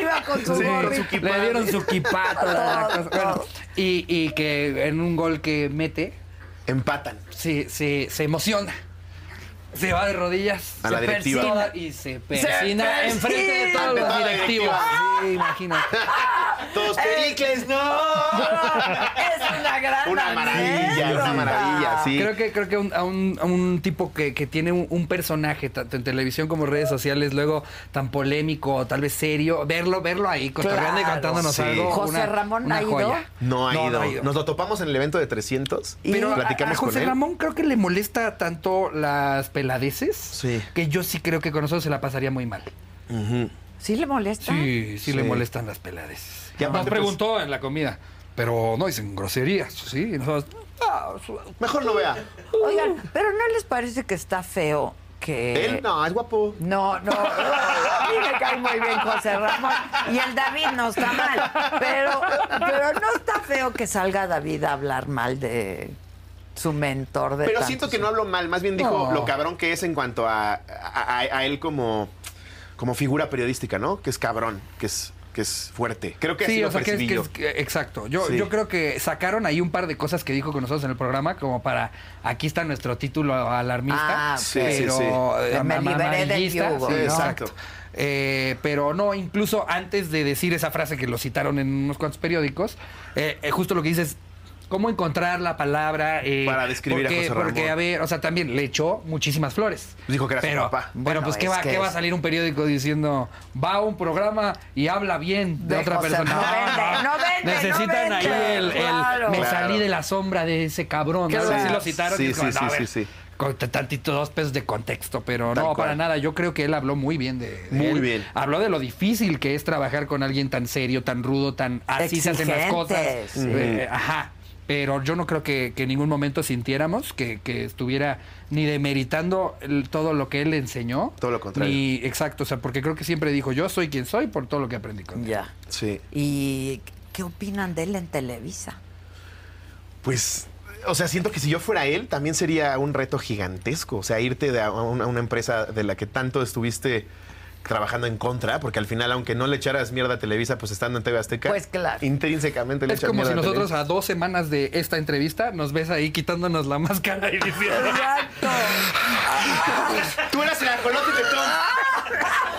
S3: Iba con su
S4: Sí,
S3: gorro.
S4: con su
S5: le dieron su quipato. toda la cosa. Bueno, y, y que en un gol que mete,
S4: Empatan.
S5: se, se, se emociona. Se va de rodillas.
S4: A la
S5: se
S4: directiva.
S5: persina Y se persina
S3: persina.
S5: enfrente de todos
S4: Ante
S5: los
S4: toda la
S5: directivos. Sí, imagínate.
S4: Todos Pericles, no.
S3: Es una gran
S4: Una maravilla,
S3: anécdota.
S4: una maravilla, sí.
S5: Creo que, creo que un- a, un, a un tipo que, que tiene un, un personaje, tanto en televisión como en redes sociales, luego tan polémico o tal vez serio, verlo, verlo ahí, cotorreando y
S3: Claro.
S5: contándonos
S4: Sí.
S5: algo.
S3: José
S5: una-
S3: Ramón
S5: una
S3: ha ido.
S5: joya.
S4: No ha
S5: No,
S4: ido.
S5: no ha ido.
S4: Nos lo topamos en el evento de 300.
S3: Y-
S5: Pero a-
S4: platicamos
S5: a José
S4: con él.
S5: Ramón creo que le molesta tanto las peladeces
S4: Sí.
S5: que yo sí creo que con nosotros se la pasaría muy mal.
S3: ¿Sí le molesta?
S5: Sí, sí,
S4: Sí. pues
S5: le molestan las peladeces.
S4: Y aparte,
S5: Nos preguntó en la comida, pero no dicen groserías, sí. y nosotros, "Ah, su-
S4: Mejor no vea.
S3: Oigan, ¿pero no les parece que está feo que...
S4: Él no, es guapo.
S3: No, no. A mí me cae muy bien José Ramón. Y el David no está mal. Pero, pero no está feo que salga David a hablar mal de su mentor de
S4: Pero
S3: tantos-
S4: siento que no hablo mal, más bien dijo
S5: No.
S4: lo cabrón que es en cuanto a, a, a- a él como, como figura periodística, ¿no? Que es cabrón, que es, que es fuerte. Creo que así
S5: Sí,
S4: lo
S5: o sea, que es,
S4: percibí
S5: que
S4: yo.
S5: es- que- exacto. Yo,
S4: Sí.
S5: yo creo que sacaron ahí un par de cosas que dijo con nosotros en el programa, como para, aquí está nuestro título alarmista.
S3: Ah,
S4: Sí,
S5: pero,
S4: sí, sí.
S5: eh,
S3: Me
S5: ama-
S3: liberé del
S5: amarillista,
S3: yugo.
S5: sí, ¿no?
S4: Exacto.
S5: Eh, pero no, incluso antes de decir esa frase que lo citaron en unos cuantos periódicos, eh, eh, justo lo que dices, cómo encontrar la palabra eh,
S4: Para describir a
S5: porque,
S4: José Ramón.
S5: Porque, a ver, o sea, también le echó muchísimas flores.
S4: Dijo que era su
S5: pero,
S4: papá.
S5: Pero
S3: Bueno,
S5: pues, ¿qué,
S3: es
S5: va,
S3: que
S5: ¿qué va a
S3: es-
S5: salir un periódico diciendo, va a un programa y habla bien de,
S3: De
S5: otra
S3: José-
S5: persona?
S3: no vende, no vende,
S5: Necesitan
S3: no
S5: ahí
S3: vende,
S5: el, el-
S3: claro.
S5: me
S4: Claro.
S5: salí de la sombra de ese cabrón. ¿no?
S3: Claro.
S5: Así lo citaron.
S4: Sí,
S5: y es como,
S4: sí,
S5: "No, a
S4: sí,
S5: ver,
S4: sí, sí.
S5: con t- tantito dos pesos de contexto, pero
S4: Tal
S5: no,
S4: cual.
S5: para nada. Yo creo que él habló muy bien de, de
S4: Muy
S5: él.
S4: bien.
S5: Habló de lo difícil que es trabajar con alguien tan serio, tan rudo, tan así se hacen las
S3: Exigente,
S5: cosas.
S3: sí.
S5: Eh, ajá. Pero yo no creo que, que en ningún momento sintiéramos que, que estuviera ni demeritando el- todo lo que él enseñó.
S4: Todo lo contrario.
S5: Ni, exacto, o sea, porque creo que siempre dijo, yo soy quien soy por todo lo que aprendí con él.
S3: Ya.
S4: Sí.
S3: ¿Y qué opinan de él en Televisa?
S4: Pues, o sea, siento que si yo fuera él, también sería un reto gigantesco. O sea, irte de a, a una, a una empresa de la que tanto estuviste trabajando en contra, porque al final, aunque no le echaras mierda a Televisa, pues estando en TV Azteca,
S3: Pues claro.
S4: intrínsecamente le
S5: Es
S4: echas
S5: como si
S4: mierda a
S5: nosotros
S4: Televisa.
S5: a dos semanas de esta entrevista nos ves ahí quitándonos la máscara y diciendo...
S3: Exacto.
S4: Tú eras el ajolote de Tom.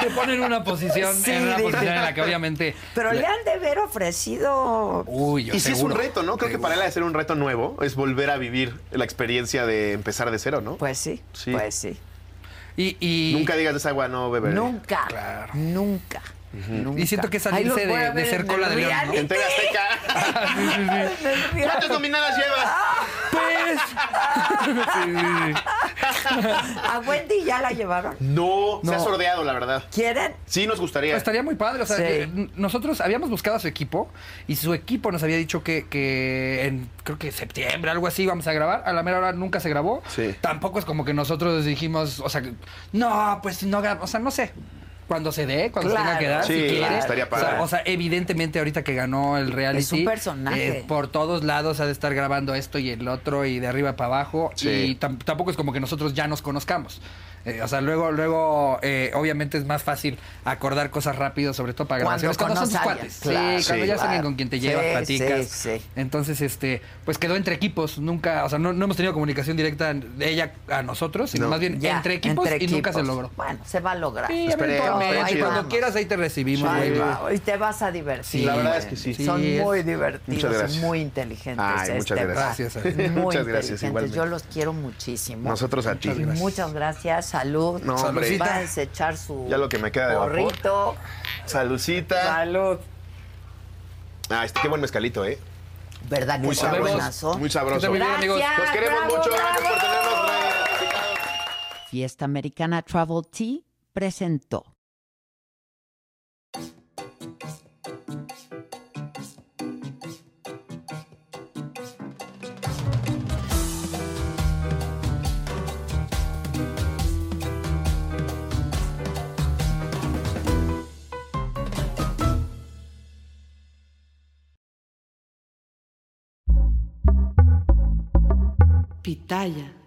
S5: Te ponen una posición,
S3: Sí,
S5: en una
S3: digo.
S5: posición en la que obviamente...
S3: Pero le han de haber ofrecido.
S5: Uy, yo
S4: Y sí es un
S5: seguro.
S4: reto, ¿no? Creo que para él hacer un reto nuevo es volver a vivir la experiencia de empezar de cero, ¿no?
S3: Pues sí,
S4: Sí.
S3: pues sí.
S5: Y, y-
S4: Nunca digas esa agua no beberé.
S3: Nunca,
S5: Claro.
S3: nunca.
S5: Y siento que es salirse de, de ser cola de león. ¿no?
S4: En TV Azteca. ¿Cuántas nominadas llevas?
S5: Pues. Sí, sí, sí.
S3: A Wendy ya la llevaron.
S4: No, se ha
S5: No.
S4: sordeado, la verdad.
S3: ¿Quieren?
S4: Sí, nos gustaría.
S3: Pues
S5: Estaría muy padre. O sea,
S3: Sí.
S5: eh, nosotros habíamos buscado a su equipo y su equipo nos había dicho que, que en creo que septiembre, algo así, íbamos a grabar. A la mera hora nunca se grabó.
S4: Sí.
S5: Tampoco es como que nosotros dijimos, o sea, no, pues no grabamos. O sea, no sé. Cuando se dé, cuando se tenga que
S3: Claro.
S5: dar,
S4: Sí,
S5: si quiere.
S4: estaría padre.
S5: O sea, O sea, evidentemente ahorita que ganó el reality. eh,
S3: Es un personaje.
S5: por todos lados ha de estar grabando esto y el otro y de arriba para abajo.
S4: Sí.
S5: Y tam- tampoco es como que nosotros ya nos conozcamos. Eh, o sea, luego, luego, eh, obviamente es más fácil acordar cosas rápido, sobre todo para
S3: Cuando
S5: grabaciones. Cuando son tus
S3: conoces a
S5: cuates. Sí,
S3: alguien. Claro,
S5: cuando ya
S3: sí,
S5: saben
S3: claro.
S5: con quién te
S3: Sí,
S5: llevas, platicas.
S3: sí, sí.
S5: Entonces, este, pues quedó entre equipos. Nunca, o sea, no, no hemos tenido comunicación directa de ella a nosotros, sino más bien
S3: Ya,
S5: entre equipos y nunca se
S3: equipos.
S5: logró.
S3: Bueno, se va a lograr.
S5: Sí,
S4: Pues Esperemos,
S5: eventualmente,
S4: ahí
S5: cuando
S3: vamos.
S5: quieras ahí te recibimos,
S3: Ahí
S5: güey.
S3: va, Y te vas a divertir.
S5: Sí,
S4: la verdad
S5: güey.
S4: es que sí.
S5: Sí,
S3: Son
S5: es-
S3: muy
S4: Muchas
S3: divertidos, y
S4: gracias.
S3: muy inteligentes.
S4: Ay,
S3: es
S4: muchas
S3: de
S5: gracias.
S3: verdad.
S5: Gracias,
S3: Muy
S4: muchas gracias,
S3: inteligentes.
S4: igualmente.
S3: Yo los quiero muchísimo.
S4: Nosotros a ti.
S3: Muchas gracias. Muchas gracias. Salud.
S4: No, hombre.
S3: Va a desechar su
S4: Ya lo que me queda de vapor.
S3: gorrito.
S4: Salucita.
S3: Salud.
S4: Ah, este, qué buen mezcalito, ¿eh?
S3: ¿Verdad que
S4: Muy
S3: está
S4: sabroso.
S3: buenazo?
S4: Muy sabroso.
S5: Muy bien,
S3: Pues Gracias.
S5: amigos.
S4: Los queremos
S3: bravo,
S4: mucho. Gracias por
S3: bravo.
S4: tenernos reunificados.
S2: Fiesta Americana Travel Tea presentó.
S7: Pitaya.